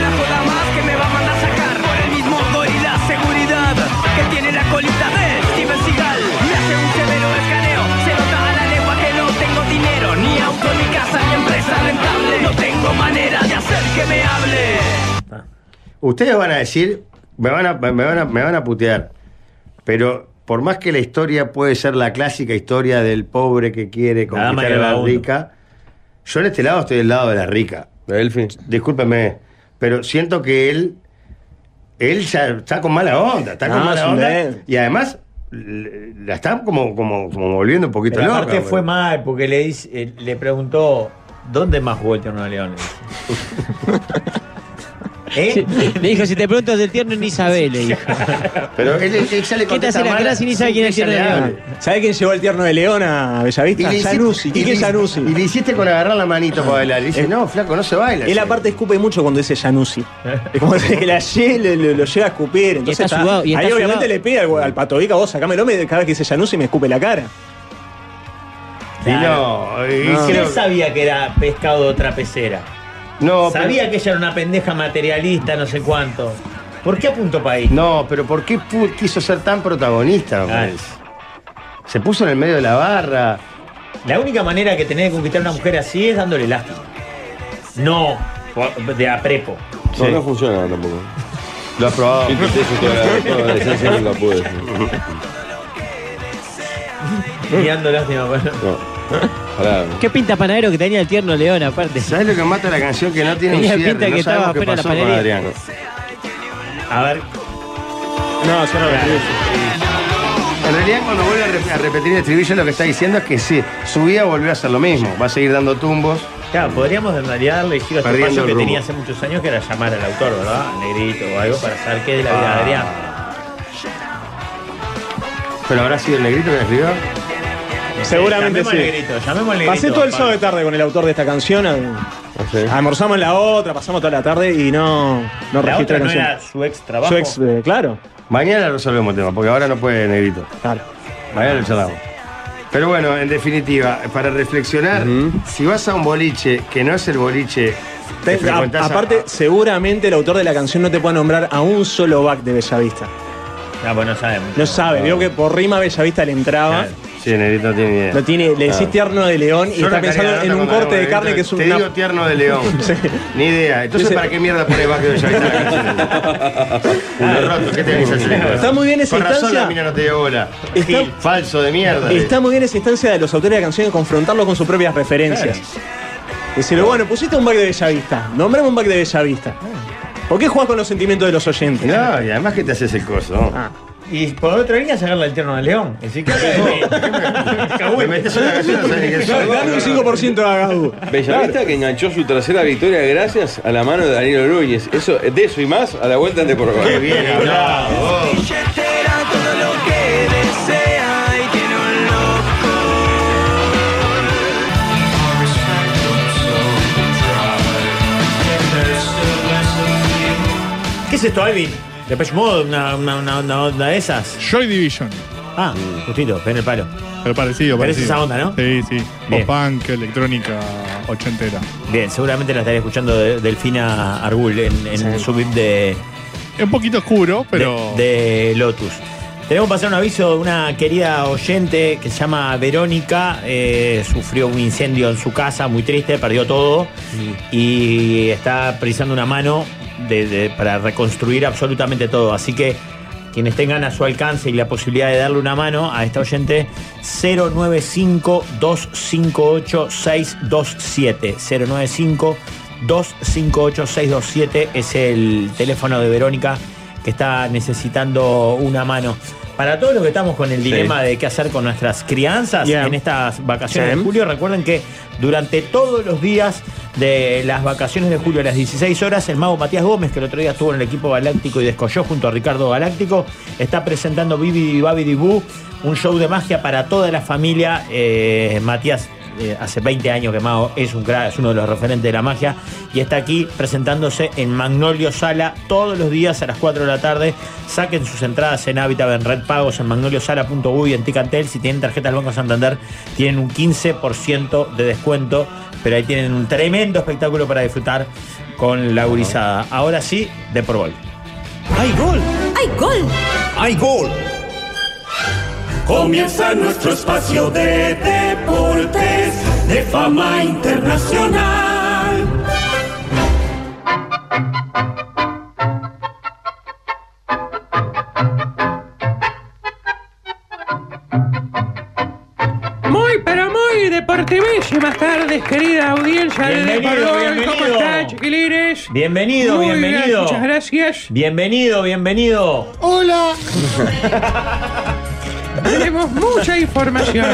la joda más, que me va a mandar sacar por el mismo gorila seguridad que tiene la colita de Steven Seagal. Me hace un severo escaneo, se nota a la lengua que no tengo dinero, ni auto, ni casa, ni empresa rentable. No tengo manera de hacer que me hable.
Ustedes van a decir, me van a, me van a, me van a putear, pero por más que la historia puede ser la clásica historia del pobre que quiere
La
conquistar
dama y
a
el
la
vagabundo.
rica, yo en este lado estoy del lado de la rica. Discúlpeme, pero siento que él, él ya está con mala onda, está con
No, es
mala
un
onda.
rebelde.
Y además, l- la está como, como, como volviendo un poquito
Pero
loca.
aparte
boludo.
fue mal, porque le, dice- eh, le preguntó, ¿dónde más Walter
(laughs)
no León? ¿Eh?
Sí, Le dijo, si te preguntas del tierno, ni sabés, le dijo.
Pero él, él- él ya le
¿Qué te hace
contesta
la
mal,
gracia y ni sabe quién es el tierno
ella le
de
hable.
León?
¿Sabe quién llevó el tierno de León a Bellavista?
le hiciste-
Januzzi.
y le
Quique
hici-
Januzzi.
Y le hiciste con agarrar la manito para bailar. Le dice,
Eh,
no, flaco, no se baila.
Él
así".
aparte escupe mucho cuando dice Januzzi. Es como que la Y le- le- lo llega a escupir. Entonces
está sudado, y está
ahí obviamente
sudado.
le pide al, al patovica, vos sacámelo me- cada vez que dice Januzzi me escupe la cara.
Y no, y
Y si
creo
él sabía que era pescado de otra pecera.
No,
sabía que ella era una pendeja materialista, no sé cuánto. ¿Por qué apuntó para ahí?
No, pero ¿por qué pu- quiso ser tan protagonista? me
Ah.
parece? Se puso en el medio de la barra.
La única manera que tenés de conquistar a una mujer así es dándole lástima. No de aprepo.
No, no funciona tampoco.
Lo has probado.
Intenté eso toda la- toda la adolescencia y nunca pude.
Y dando lástima. bueno.
No. Pará.
¿Qué pinta panadero que tenía el tierno León, aparte?
¿Sabes lo que mata la canción que no tiene un
Tenía
cierre?
pinta
no
que
sabemos
estaba
qué
afuera de la
pasó con
panadería.
Adrián.
A ver.
No, cierra la
En realidad, cuando vuelve a, re- a repetir el estribillo, lo que está diciendo es que sí, su vida volvió a hacer lo mismo. Va a seguir dando tumbos.
Claro, podríamos en realidad darle giro a este
Perdiendo
paso
el
que
rumbo.
tenía hace muchos años, que era llamar al autor, ¿verdad? Al negrito o algo para saber qué es de la vida
Ah.
de Adrián.
Pero habrá sido el negrito que la escribió.
Seguramente
Llamemos al
sí.
negrito, llamemos al negrito,
Pasé todo el
Pablo.
sábado de tarde con el autor de esta canción. a-
Ah,
Almorzamos en la otra, pasamos toda la tarde y no, no
la
registré
otra no
canción.
era su ex trabajo.
Su ex, eh, claro.
Mañana resolvemos el tema, porque ahora no puede negrito.
Claro.
Mañana lo charlamos. Pero bueno, en definitiva, para reflexionar, si vas a un boliche que no es el boliche. que
Te- a-
frecuentás a-
aparte, seguramente el autor de la canción no te puede nombrar a un solo back de Bellavista.
No, pues no sabemos.
No
Ah.
sabe, vio que por rima Bellavista le entraba.
Sí, negrito no tiene ni idea.
Lo tiene, le decís
Claro.
tierno de león y
Yo
está
la cagué,
pensando
no
en
te
un
contaba,
corte de
negrito,
carne que es un
Te digo tierno de león. Ni idea. Entonces,
Dice-
¿para qué mierda pone Vázquez de Bellavista la
(laughs)
canción? Uno roto, ¿qué tenés que hacer?
Está muy bien esa
Con razón
instancia.
la mina no te dio bola.
Está-
Gil, Falso de mierda.
Está muy bien esa instancia de los autores de la canción de confrontarlo con sus propias referencias. Decirle, bueno, pusiste un back de Bellavista, nombrame un back de Bellavista. ¿Por qué jugás con los sentimientos de los oyentes? Ah.
No, y además que te haces el coso. ¿no?
Y por otra línea sacarle el terno de León. Así que
Me metes una canción, no sabes ni qué
Dale un 5% a Gadu.
Bellavista que enganchó su tercera victoria gracias a la mano de Danilo Núñez. Eso, de eso y más a la vuelta de por
(laughs) Qué bien hablado.
billetera todo lo que desea y tiene un loco.
¿Qué es esto, Alvin? Depeche Mode, una, una, una, una onda de esas.
Joy Division.
Ah, justito, ven el palo.
Pero parecido,
Pero es
parecido.
esa onda, ¿no?
Sí, sí.
Bien.
Pop-punk, electrónica, ochentera.
Bien, seguramente la estaré escuchando de- Delfina Argul en, en su VIP de.
Es un poquito oscuro, pero-
De, de Lotus. Tenemos que pasar un aviso de una querida oyente que se llama Verónica. eh, sufrió un incendio en su casa, muy triste, perdió todo. Y está precisando una mano de- de- para reconstruir absolutamente todo. Así que quienes tengan a su alcance y la posibilidad de darle una mano a esta oyente, 095-258-627. 095-258-627 es el teléfono de Verónica que está necesitando una mano. Para todos los que estamos con el dilema de qué hacer con nuestras crianzas
Yeah.
en estas vacaciones
Sí.
de julio, recuerden que durante todos los días de las vacaciones de julio a las 16 horas, el mago Matías Gómez, que el otro día estuvo en el equipo galáctico y descolló junto a Ricardo Galáctico, está presentando Bibi Babidi Boo, un show de magia para toda la familia. Eh, Matías. eh, hace 20 años que Mago es, un, cra- es uno de los referentes de la magia y está aquí presentándose en Magnolio Sala todos los días a las 4 de la tarde. Saquen sus entradas en Habitat en Red Pagos, en magnoliosala.uy y en Ticantel. Si tienen tarjetas del Banco Santander, tienen un 15% de descuento. Pero ahí tienen un tremendo espectáculo para disfrutar con la gurizada. Ahora sí, de por gol.
¡Hay gol! ¡Hay gol!
¡Hay gol!
Comienza nuestro espacio de deportes de fama internacional.
Muy, pero muy deportivísimas tardes, querida audiencia de
Bienvenido,
Deportivo. ¿Cómo
bienvenido.
están, chiquilines?
Bienvenido,
Muy Bien,
bienvenido.
muchas gracias.
Bienvenido, bienvenido.
(laughs) Hola. Tenemos mucha información.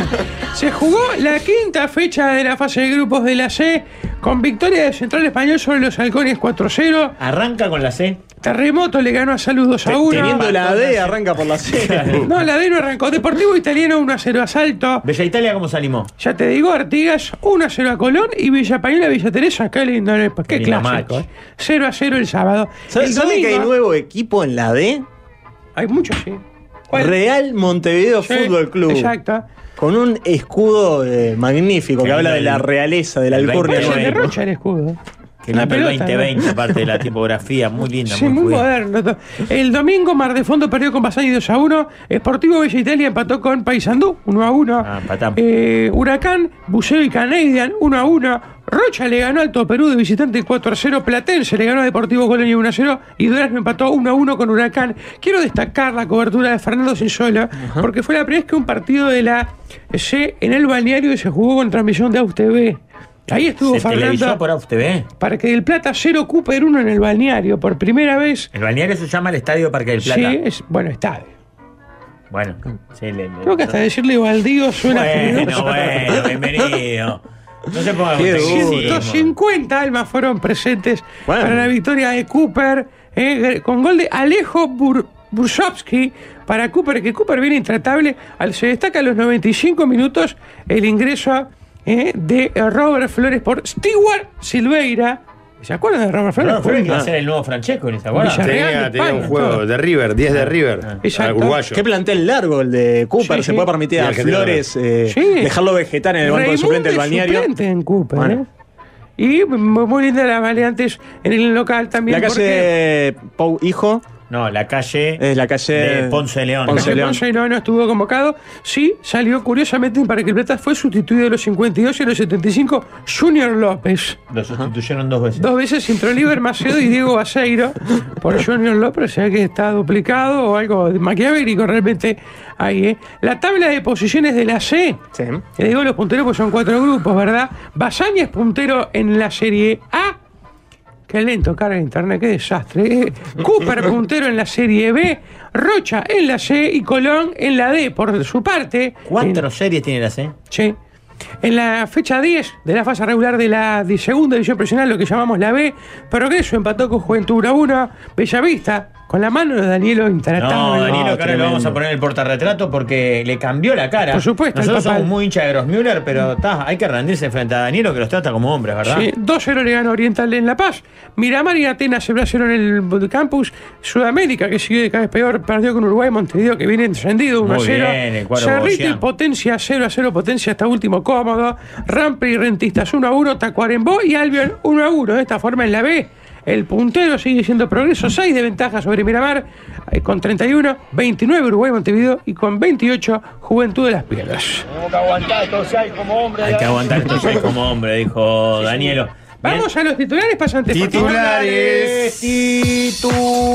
Se jugó la quinta fecha de la fase de grupos de la C con victoria de Central Español sobre los Halcones 4-0.
Arranca con la C.
Terremoto le ganó a Salud 2 a
Te-
1.
teniendo la D, arranca
por la C. (laughs) no, la D no arrancó. Deportivo Italiano 1 a 0 asalto.
Bella Italia, ¿cómo salimos?
Ya te digo, Artigas 1 a 0 a Colón y Villa Pañola Villa Teresa. Qué lindo, ¿no? qué,
Qué lindo
clásico.
macho, eh.
0 a 0 el sábado.
¿Sabes
El
que hay
domingo-
nuevo equipo en la D?
Hay muchos, sí. ¿Cuál?
Real Montevideo
Sí,
Fútbol Club.
exacto.
Con un escudo eh, magnífico que
Qué
habla
lindo
de la
el-
realeza, de la
el
alcurnia.
29.
del equipo.
Rocha el escudo.
Que la
La
el
pelota,
2020, parte de la tipografía, muy linda,
Sí,
muy,
muy
cuidada.
moderno. todo. El domingo Mar de Fondo perdió con Basani 2 a 1. Esportivo Bella Italia empató con Paysandú 1 a 1.
Ah,
Eh, Huracán, Buceo y Canadian 1 a 1. Rocha le ganó Alto Perú de visitante 4 a 0. Platense le ganó a Deportivo Colonia 1 a 0. Y Durazno empató 1 a 1 con Huracán. Quiero destacar la cobertura de Fernando Cinsola, porque fue la primera vez que un partido de la C en el balneario se jugó con transmisión de AUTV. Ahí estuvo
Se televisó
Fernando.
por AUTV.
Para que del Plata 0 Cooper 1 en el balneario, por primera vez.
El balneario se llama el Estadio Parque del Plata.
Sí, es, bueno, está.
Bueno, sí, le, le-
Creo que hasta decirle baldío suena
Bueno,
generoso.
bueno, bienvenido. No se ponga
Qué
con
150 almas fueron presentes para la victoria de Cooper, eh, con gol de Alejo Bur- Bursovsky para Cooper, que Cooper viene intratable. Al, se destaca a los 95 minutos el ingreso eh, de Robert Flores por Stewart Silveira. ¿Se acuerdan de Robert Flores?
No, fue el que iba a
Ah.
ser el nuevo Francesco en esta
Villarreal
Tenía,
de
tenía un
Palma,
juego
todo.
de River, 10 de River.
Exacto.
Uruguayo.
Ah, Qué plantel largo el de Cooper.
Sí,
Se
sí.
puede permitir
Y
a
Argentina
Flores
también.
eh,
Sí.
dejarlo vegetar en el banco de
Raimundo
suplente del
es
balneario.
suplente en Cooper,
Bueno.
¿eh? Y muy, muy linda las variantes en el local también.
La calle
porque-
de Pau Hijo
No, la calle.
es la calle
de Ponce de León.
Ponce de León.
Ponce no, no estuvo convocado. Sí, salió curiosamente para que el Plata fue sustituido de los 52 y a los 75 Junior López.
Lo sustituyeron dos veces.
Dos veces entró Oliver Macedo y Diego Baseiro por Junior López, o sea que está duplicado o algo maquiavélico realmente ahí. ¿eh? La tabla de posiciones de la C, le digo los punteros porque son cuatro grupos, ¿verdad? Basani es puntero en la Serie A. Qué lento carga de internet, qué desastre.
(laughs)
¿eh? Cooper puntero en la Serie B, Rocha en la C y Colón en la D. Por su parte,
¿Cuántas series tiene la C?
Sí. En la fecha 10 de la fase regular de la di- segunda división profesional, lo que llamamos la B, Progreso empató con Juventud 1 a 1, Bellavista, con la mano de Danielo Intaratano.
No, Danilo, que ahora le vamos a poner el portarretrato porque le cambió la cara.
Por supuesto, el
Nosotros
papá- Mm.
somos muy hincha de Grossmüller, pero ta, hay que rendirse frente a Danilo que los trata como hombres, ¿verdad?
Sí, 2-0 le ganó Oriental en La Paz. Miramar y Atenas se en el campus. Sudamérica, que sigue cada vez peor, perdió con Uruguay Montevideo, que viene encendido
Muy
1-0.
bien, el cuadro
Cerrito y
Bocian.
Potencia 0-0, Potencia hasta último cómodo. Rampre y Rentistas 1-1, Tacuarembó y Albion 1-1. De esta forma en la B. El puntero sigue siendo progreso, 6 de ventaja sobre Miramar, eh, con 31, 29 Uruguay Montevideo y con 28 Juventud de las Piedras.
Tenemos que aguantar estos seis como hombre.
Hay que aguantar estos seis como hombre, dijo Danielo.
Vamos a los titulares pasantes. por favor.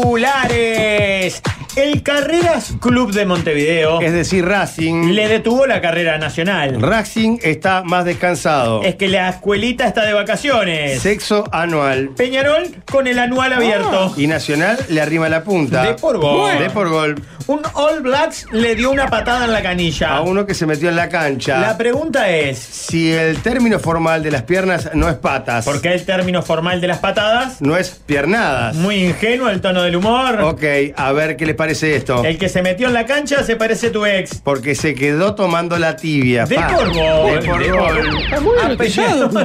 Titulares. El Carreras Club de Montevideo.
Es decir, Racing.
Le detuvo la carrera nacional.
Racing está más descansado.
Es que la escuelita está de vacaciones.
Sexo anual. Ah.
Peñarol con el anual abierto.
Y Nacional le arrima la punta.
De por gol. Bueno.
De por gol.
Un All Blacks le dio una patada en la canilla.
A uno que se metió en la cancha.
La pregunta es.
Si el término formal de las piernas no es patas.
Porque el término formal de las patadas.
No es piernadas.
Muy ingenuo el tono del humor.
Ok, a ver qué les parece esto.
El que se metió en la cancha se parece a tu ex.
Porque se quedó tomando la tibia.
De
pa.
por gol.
De por
De
gol.
por gol. A (laughs) Peñarol,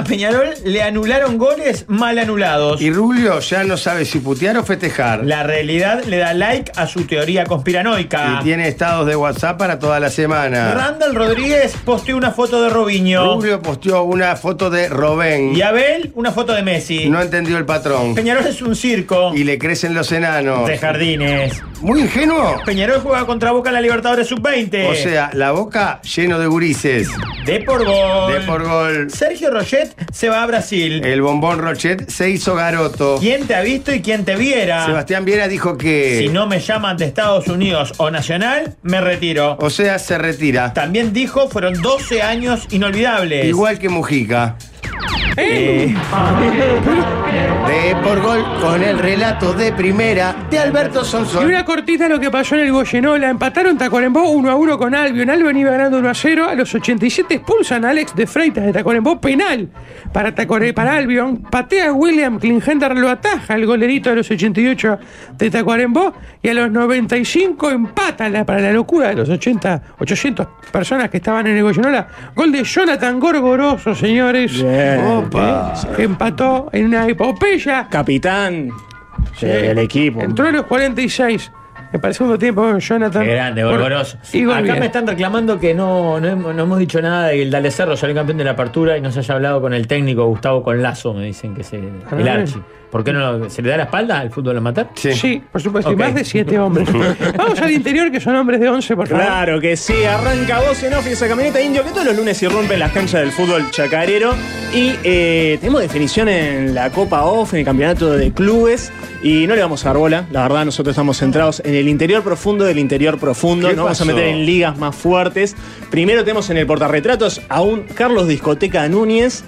a Peñarol le anularon goles mal anulados.
Y Rubio ya no sabe si putear o festejar.
La realidad le da like a su teoría conspiranoica.
Y tiene estados de WhatsApp para toda la semana.
Randall Rodríguez posteó una foto de Robinho.
Rubio posteó una foto de Robén.
Y Abel, una foto de Messi.
No entendió el patrón.
Peñarol es un circo
Y le crecen los enanos.
de jardines.
Muy ingenuo.
Peñarol juega contra Boca en la Libertadores Sub-20.
O sea, la boca lleno de gurises.
de por gol.
De por gol.
Sergio Roget se va a Brasil.
El bombón Rochet se hizo garoto.
¿Quién te ha visto y quién te viera?
Sebastián Viera dijo que.
Si no me llaman de Estados Unidos o Nacional, me retiro.
O sea, se retira.
También dijo, fueron 12 años inolvidables.
Igual que Mujica.
Eh,
De por gol con el relato de primera de Alberto
Y
Sonsol.
una cortita lo que pasó en el Goyenola. Empataron Tacuarembó 1 a 1 con Albion. Albion iba ganando 1 a 0. A los 87 expulsan a Alex de Freitas de Tacuarembó. Penal para, Tacuare- para Albion. Patea a William Klingender, lo ataja el golerito de los 88 de Tacuarembó. Y a los 95 empatan la- para la locura de los 80, 800 personas que estaban en el Goyenola. Gol de Jonathan Gorgoroso, señores.
Opa.
Que empató en una epopeya.
Capitán del equipo.
Entró en los 46. Me parece un tiempo, Jonathan.
Qué grande,
Por-
Gorgoroso.
Y
Acá
Gorgoroso.
me están reclamando que no, no, hemos, no hemos dicho nada de que el Dale Cerro salió campeón de la apertura y no se haya hablado con el técnico Gustavo Conlazo, me dicen que se,
Ah,
el Archi. ¿Por qué no lo- se le da la espalda al fútbol a matar?
Sí, por supuesto.
Ok.
Y más de siete
(laughs)
hombres. Vamos al interior, que son hombres de 11, por favor.
Claro que sí, arranca vos en off y esa camioneta indio que todos los lunes irrumpe en las canchas del fútbol chacarero. Y eh, tenemos definición en la Copa Off, en el campeonato de clubes. Y no le vamos a dar bola, la verdad, nosotros estamos centrados en el interior profundo del interior profundo.
¿Qué
Nos vamos a
pasó?
meter en ligas más fuertes. Primero tenemos en el portarretratos a un Carlos Discoteca Núñez.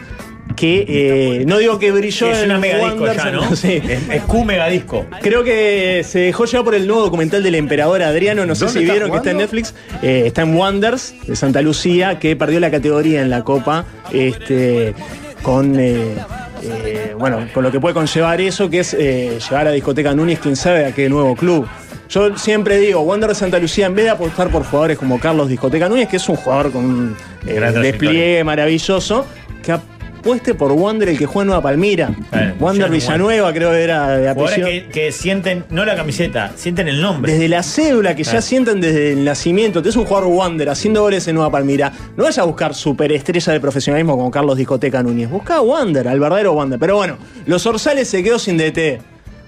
Que eh, no digo que brilló
es
en
una megadisco ya,
Wanderers, (laughs)
¿no?
sí.
Es, es Q megadisco.
Creo que se dejó llevar por el nuevo documental del emperador Adriano. No sé
¿Dónde
si
está
vieron que está en Netflix. Eh, está en Wonders de Santa Lucía, que perdió la categoría en la Copa. Este, con. eh, eh, bueno, con lo que puede conllevar eso, que es eh, llevar a Discoteca Núñez, quién sabe, a qué nuevo club. Yo siempre digo, Wander de Santa Lucía, en vez de apostar por jugadores como Carlos Discoteca Núñez, que es un jugador con un eh,
Gran trayectoria.
despliegue maravilloso, que apueste por Wander, el que juega en Nueva Palmira.
Claro,
Wander
yo-
Villanueva, creo que era de
Jugadores
apellido.
que, que sienten, no la camiseta, sienten el nombre.
Desde la cédula que
Ah.
ya sientan desde el nacimiento, te es un jugador Wander haciendo goles en Nueva Palmira. No vaya a buscar superestrella de profesionalismo como Carlos Discoteca Núñez. Busca a Wander, al verdadero Wander. Pero bueno, los Orsales se quedó sin DT.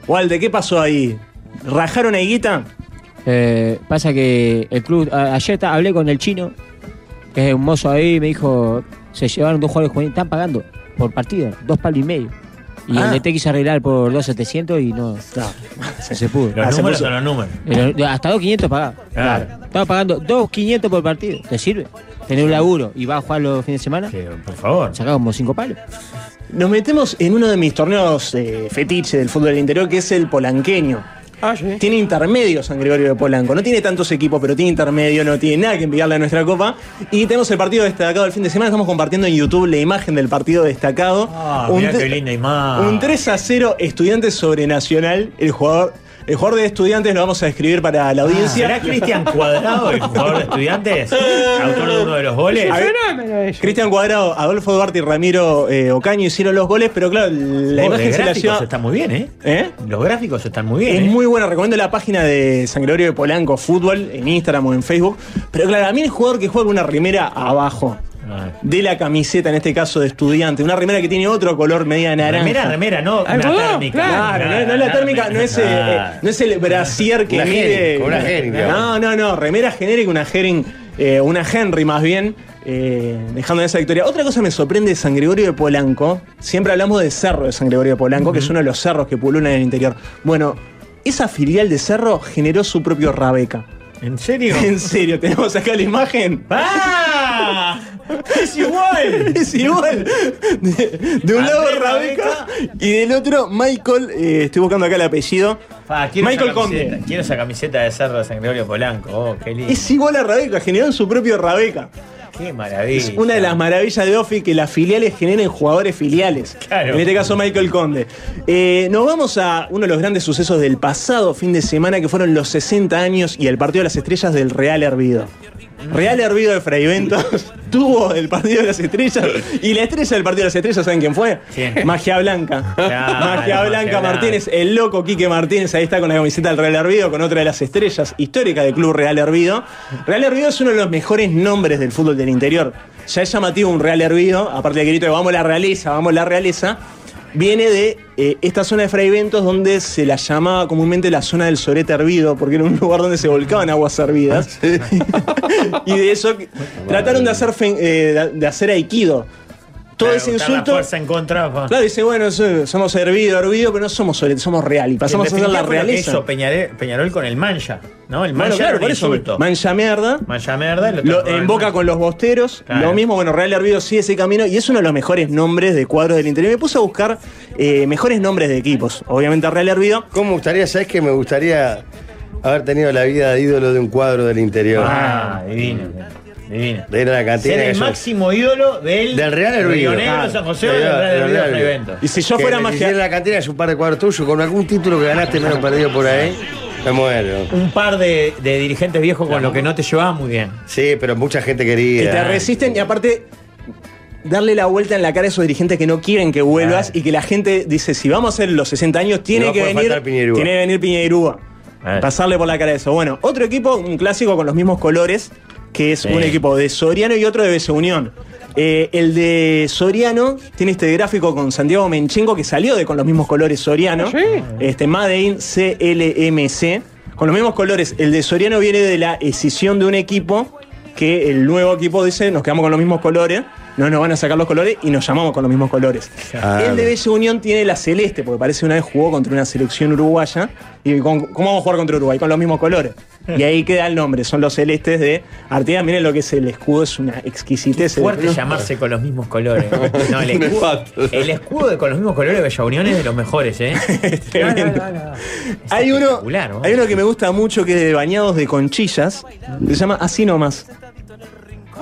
Walde, ¿qué pasó ahí? ¿Rajaron a Higuita?
Eh, pasa que el club, a- ayer ta- hablé con el chino, que es un mozo ahí, me dijo, se llevaron dos jugadores juveniles, están pagando por partida, dos palos y medio. Y
Ah.
el DT quiso arreglar por 2.700 y no, no se pudo.
Los
Ah, se
números
puso-
son los números.
Pero hasta 2.500 pagaba.
Claro.
Estaba pagando 2.500 por partido. ¿Te sirve? Tener un laburo y vas a jugar los fines de semana,
Que, por favor.
sacaba como cinco palos.
Nos metemos en uno de mis torneos eh, fetiche del fútbol del interior, que es el polanqueño.
Ah,
Tiene intermedio San Gregorio de Polanco. No tiene tantos equipos, pero tiene intermedio, no tiene nada que enviarle a nuestra copa. Y tenemos el partido destacado del fin de semana. Estamos compartiendo en YouTube la imagen del partido destacado.
Ah, mirá
tre-
qué linda imagen.
un 3 a 0 estudiantes sobre Nacional. El jugador, el jugador de estudiantes lo vamos a escribir para la audiencia.
Ah, ¿Será Cristian Cuadrado,
(laughs)
el jugador de estudiantes? Autor de uno de los goles.
A ver, Cristian Cuadrado, Adolfo Duarte y Ramiro eh, Ocaño hicieron los goles, pero claro, la
Oh,
imagen
los
se la
gráficos
lleva.
están muy bien, ¿eh? Los gráficos están muy bien.
Es
¿eh?
muy buena, recomiendo la página de San Gregorio de Polanco Fútbol en Instagram o en Facebook. Pero claro, a mí el jugador que juega con una remera abajo de la camiseta, en este caso de estudiante, una remera que tiene otro color media naranja.
Remera, remera, no una
Algodón,
térmica.
Claro,
Claro,
no, no es la
una
térmica, no es, eh,
Claro.
no es el brasier que
Una
mide.
Hering, una Hering, digamos.
No, no, no, remera genérica, una Hering, eh, una Henry más bien, eh, dejando esa victoria. Otra cosa me sorprende de San Gregorio de Polanco, siempre hablamos de Cerro de San Gregorio de Polanco, que es uno de los cerros que pululan en el interior. Bueno, esa filial de Cerro generó su propio Rabeca.
¿En serio?
(laughs) En serio, tenemos acá la imagen.
¡Ah! ¡Es igual!
(laughs) es igual. De, de un lado Rabeca y del otro Michael, eh, estoy buscando acá el apellido.
Ah, quiero
Michael
esa camiseta,
Conde.
Quiero esa camiseta de Cerro de San Gregorio Polanco. Oh, qué lindo.
Es igual a Rabeca, generó su propio Rabeca.
Qué
Es
maravilla.
una de las maravillas de Offi que las filiales generen jugadores filiales.
Claro.
En este caso, Michael Conde. Eh, nos vamos a uno de los grandes sucesos del pasado fin de semana, que fueron los 60 años y el partido de las estrellas del Real Hervido. Real Hervido de Fray Ventos (laughs) tuvo el partido de las estrellas y la estrella del partido de las estrellas, ¿saben quién fue?
¿Quién?
Magia Blanca. Magia Blanca
Magia Blanca.
Martínez, el loco Quique Martínez, ahí está con la camiseta del Real Hervido, con otra de las estrellas históricas del club Real Hervido. Real Hervido es uno de los mejores nombres del fútbol del interior. Ya es llamativo un Real Hervido, aparte del grito de vamos la realeza, vamos la realeza, viene de eh, esta zona de Fray Ventos donde se la llamaba comúnmente la zona del sorete hervido, porque era un lugar donde se volcaban aguas hervidas.
Ah,
(laughs) y de eso trataron de hacer, fen- eh, de hacer aikido. Todo
Claro,
ese
usar la
insulto.
fuerza en contra. pa.
Claro, dice, bueno, so- somos hervido, hervido, pero no somos solete, somos real. Y pasamos a
En
ser la
definitiva fue lo que
realeza.
hizo Peñarol, Peñarol con el mancha, ¿no? El mancha
Bueno, claro,
era
por
un
eso.
insulto.
Mancha mierda.
Mancha merda. Lo
Lo,
transformó en
en boca con los bosteros.
Claro.
Lo mismo, bueno, Real Hervido sigue ese camino y es uno de los mejores nombres de cuadros del interior. Me puse a buscar eh, mejores nombres de equipos. Obviamente Real Hervido.
¿Cómo me gustaría, sabes que me gustaría haber tenido la vida de ídolo de un cuadro del interior?
Ah, divino. Divino.
Era la cantina
Ser
que
el
yo-
máximo ídolo del,
Del Real Hervido.
Río Negro,
Ah,
San José,
del
del
Real-
Real
del
Hervido,
Real
Fray
Hervido.
Ventos.
Y si yo
que
fuera
me
magia-
hiciera la cantina es un par de cuadros tuyos con algún título que ganaste menos perdido por ahí. Me muero.
Un par de, de dirigentes viejos con lo que no te llevaba muy bien.
Sí, pero mucha gente
Que te
quería.
resisten y aparte darle la vuelta en la cara a esos dirigentes que no quieren que vuelvas y que la gente dice, si vamos a hacer los 60 años, tiene
Ah. No
que
puede
venir
faltar Ah. Piñeirúa.
tiene que venir Piñeirúa. Pasarle por la cara eso. Bueno, otro equipo, un clásico con los mismos colores, que es
Sí.
un equipo de Soriano y otro de BC Unión. Eh, el de Soriano tiene este gráfico con Santiago Menchengo que salió de con los mismos colores Soriano. Este Made in CLMC. Con los mismos colores. El de Soriano viene de la escisión de un equipo que el nuevo equipo dice, nos quedamos con los mismos colores, no nos van a sacar los colores y nos llamamos con los mismos colores.
Claro.
El de Bella Unión tiene la celeste, porque parece una vez jugó contra una selección uruguaya. Y con- ¿cómo vamos a jugar contra Uruguay? Con los mismos colores. Y ahí queda el nombre, son los celestes de Artigas. Miren lo que es el escudo, es una exquisitez.
Fuerte llamarse con los
(laughs)
mismos colores. No, el, escudo, el escudo de con los mismos colores de Bella Unión es de los
(laughs)
mejores, ¿eh?
Hay uno, hay uno que me gusta mucho que es de bañados de conchillas. Se llama Así Nomás.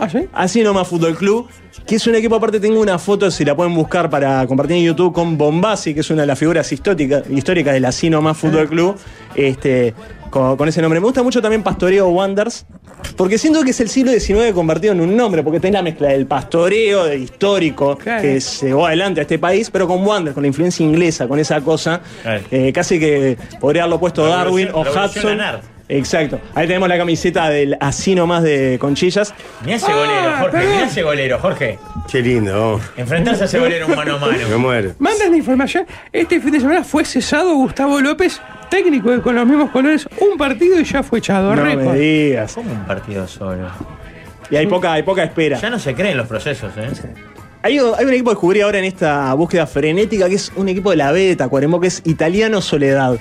Ah,
Así nomás Fútbol Club, que es un equipo aparte, tengo una foto, si la pueden buscar para compartir en YouTube, con Bombasi, que es una de las figuras histórica- históricas del Así nomás
Ah.
Fútbol Club, este, con, con ese nombre. Me gusta mucho también Pastoreo Wonders, porque siento que es el siglo XIX convertido en un nombre, porque tenés la mezcla del pastoreo de histórico
Claro.
que llegó adelante a este país, pero con Wonders, con la influencia inglesa, con esa cosa,
Claro.
eh, casi que podría haberlo puesto Darwin
Revolución-
o
Revolución
Hudson.
Anard.
Exacto. Ahí tenemos la camiseta del Así nomás de Conchillas.
Mirá ese golero, Jorge. Mirá ese golero, Jorge.
Qué lindo.
Enfrentarse a ese golero un mano a mano.
Me muero.
Mandan la información. Este fin de semana fue cesado Gustavo López, técnico de con los mismos colores, un partido y ya fue echado.
No
récord.
me digas.
Como un partido solo.
Y hay poca, hay poca espera.
Ya no se creen los procesos, ¿eh?
Hay, o- hay un equipo que descubrí ahora en esta búsqueda frenética que es un equipo de la B de Tacuarembó que es Italiano Soledad.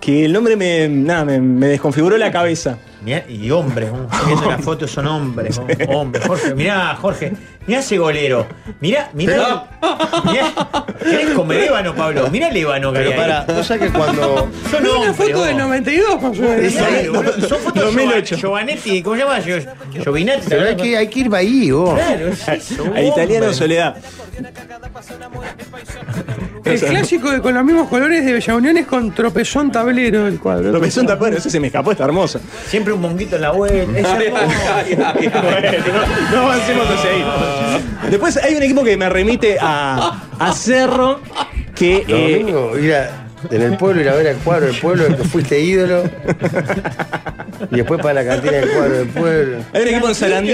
que el nombre me, nada, me, me desconfiguró la cabeza.
Mirá, y hombres,
(laughs)
¿no? Estoy viendo las fotos son hombres, ¿no? hombres. Jorge, mirá, Jorge, mirá ese golero. Mirá, mirá. mirá ¿Querés comer ébano, Pablo? Mirá el ébano que
Pero
hay
para,
ahí.
vos sabés que cuando.
(laughs) Son
Mirá una
hombres,
foto
vos.
del 92, con suerte.
Mirá,
(laughs)
boludo, Son fotos de Giovanetti, ¿cómo se llama? Gio- Giovinazzi.
Pero hay que, hay que ir ahí, vos.
Claro, es eso,
Al italiano
hombre.
Soledad.
El clásico de con los mismos colores de Bella Unión es con tropezón tablero el cuadro.
Tropezón tablero, eso se me escapó, está hermoso.
Siempre un monguito en
(laughs)
la vuelta. es hermoso.
No avancemos hacia ahí. Después hay un equipo que me remite a, a Cerro, que
Lo
eh,
domingo, ir a- en el pueblo, ir a ver al cuadro del pueblo, del que fuiste ídolo. Y después para la cantina del cuadro del pueblo.
Hay un equipo en Sarandí.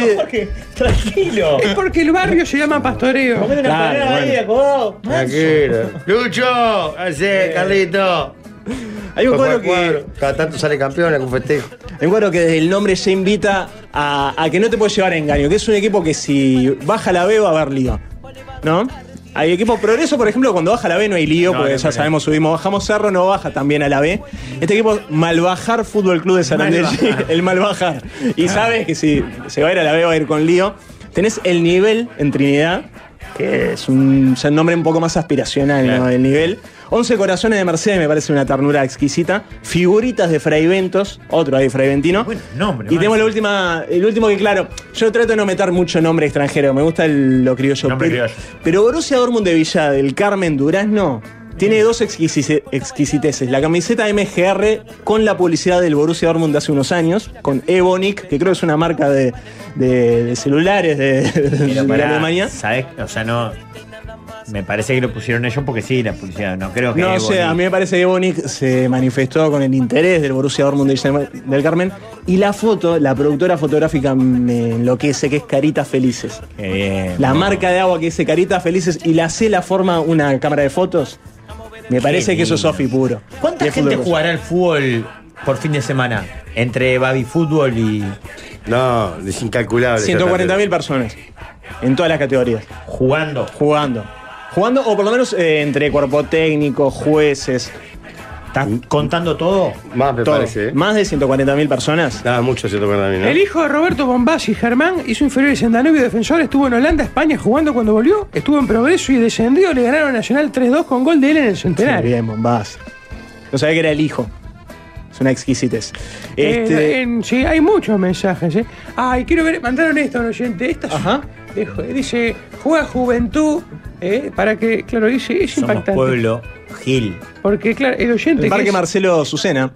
Tranquilo.
Es porque el barrio se llama Pastoreo.
Comete una
Claro,
parada
bueno.
ahí, acomodado.
Tranquilo. Eh. Lucho, hace Carlito.
Hay un cuadro
Fue para el
que-
cuadro. Cada tanto sale campeón con festejo.
hay un cuadro que desde el nombre se invita a, a que no te puedes llevar a engaño, que es un equipo que si baja la B va a haber lío. ¿No? Hay equipos progreso, por ejemplo, cuando baja la B no hay lío,
No,
porque
no,
ya
no.
sabemos, subimos, bajamos cerro, no baja también a la B. Este equipo Malbajar Fútbol Club de San Andrés,
Malbajar.
el Malbajar. Y sabes que si se va a ir a la B va a ir con lío. Tenés el nivel en Trinidad, que es un, es un nombre un poco más aspiracional, ¿no? El nivel. 11 corazones de Mercedes me parece una ternura exquisita. Figuritas de Fray Ventos, otro ahí Fray Ventino.
Nombre,
Y
man.
tenemos la última, el último que, claro, yo trato de no meter mucho nombre extranjero, me gusta el- lo criollo.
Nombre
pero,
criollo.
pero Borussia Dortmund de Villa del Carmen Durazno tiene dos exquisite- exquisiteces. La camiseta MGR con la publicidad del Borussia Dortmund de hace unos años, con Ebonic, que creo que es una marca de, de- de celulares de, de
Pero pará,
Alemania.
¿sabés? O sea, no. Me parece que lo pusieron ellos porque sí, la publicidad. No creo que.
No sé,
Ebony-
a mí me parece que Bonic se manifestó con el interés del Borussia Dortmund de- del Carmen. Y la foto, la productora fotográfica me enloquece, que es Caritas Felices.
Qué bien,
La
boludo.
marca de agua que dice Caritas Felices y la C la forma una cámara de fotos. Me parece que eso es
lindo.
Sofi puro.
¿Cuánta
Y es
gente
fútbol.
jugará al fútbol por fin de semana? Entre Babi Fútbol y.
No, es incalculable.
140.000 personas. En todas las categorías.
Jugando.
Jugando. Jugando, o por lo menos eh, entre cuerpo técnico, jueces.
¿Estás contando todo?
Mm. Más me
Todo.
parece. ¿eh?
Más de 140.000 personas.
Nada, mucho 140.000, ¿no?
El hijo de Roberto Bombasi, Germán, hizo inferiores en Danubio Defensor, estuvo en Holanda, España jugando cuando volvió, estuvo en Progreso y descendió, le ganaron a Nacional 3-2 con gol de él en el
Muy
centenario.
bien, bombás. No sabía que era el hijo. Es una exquisitez.
Eh,
Este,
en- sí, hay muchos mensajes. ¿eh? Ay, quiero ver, mandaron esto, un oyente. Esta es-
Ajá.
dijo- dice, juega Juventud, eh, para que, claro, dice, es
Somos
impactante.
pueblo Gil.
Porque, claro, el oyente,
el
que
Parque
es-
Marcelo Susena.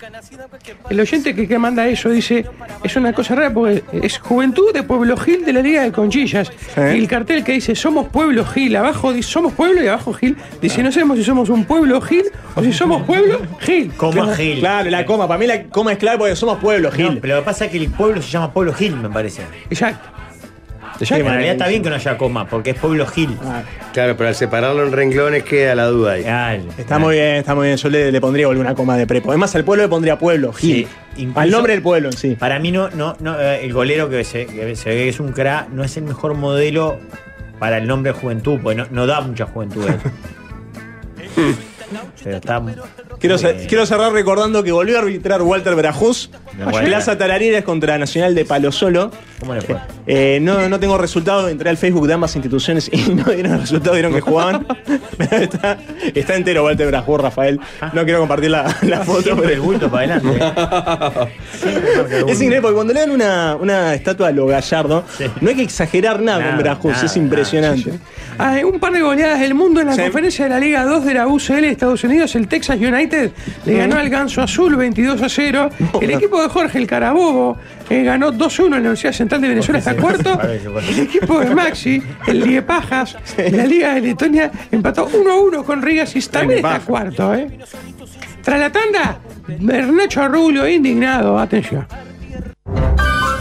el oyente que, que manda eso dice, es una cosa rara porque es Juventud de Pueblo Gil de la Liga de Conchillas.
¿Eh?
Y el cartel que dice, somos Pueblo Gil, abajo dice, somos pueblo y abajo Gil, dice, no sabemos si somos un pueblo Gil o si somos pueblo Gil.
Coma Gil.
Claro, la coma. Para mí la coma es clave porque somos pueblo, Gil.
No, pero lo que pasa es que el pueblo se llama Pueblo Gil, me parece.
Exacto.
Ya
en
que-
realidad está bien que no haya coma, porque es Pueblo Gil.
Ah,
Claro, pero al separarlo en renglones queda la duda ahí.
Claro.
Está muy bien, está muy bien. Yo le, le pondría alguna coma de prepo. Además, al pueblo le pondría pueblo, Gil.
Sí, incluso-
al nombre del pueblo en sí.
Para mí no, no, no, eh, el golero que se, que se ve que es un cra no es el mejor modelo para el nombre de juventud, porque no, no da mucha juventud.
(laughs)
¿eh? él. Pero está
Quiero,
muy
cer-
bien.
quiero cerrar recordando que volvió a arbitrar Walter Brajus.
No, bueno.
Plaza Tarariras contra Nacional de Palo Solo.
¿Cómo le fue?
Eh, no, no tengo resultado, entré al Facebook de ambas instituciones y (laughs) no dieron resultado, dieron que
(laughs)
jugaban. está, está entero Walter Brajus, Rafael. No quiero compartir
(laughs)
la, la foto.
Ah. Siempre el
Pero
bulto para adelante. eh. Siempre marca el bulto.
es increíble, porque cuando le dan una, una estatua a lo gallardo, no hay que exagerar nada,
Nada,
con Brajus,
nada,
es impresionante.
Ah, eh, un par de goleadas del mundo en la
Sí.
conferencia de la Liga 2 de la UCL de Estados Unidos. El Texas United le ganó al Ganso Azul 22 a 0. El equipo de Jorge, el Carabobo, eh, ganó 2-1 en la Universidad Central de Venezuela hasta cuarto.
parece, parece.
El equipo de Maxi, el Liepajas, de la Liga de Letonia, empató 1-1 con Rigas y también está cuarto. eh. Tras la tanda, Bernacho Arrullo, indignado. Atención.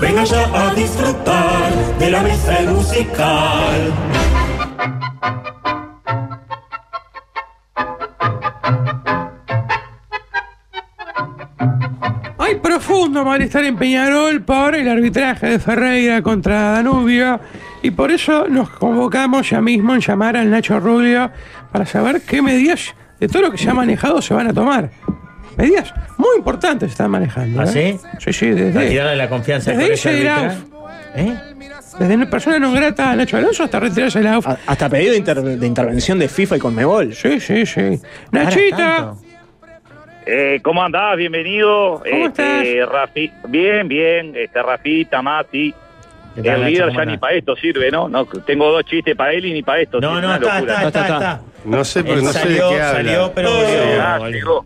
Venga ya a disfrutar de la mesa musical.
Hay profundo malestar en Peñarol por el arbitraje de Ferreira contra Danubio y por eso nos convocamos ya mismo en llamar al Nacho Rubio para saber qué medidas de todo lo que se ha manejado se van a tomar. medidas muy importantes están manejando.
¿Ah,
¿eh?
sí?
Sí, sí,
Para
desde.
tirarle la confianza al
desde
colegio
irse de la
arbitral.
Desde una persona no grata a Nacho Alonso hasta retirarse de la UF.
Hasta pedido de, inter- de intervención de FIFA y Conmebol.
Sí, sí, sí. Nachita.
Eh, ¿Cómo andás? Bienvenido.
¿Cómo
Este, Rafi, bien, bien. Este, Rafita, Mati.
¿Qué tal,
el
Nacho?
líder
¿Cómo
ya ni
andás?
para esto sirve, ¿no? No, Tengo dos chistes para él y ni para esto.
No,
sirve,
no,
una
está,
locura.
está, está, está.
No
sé,
porque no sé de qué habla.
Salió, pero
Sí,
volvió.
ah, llegó.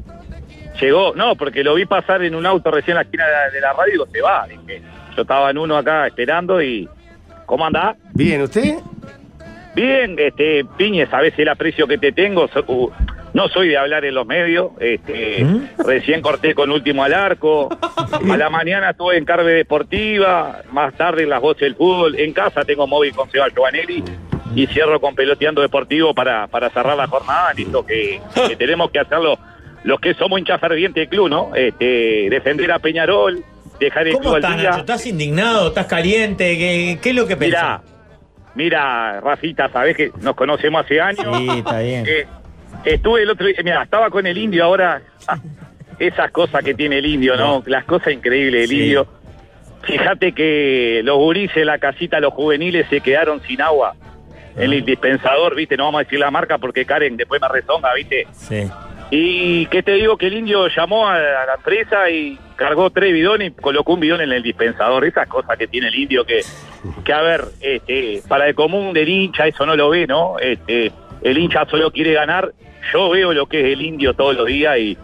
Llegó, no, porque lo vi pasar en un auto recién a la esquina de la, de la radio y digo, se va. Dije, Yo estaba en uno acá esperando y. ¿Cómo andás?
Bien, ¿usted?
Bien, este, Piñe, sabes el aprecio que te tengo. So- u- no soy de hablar en los medios. Este,
¿Mm?
Recién corté con último al arco. A la mañana estuve en Carve Deportiva. Más tarde en las voces del fútbol. En casa tengo móvil con Seba Giovanelli. Y cierro con Peloteando Deportivo para, para cerrar la jornada. Listo, que,
(laughs)
que tenemos que hacerlo los que somos hinchas fervientes del club, ¿no? Este, defender a Peñarol, dejar el
¿Cómo
club al
estás,
día.
Nacho? ¿Estás indignado? ¿Estás caliente? ¿Qué, qué es lo que pensás?
Mira, mira, Rafita, sabés que nos conocemos hace años.
Sí, está bien.
Eh, estuve el otro día, mira, estaba con el indio ahora. Ah, Esas cosas que tiene el indio, ¿no? Las cosas increíbles del indio. Fíjate que los gurises, la casita, los juveniles se quedaron sin agua. En El dispensador, viste, no vamos a decir la marca porque Karen después me rezonga, viste.
Sí.
Y qué te digo que el indio llamó a la a la empresa y cargó tres bidones y colocó un bidón en el dispensador. Esas cosas que tiene el indio que, que a ver, este, para el común del hincha eso no lo ve, ¿no? Este, el hincha solo quiere ganar. Yo veo lo que es el indio todos los días y,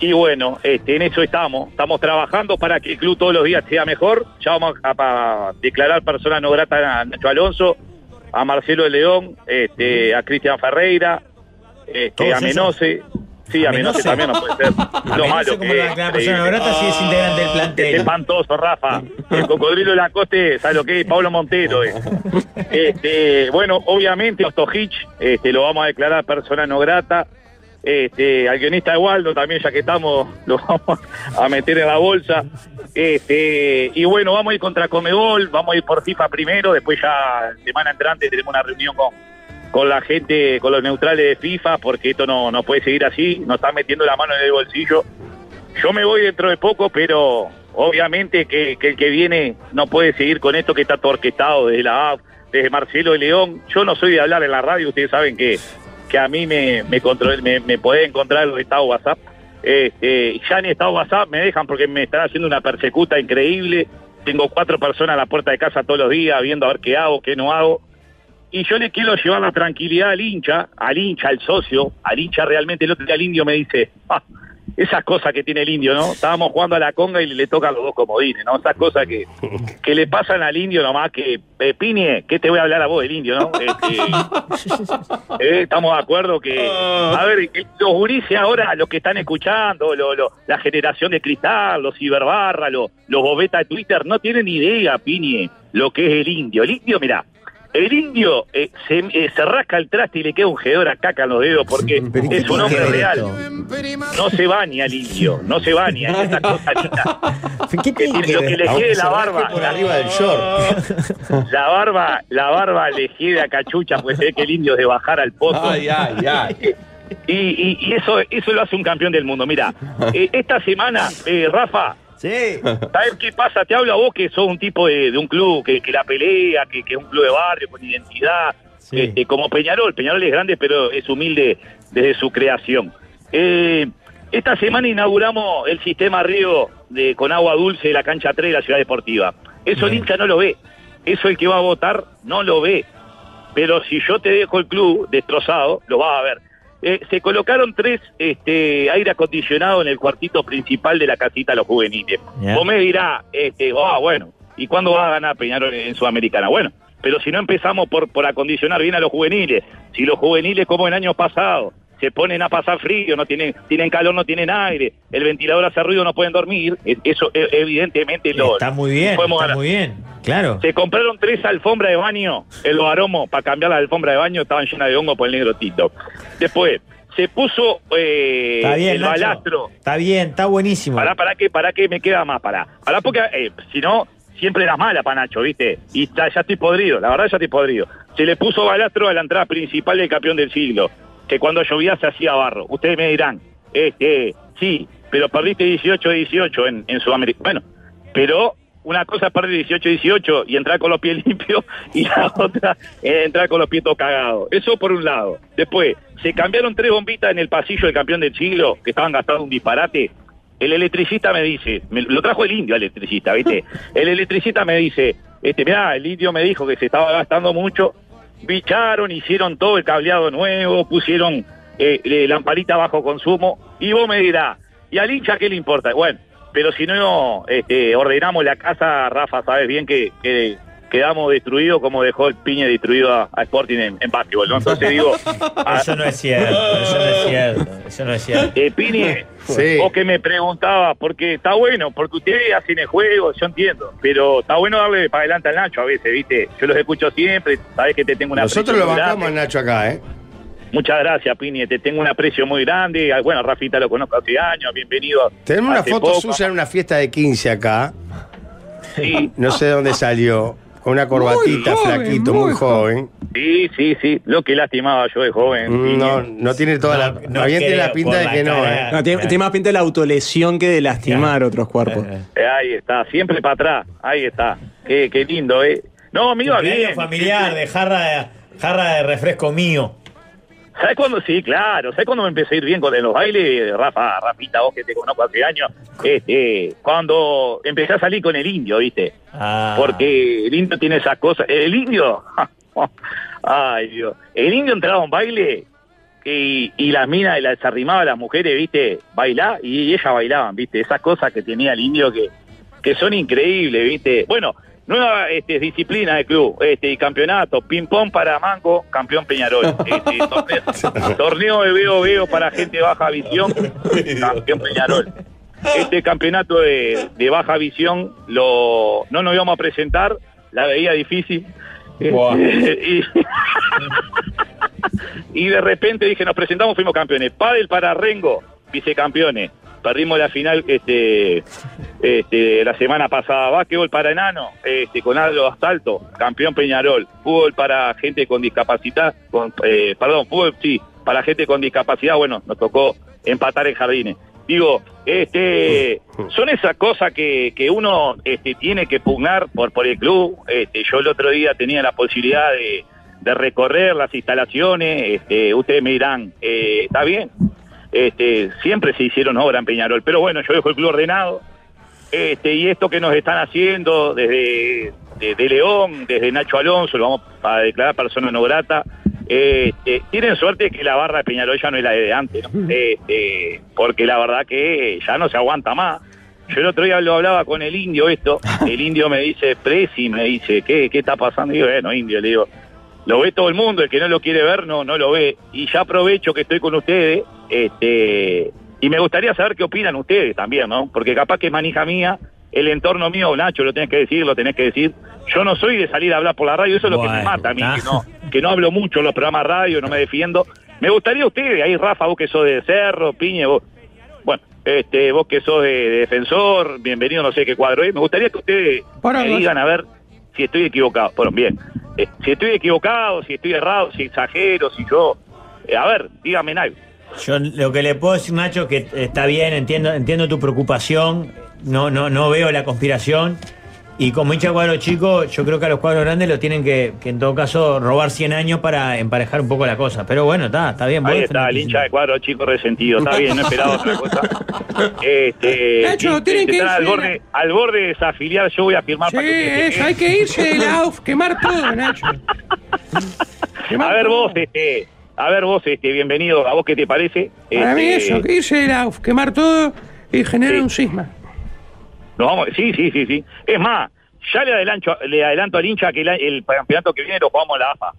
y bueno, este, en eso estamos. Estamos trabajando para que el club todos los días sea mejor. Ya vamos a, pa- declarar persona no grata a Nacho Alonso, a Marcelo de León, este, a Cristian Ferreira, este,
¿Todos
a Menose. Sí, a, Menose también no puede ser. Lo malo
como
que
la,
es,
la persona
increíble.
grata sí es integrante del plantel.
Es espantoso, Rafa. El cocodrilo de la coste, ¿sabes lo que es? Pablo Montero. eh. Este, bueno, obviamente, Ostojich, este, lo vamos a declarar persona no grata. Este, al guionista de Waldo también, ya que estamos, lo vamos a meter en la bolsa. Este, y bueno, vamos a ir contra Comebol, vamos a ir por FIFA primero, después ya semana entrante tenemos una reunión con, con la gente, con los neutrales de FIFA, porque esto no, no puede seguir así, nos están metiendo la mano en el bolsillo. Yo me voy dentro de poco, pero obviamente que, que el que viene no puede seguir con esto que está todo orquestado desde la AF, desde Marcelo de León. Yo no soy de hablar en la radio, ustedes saben que, que a mí me, me, control- me, me puede encontrar en estado WhatsApp. Este, ya en estado WhatsApp me dejan porque me están haciendo una persecuta increíble. Tengo cuatro personas a la puerta de casa todos los días viendo a ver qué hago, qué no hago y yo le quiero llevar la tranquilidad al hincha, al hincha, al socio, al hincha realmente. El otro día el indio me dice, "Ah, esas cosas que tiene el indio, ¿no? Estábamos jugando a la conga y le tocan los dos comodines, ¿no? Esas cosas que, que le pasan al indio nomás que, eh, Piñe, ¿qué te voy a hablar a vos del indio, no? Este, eh, estamos de acuerdo que, a ver, eh, los gurises ahora, los que están escuchando, lo- lo- la generación de cristal, los ciberbarra, los, los bobetas de Twitter, no tienen ni idea, Piñe, lo que es el indio. El indio, mirá, el indio eh, se, eh, se rasca el traste y le queda un jedor a caca en los dedos porque es un hombre real. No se baña el indio, no se baña. Es esta
(laughs)
cosa linda. Que tiene lo que le quede la barba.
Por arriba del
(laughs)
short.
La barba, la barba le queda cachucha, pues se ve que el indio es de bajar al pozo.
Ay, ay, ay.
(laughs) Y, y- y eso, eso lo hace un campeón del mundo. Mira, eh, esta semana, eh, Rafa, ¿sabes qué pasa? Te hablo a vos que sos un tipo de, de un club que, que la pelea, que, que es un club de barrio con identidad, este, como Peñarol. Peñarol es grande, pero es humilde desde su creación. Eh, esta semana inauguramos el sistema Río de, con agua dulce de la cancha 3 de la Ciudad Deportiva. Eso el hincha no lo ve. Eso el que va a votar no lo ve. Pero si yo te dejo el club destrozado, lo vas a ver. Eh, se colocaron tres este, aire acondicionado en el cuartito principal de la casita de los juveniles.
Ya.
Vos me dirás, este, ah, bueno, ¿y cuándo va a ganar Peñarol en Sudamericana? Bueno, pero si no empezamos por, por acondicionar bien a los juveniles, si los juveniles, como en años pasados, se ponen a pasar frío, no tienen, tienen calor, no tienen aire, el ventilador hace ruido, no pueden dormir, es- eso e- evidentemente lo...
Está muy bien,
podemos
está
ganar.
muy bien. Claro.
Se compraron tres alfombras de baño en los aromos para cambiar la alfombra de baño, estaban llenas de hongo por el negro Tito. Después, se puso eh,
Está bien,
el
Nacho.
balastro.
Está bien, está buenísimo.
Pará, pará que, para que me queda más, pará. Pará porque eh, si no, siempre era mala para Nacho, ¿viste? Y ya, ya estoy podrido, la verdad ya estoy podrido. Se le puso balastro a la entrada principal del campeón del siglo, que cuando llovía se hacía barro. Ustedes me dirán, este, sí, pero perdiste 18-18 en, en Sudamérica. Bueno, pero una cosa es perder 18-18 y entrar con los pies (laughs) limpios y la otra es entrar con los pies todos cagados. Eso por un lado. Después, se cambiaron tres bombitas en el pasillo del campeón del siglo que estaban gastando un disparate. El electricista me dice, me- lo trajo el indio al electricista, ¿viste? El electricista me dice, este, mirá, el indio me dijo que se estaba gastando mucho. Bicharon, hicieron todo el cableado nuevo, pusieron eh, eh, lamparita bajo consumo. Y vos me dirás, ¿y al hincha qué le importa? Bueno, pero si no este, ordenamos la casa, Rafa, sabes bien que, que quedamos destruidos como dejó el piñe destruido a, a Sporting en, en básquetbol, ¿no? Entonces digo...
(laughs) Eso no es cierto, eso no es cierto, eso no es cierto.
Eh, (laughs) Pini, vos que me preguntaba, porque está bueno, porque ustedes hacen el juego, yo entiendo, pero está bueno darle para adelante al Nacho a veces, ¿viste? Yo los escucho siempre, sabés que te tengo una
Nosotros lo bancamos al Nacho acá, ¿eh?
Muchas gracias, Pini, te tengo un aprecio muy grande. Ah, Bueno, Rafita lo conozco hace años, bienvenido.
Tenemos una
Hace
foto
poco.
suya en una fiesta de 15 acá.
Sí.
No sé de dónde salió. Con una corbatita,
Muy joven,
flaquito,
muy
muy joven.
Sí, sí, sí, lo que lastimaba yo de joven. Pini.
Mm, No, no tiene toda la.
no
más bien tiene
creo,
la pinta
por
de
la
que no,
cara.
¿eh?
No, tiene, tiene más pinta de la autolesión que de lastimar otros cuerpos.
Eh, Ahí está, siempre para atrás, ahí está. Qué, qué lindo, ¿eh? No, me iba bien.
Cumpleaños familiar de jarra de, jarra de refresco mío.
¿Sabes cuándo? Sí, claro. ¿Sabes cuándo me empecé a ir bien con en los bailes, Eh, Rafa, Rafita, vos que te conozco hace años? Este, cuando empecé a salir con el indio, ¿viste?
Ah,
Porque el indio tiene esas cosas. El indio. (laughs) Ay, Dios. El indio entraba a un baile y, y las minas y las arrimaba a las mujeres, ¿viste? Bailar y ellas bailaban, ¿viste? Esas cosas que tenía el indio que, que son increíbles, ¿viste? Bueno, nueva este, disciplina de club este, y campeonato. Ping-pong para Mango, campeón Peñarol. Este, torneo, torneo de veo veo para gente de baja visión, campeón Peñarol. Este campeonato de, de baja visión lo no nos íbamos a presentar, la veía difícil. (laughs)
Buah.
y, y de repente dije, nos presentamos, fuimos campeones. Padel para Rengo, vicecampeones. Perdimos la final este, este, la semana pasada. Básquetbol para enano, este, con Aldo Astalto, campeón Peñarol. Fútbol para gente con discapacidad, con, eh, perdón, fútbol, sí, para gente con discapacidad. Bueno, nos tocó empatar en jardines. Digo, este, son esas cosas que, que uno este, tiene que pugnar por, por el club. Este, yo el otro día tenía la posibilidad de, de recorrer las instalaciones. Este, ustedes me dirán, eh, está bien. Este, siempre se hicieron obra en Peñarol, pero bueno, yo dejo el club ordenado. Este, y esto que nos están haciendo desde de, de León, desde Nacho Alonso, lo vamos a declarar persona no grata. Este, tienen suerte que la barra de Peñarol ya no es la de antes, ¿no? Este, porque la verdad que ya no se aguanta más. Yo el otro día lo hablaba con el indio esto, el indio me dice, Presi, me dice, ¿qué, qué está pasando? Y digo, bueno, indio, le digo, lo ve todo el mundo, el que no lo quiere ver no, no lo ve. Y ya aprovecho que estoy con ustedes, este, y me gustaría saber qué opinan ustedes también, ¿no? Porque capaz que es manija mía, el entorno mío, Nacho, lo tenés que decir, lo tenés que decir. Yo no soy de salir a hablar por la radio, eso es lo que me mata a mí, que, no, que no hablo mucho en los programas radio, no me defiendo. Me gustaría ustedes, ahí Rafa, vos que sos de Cerro, Piñe, vos, bueno, este, vos que sos de, de defensor, bienvenido, no sé qué cuadro es, me gustaría que ustedes
Para,
me
vos-
digan a ver si estoy equivocado. Bueno, bien, Eh, si estoy equivocado, si estoy errado, si exagero, si yo... eh, a ver, díganme algo.
Yo lo que le puedo decir, Nacho, que está bien, entiendo, entiendo tu preocupación, no, no, no veo la conspiración. Y como hincha de cuadro chico, yo creo que a los cuadros grandes lo tienen que, que en todo caso, robar 100 años para emparejar un poco la cosa. Pero bueno, está, está bien.
Ahí
vos
está, el
defendés.
hincha de cuadro chico resentido. Está bien, no esperaba otra cosa. Este,
Nacho,
y-
tienen
y
que
están al
irse de la-
borde, al borde de desafiliar, yo voy a firmar
Sí,
para que
eso, hay que irse
(laughs)
de la AUF, quemar todo, Nacho.
A ver vos, este, a ver vos, este, bienvenido, ¿a vos qué te parece?
Para mí
Este,
eso, irse de la AUF, quemar todo y generar un cisma.
nos vamos, sí, sí, sí, sí. Es más, ya le adelanto, le adelanto al hincha que el, el campeonato que viene lo jugamos en la AFA.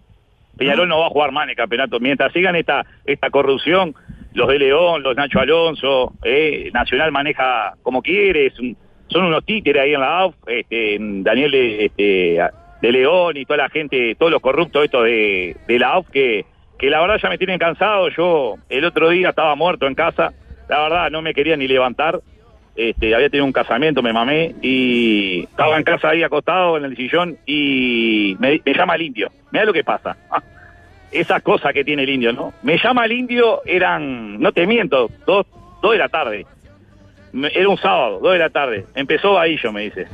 Peñarol no va a jugar más en el campeonato. Mientras sigan esta, esta corrupción, los de León, los Nacho Alonso, eh, Nacional maneja como quiere, es un- son unos títeres ahí en la AUF, este, en Daniel de, este, de León y toda la gente, todos los corruptos estos de, de la AUF que, que la verdad ya me tienen cansado. Yo el otro día estaba muerto en casa, la verdad no me quería ni levantar. Este, había tenido un casamiento, me mamé y estaba en casa ahí acostado en el sillón y me, me llama el indio. Mira lo que pasa. (laughs) Esas cosas que tiene el indio, ¿no? Me llama el indio, eran, no te miento, dos, dos de la tarde. me- era un sábado, 2 de la tarde. Empezó Bahillo, me dice.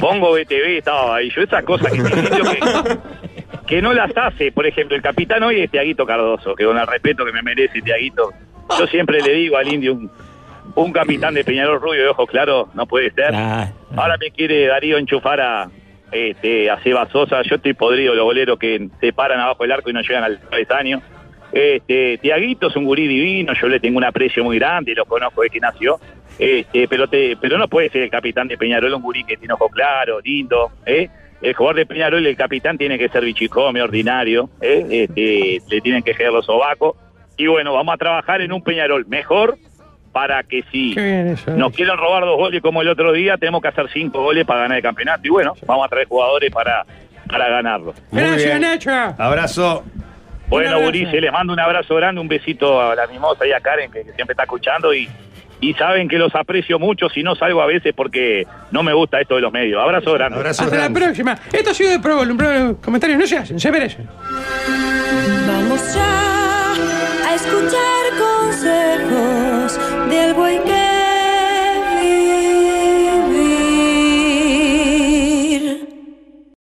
Pongo BTV, estaba Bahillo. Esas cosas que, tiene sitio que- que no las hace. Por ejemplo, el capitán hoy es Tiaguito Cardoso, que con el respeto que me merece Tiaguito, yo siempre le digo al indio, un, un capitán de Peñarol rubio de ojos claros, no puede ser. Ahora me quiere Darío enchufar a, este, a Seba Sosa. Yo estoy podrido, los boleros que se paran abajo del arco y no llegan al travesaño. Este, Tiaguito es un gurí divino, yo le tengo un aprecio muy grande, lo conozco desde que nació. Este, pero te, pero no puede ser el capitán de Peñarol un gurí que tiene ojo claro, lindo, ¿eh? El jugador de Peñarol, el capitán, tiene que ser bichicome, ordinario, ¿eh? Este, le tienen que quedar los sobacos. Y bueno, vamos a trabajar en un Peñarol mejor para que si
Qué bien eso. eh.
nos quieren robar dos goles como el otro día, tenemos que hacer cinco goles para ganar el campeonato. Y bueno, vamos a traer jugadores para, para ganarlo.
Gracias, Nacho.
Abrazo.
Un
Bueno,
abrazo.
Gurice, les mando un abrazo grande, un besito a la mimosa y a Karen, que, que siempre está escuchando. Y, y saben que los aprecio mucho, si no salgo a veces porque no me gusta esto de los medios. Abrazo grande.
Hasta la próxima. Esto ha sido de Pro Volume. Pro- Los comentarios no se hacen, se merecen.
Vamos ya a escuchar consejos.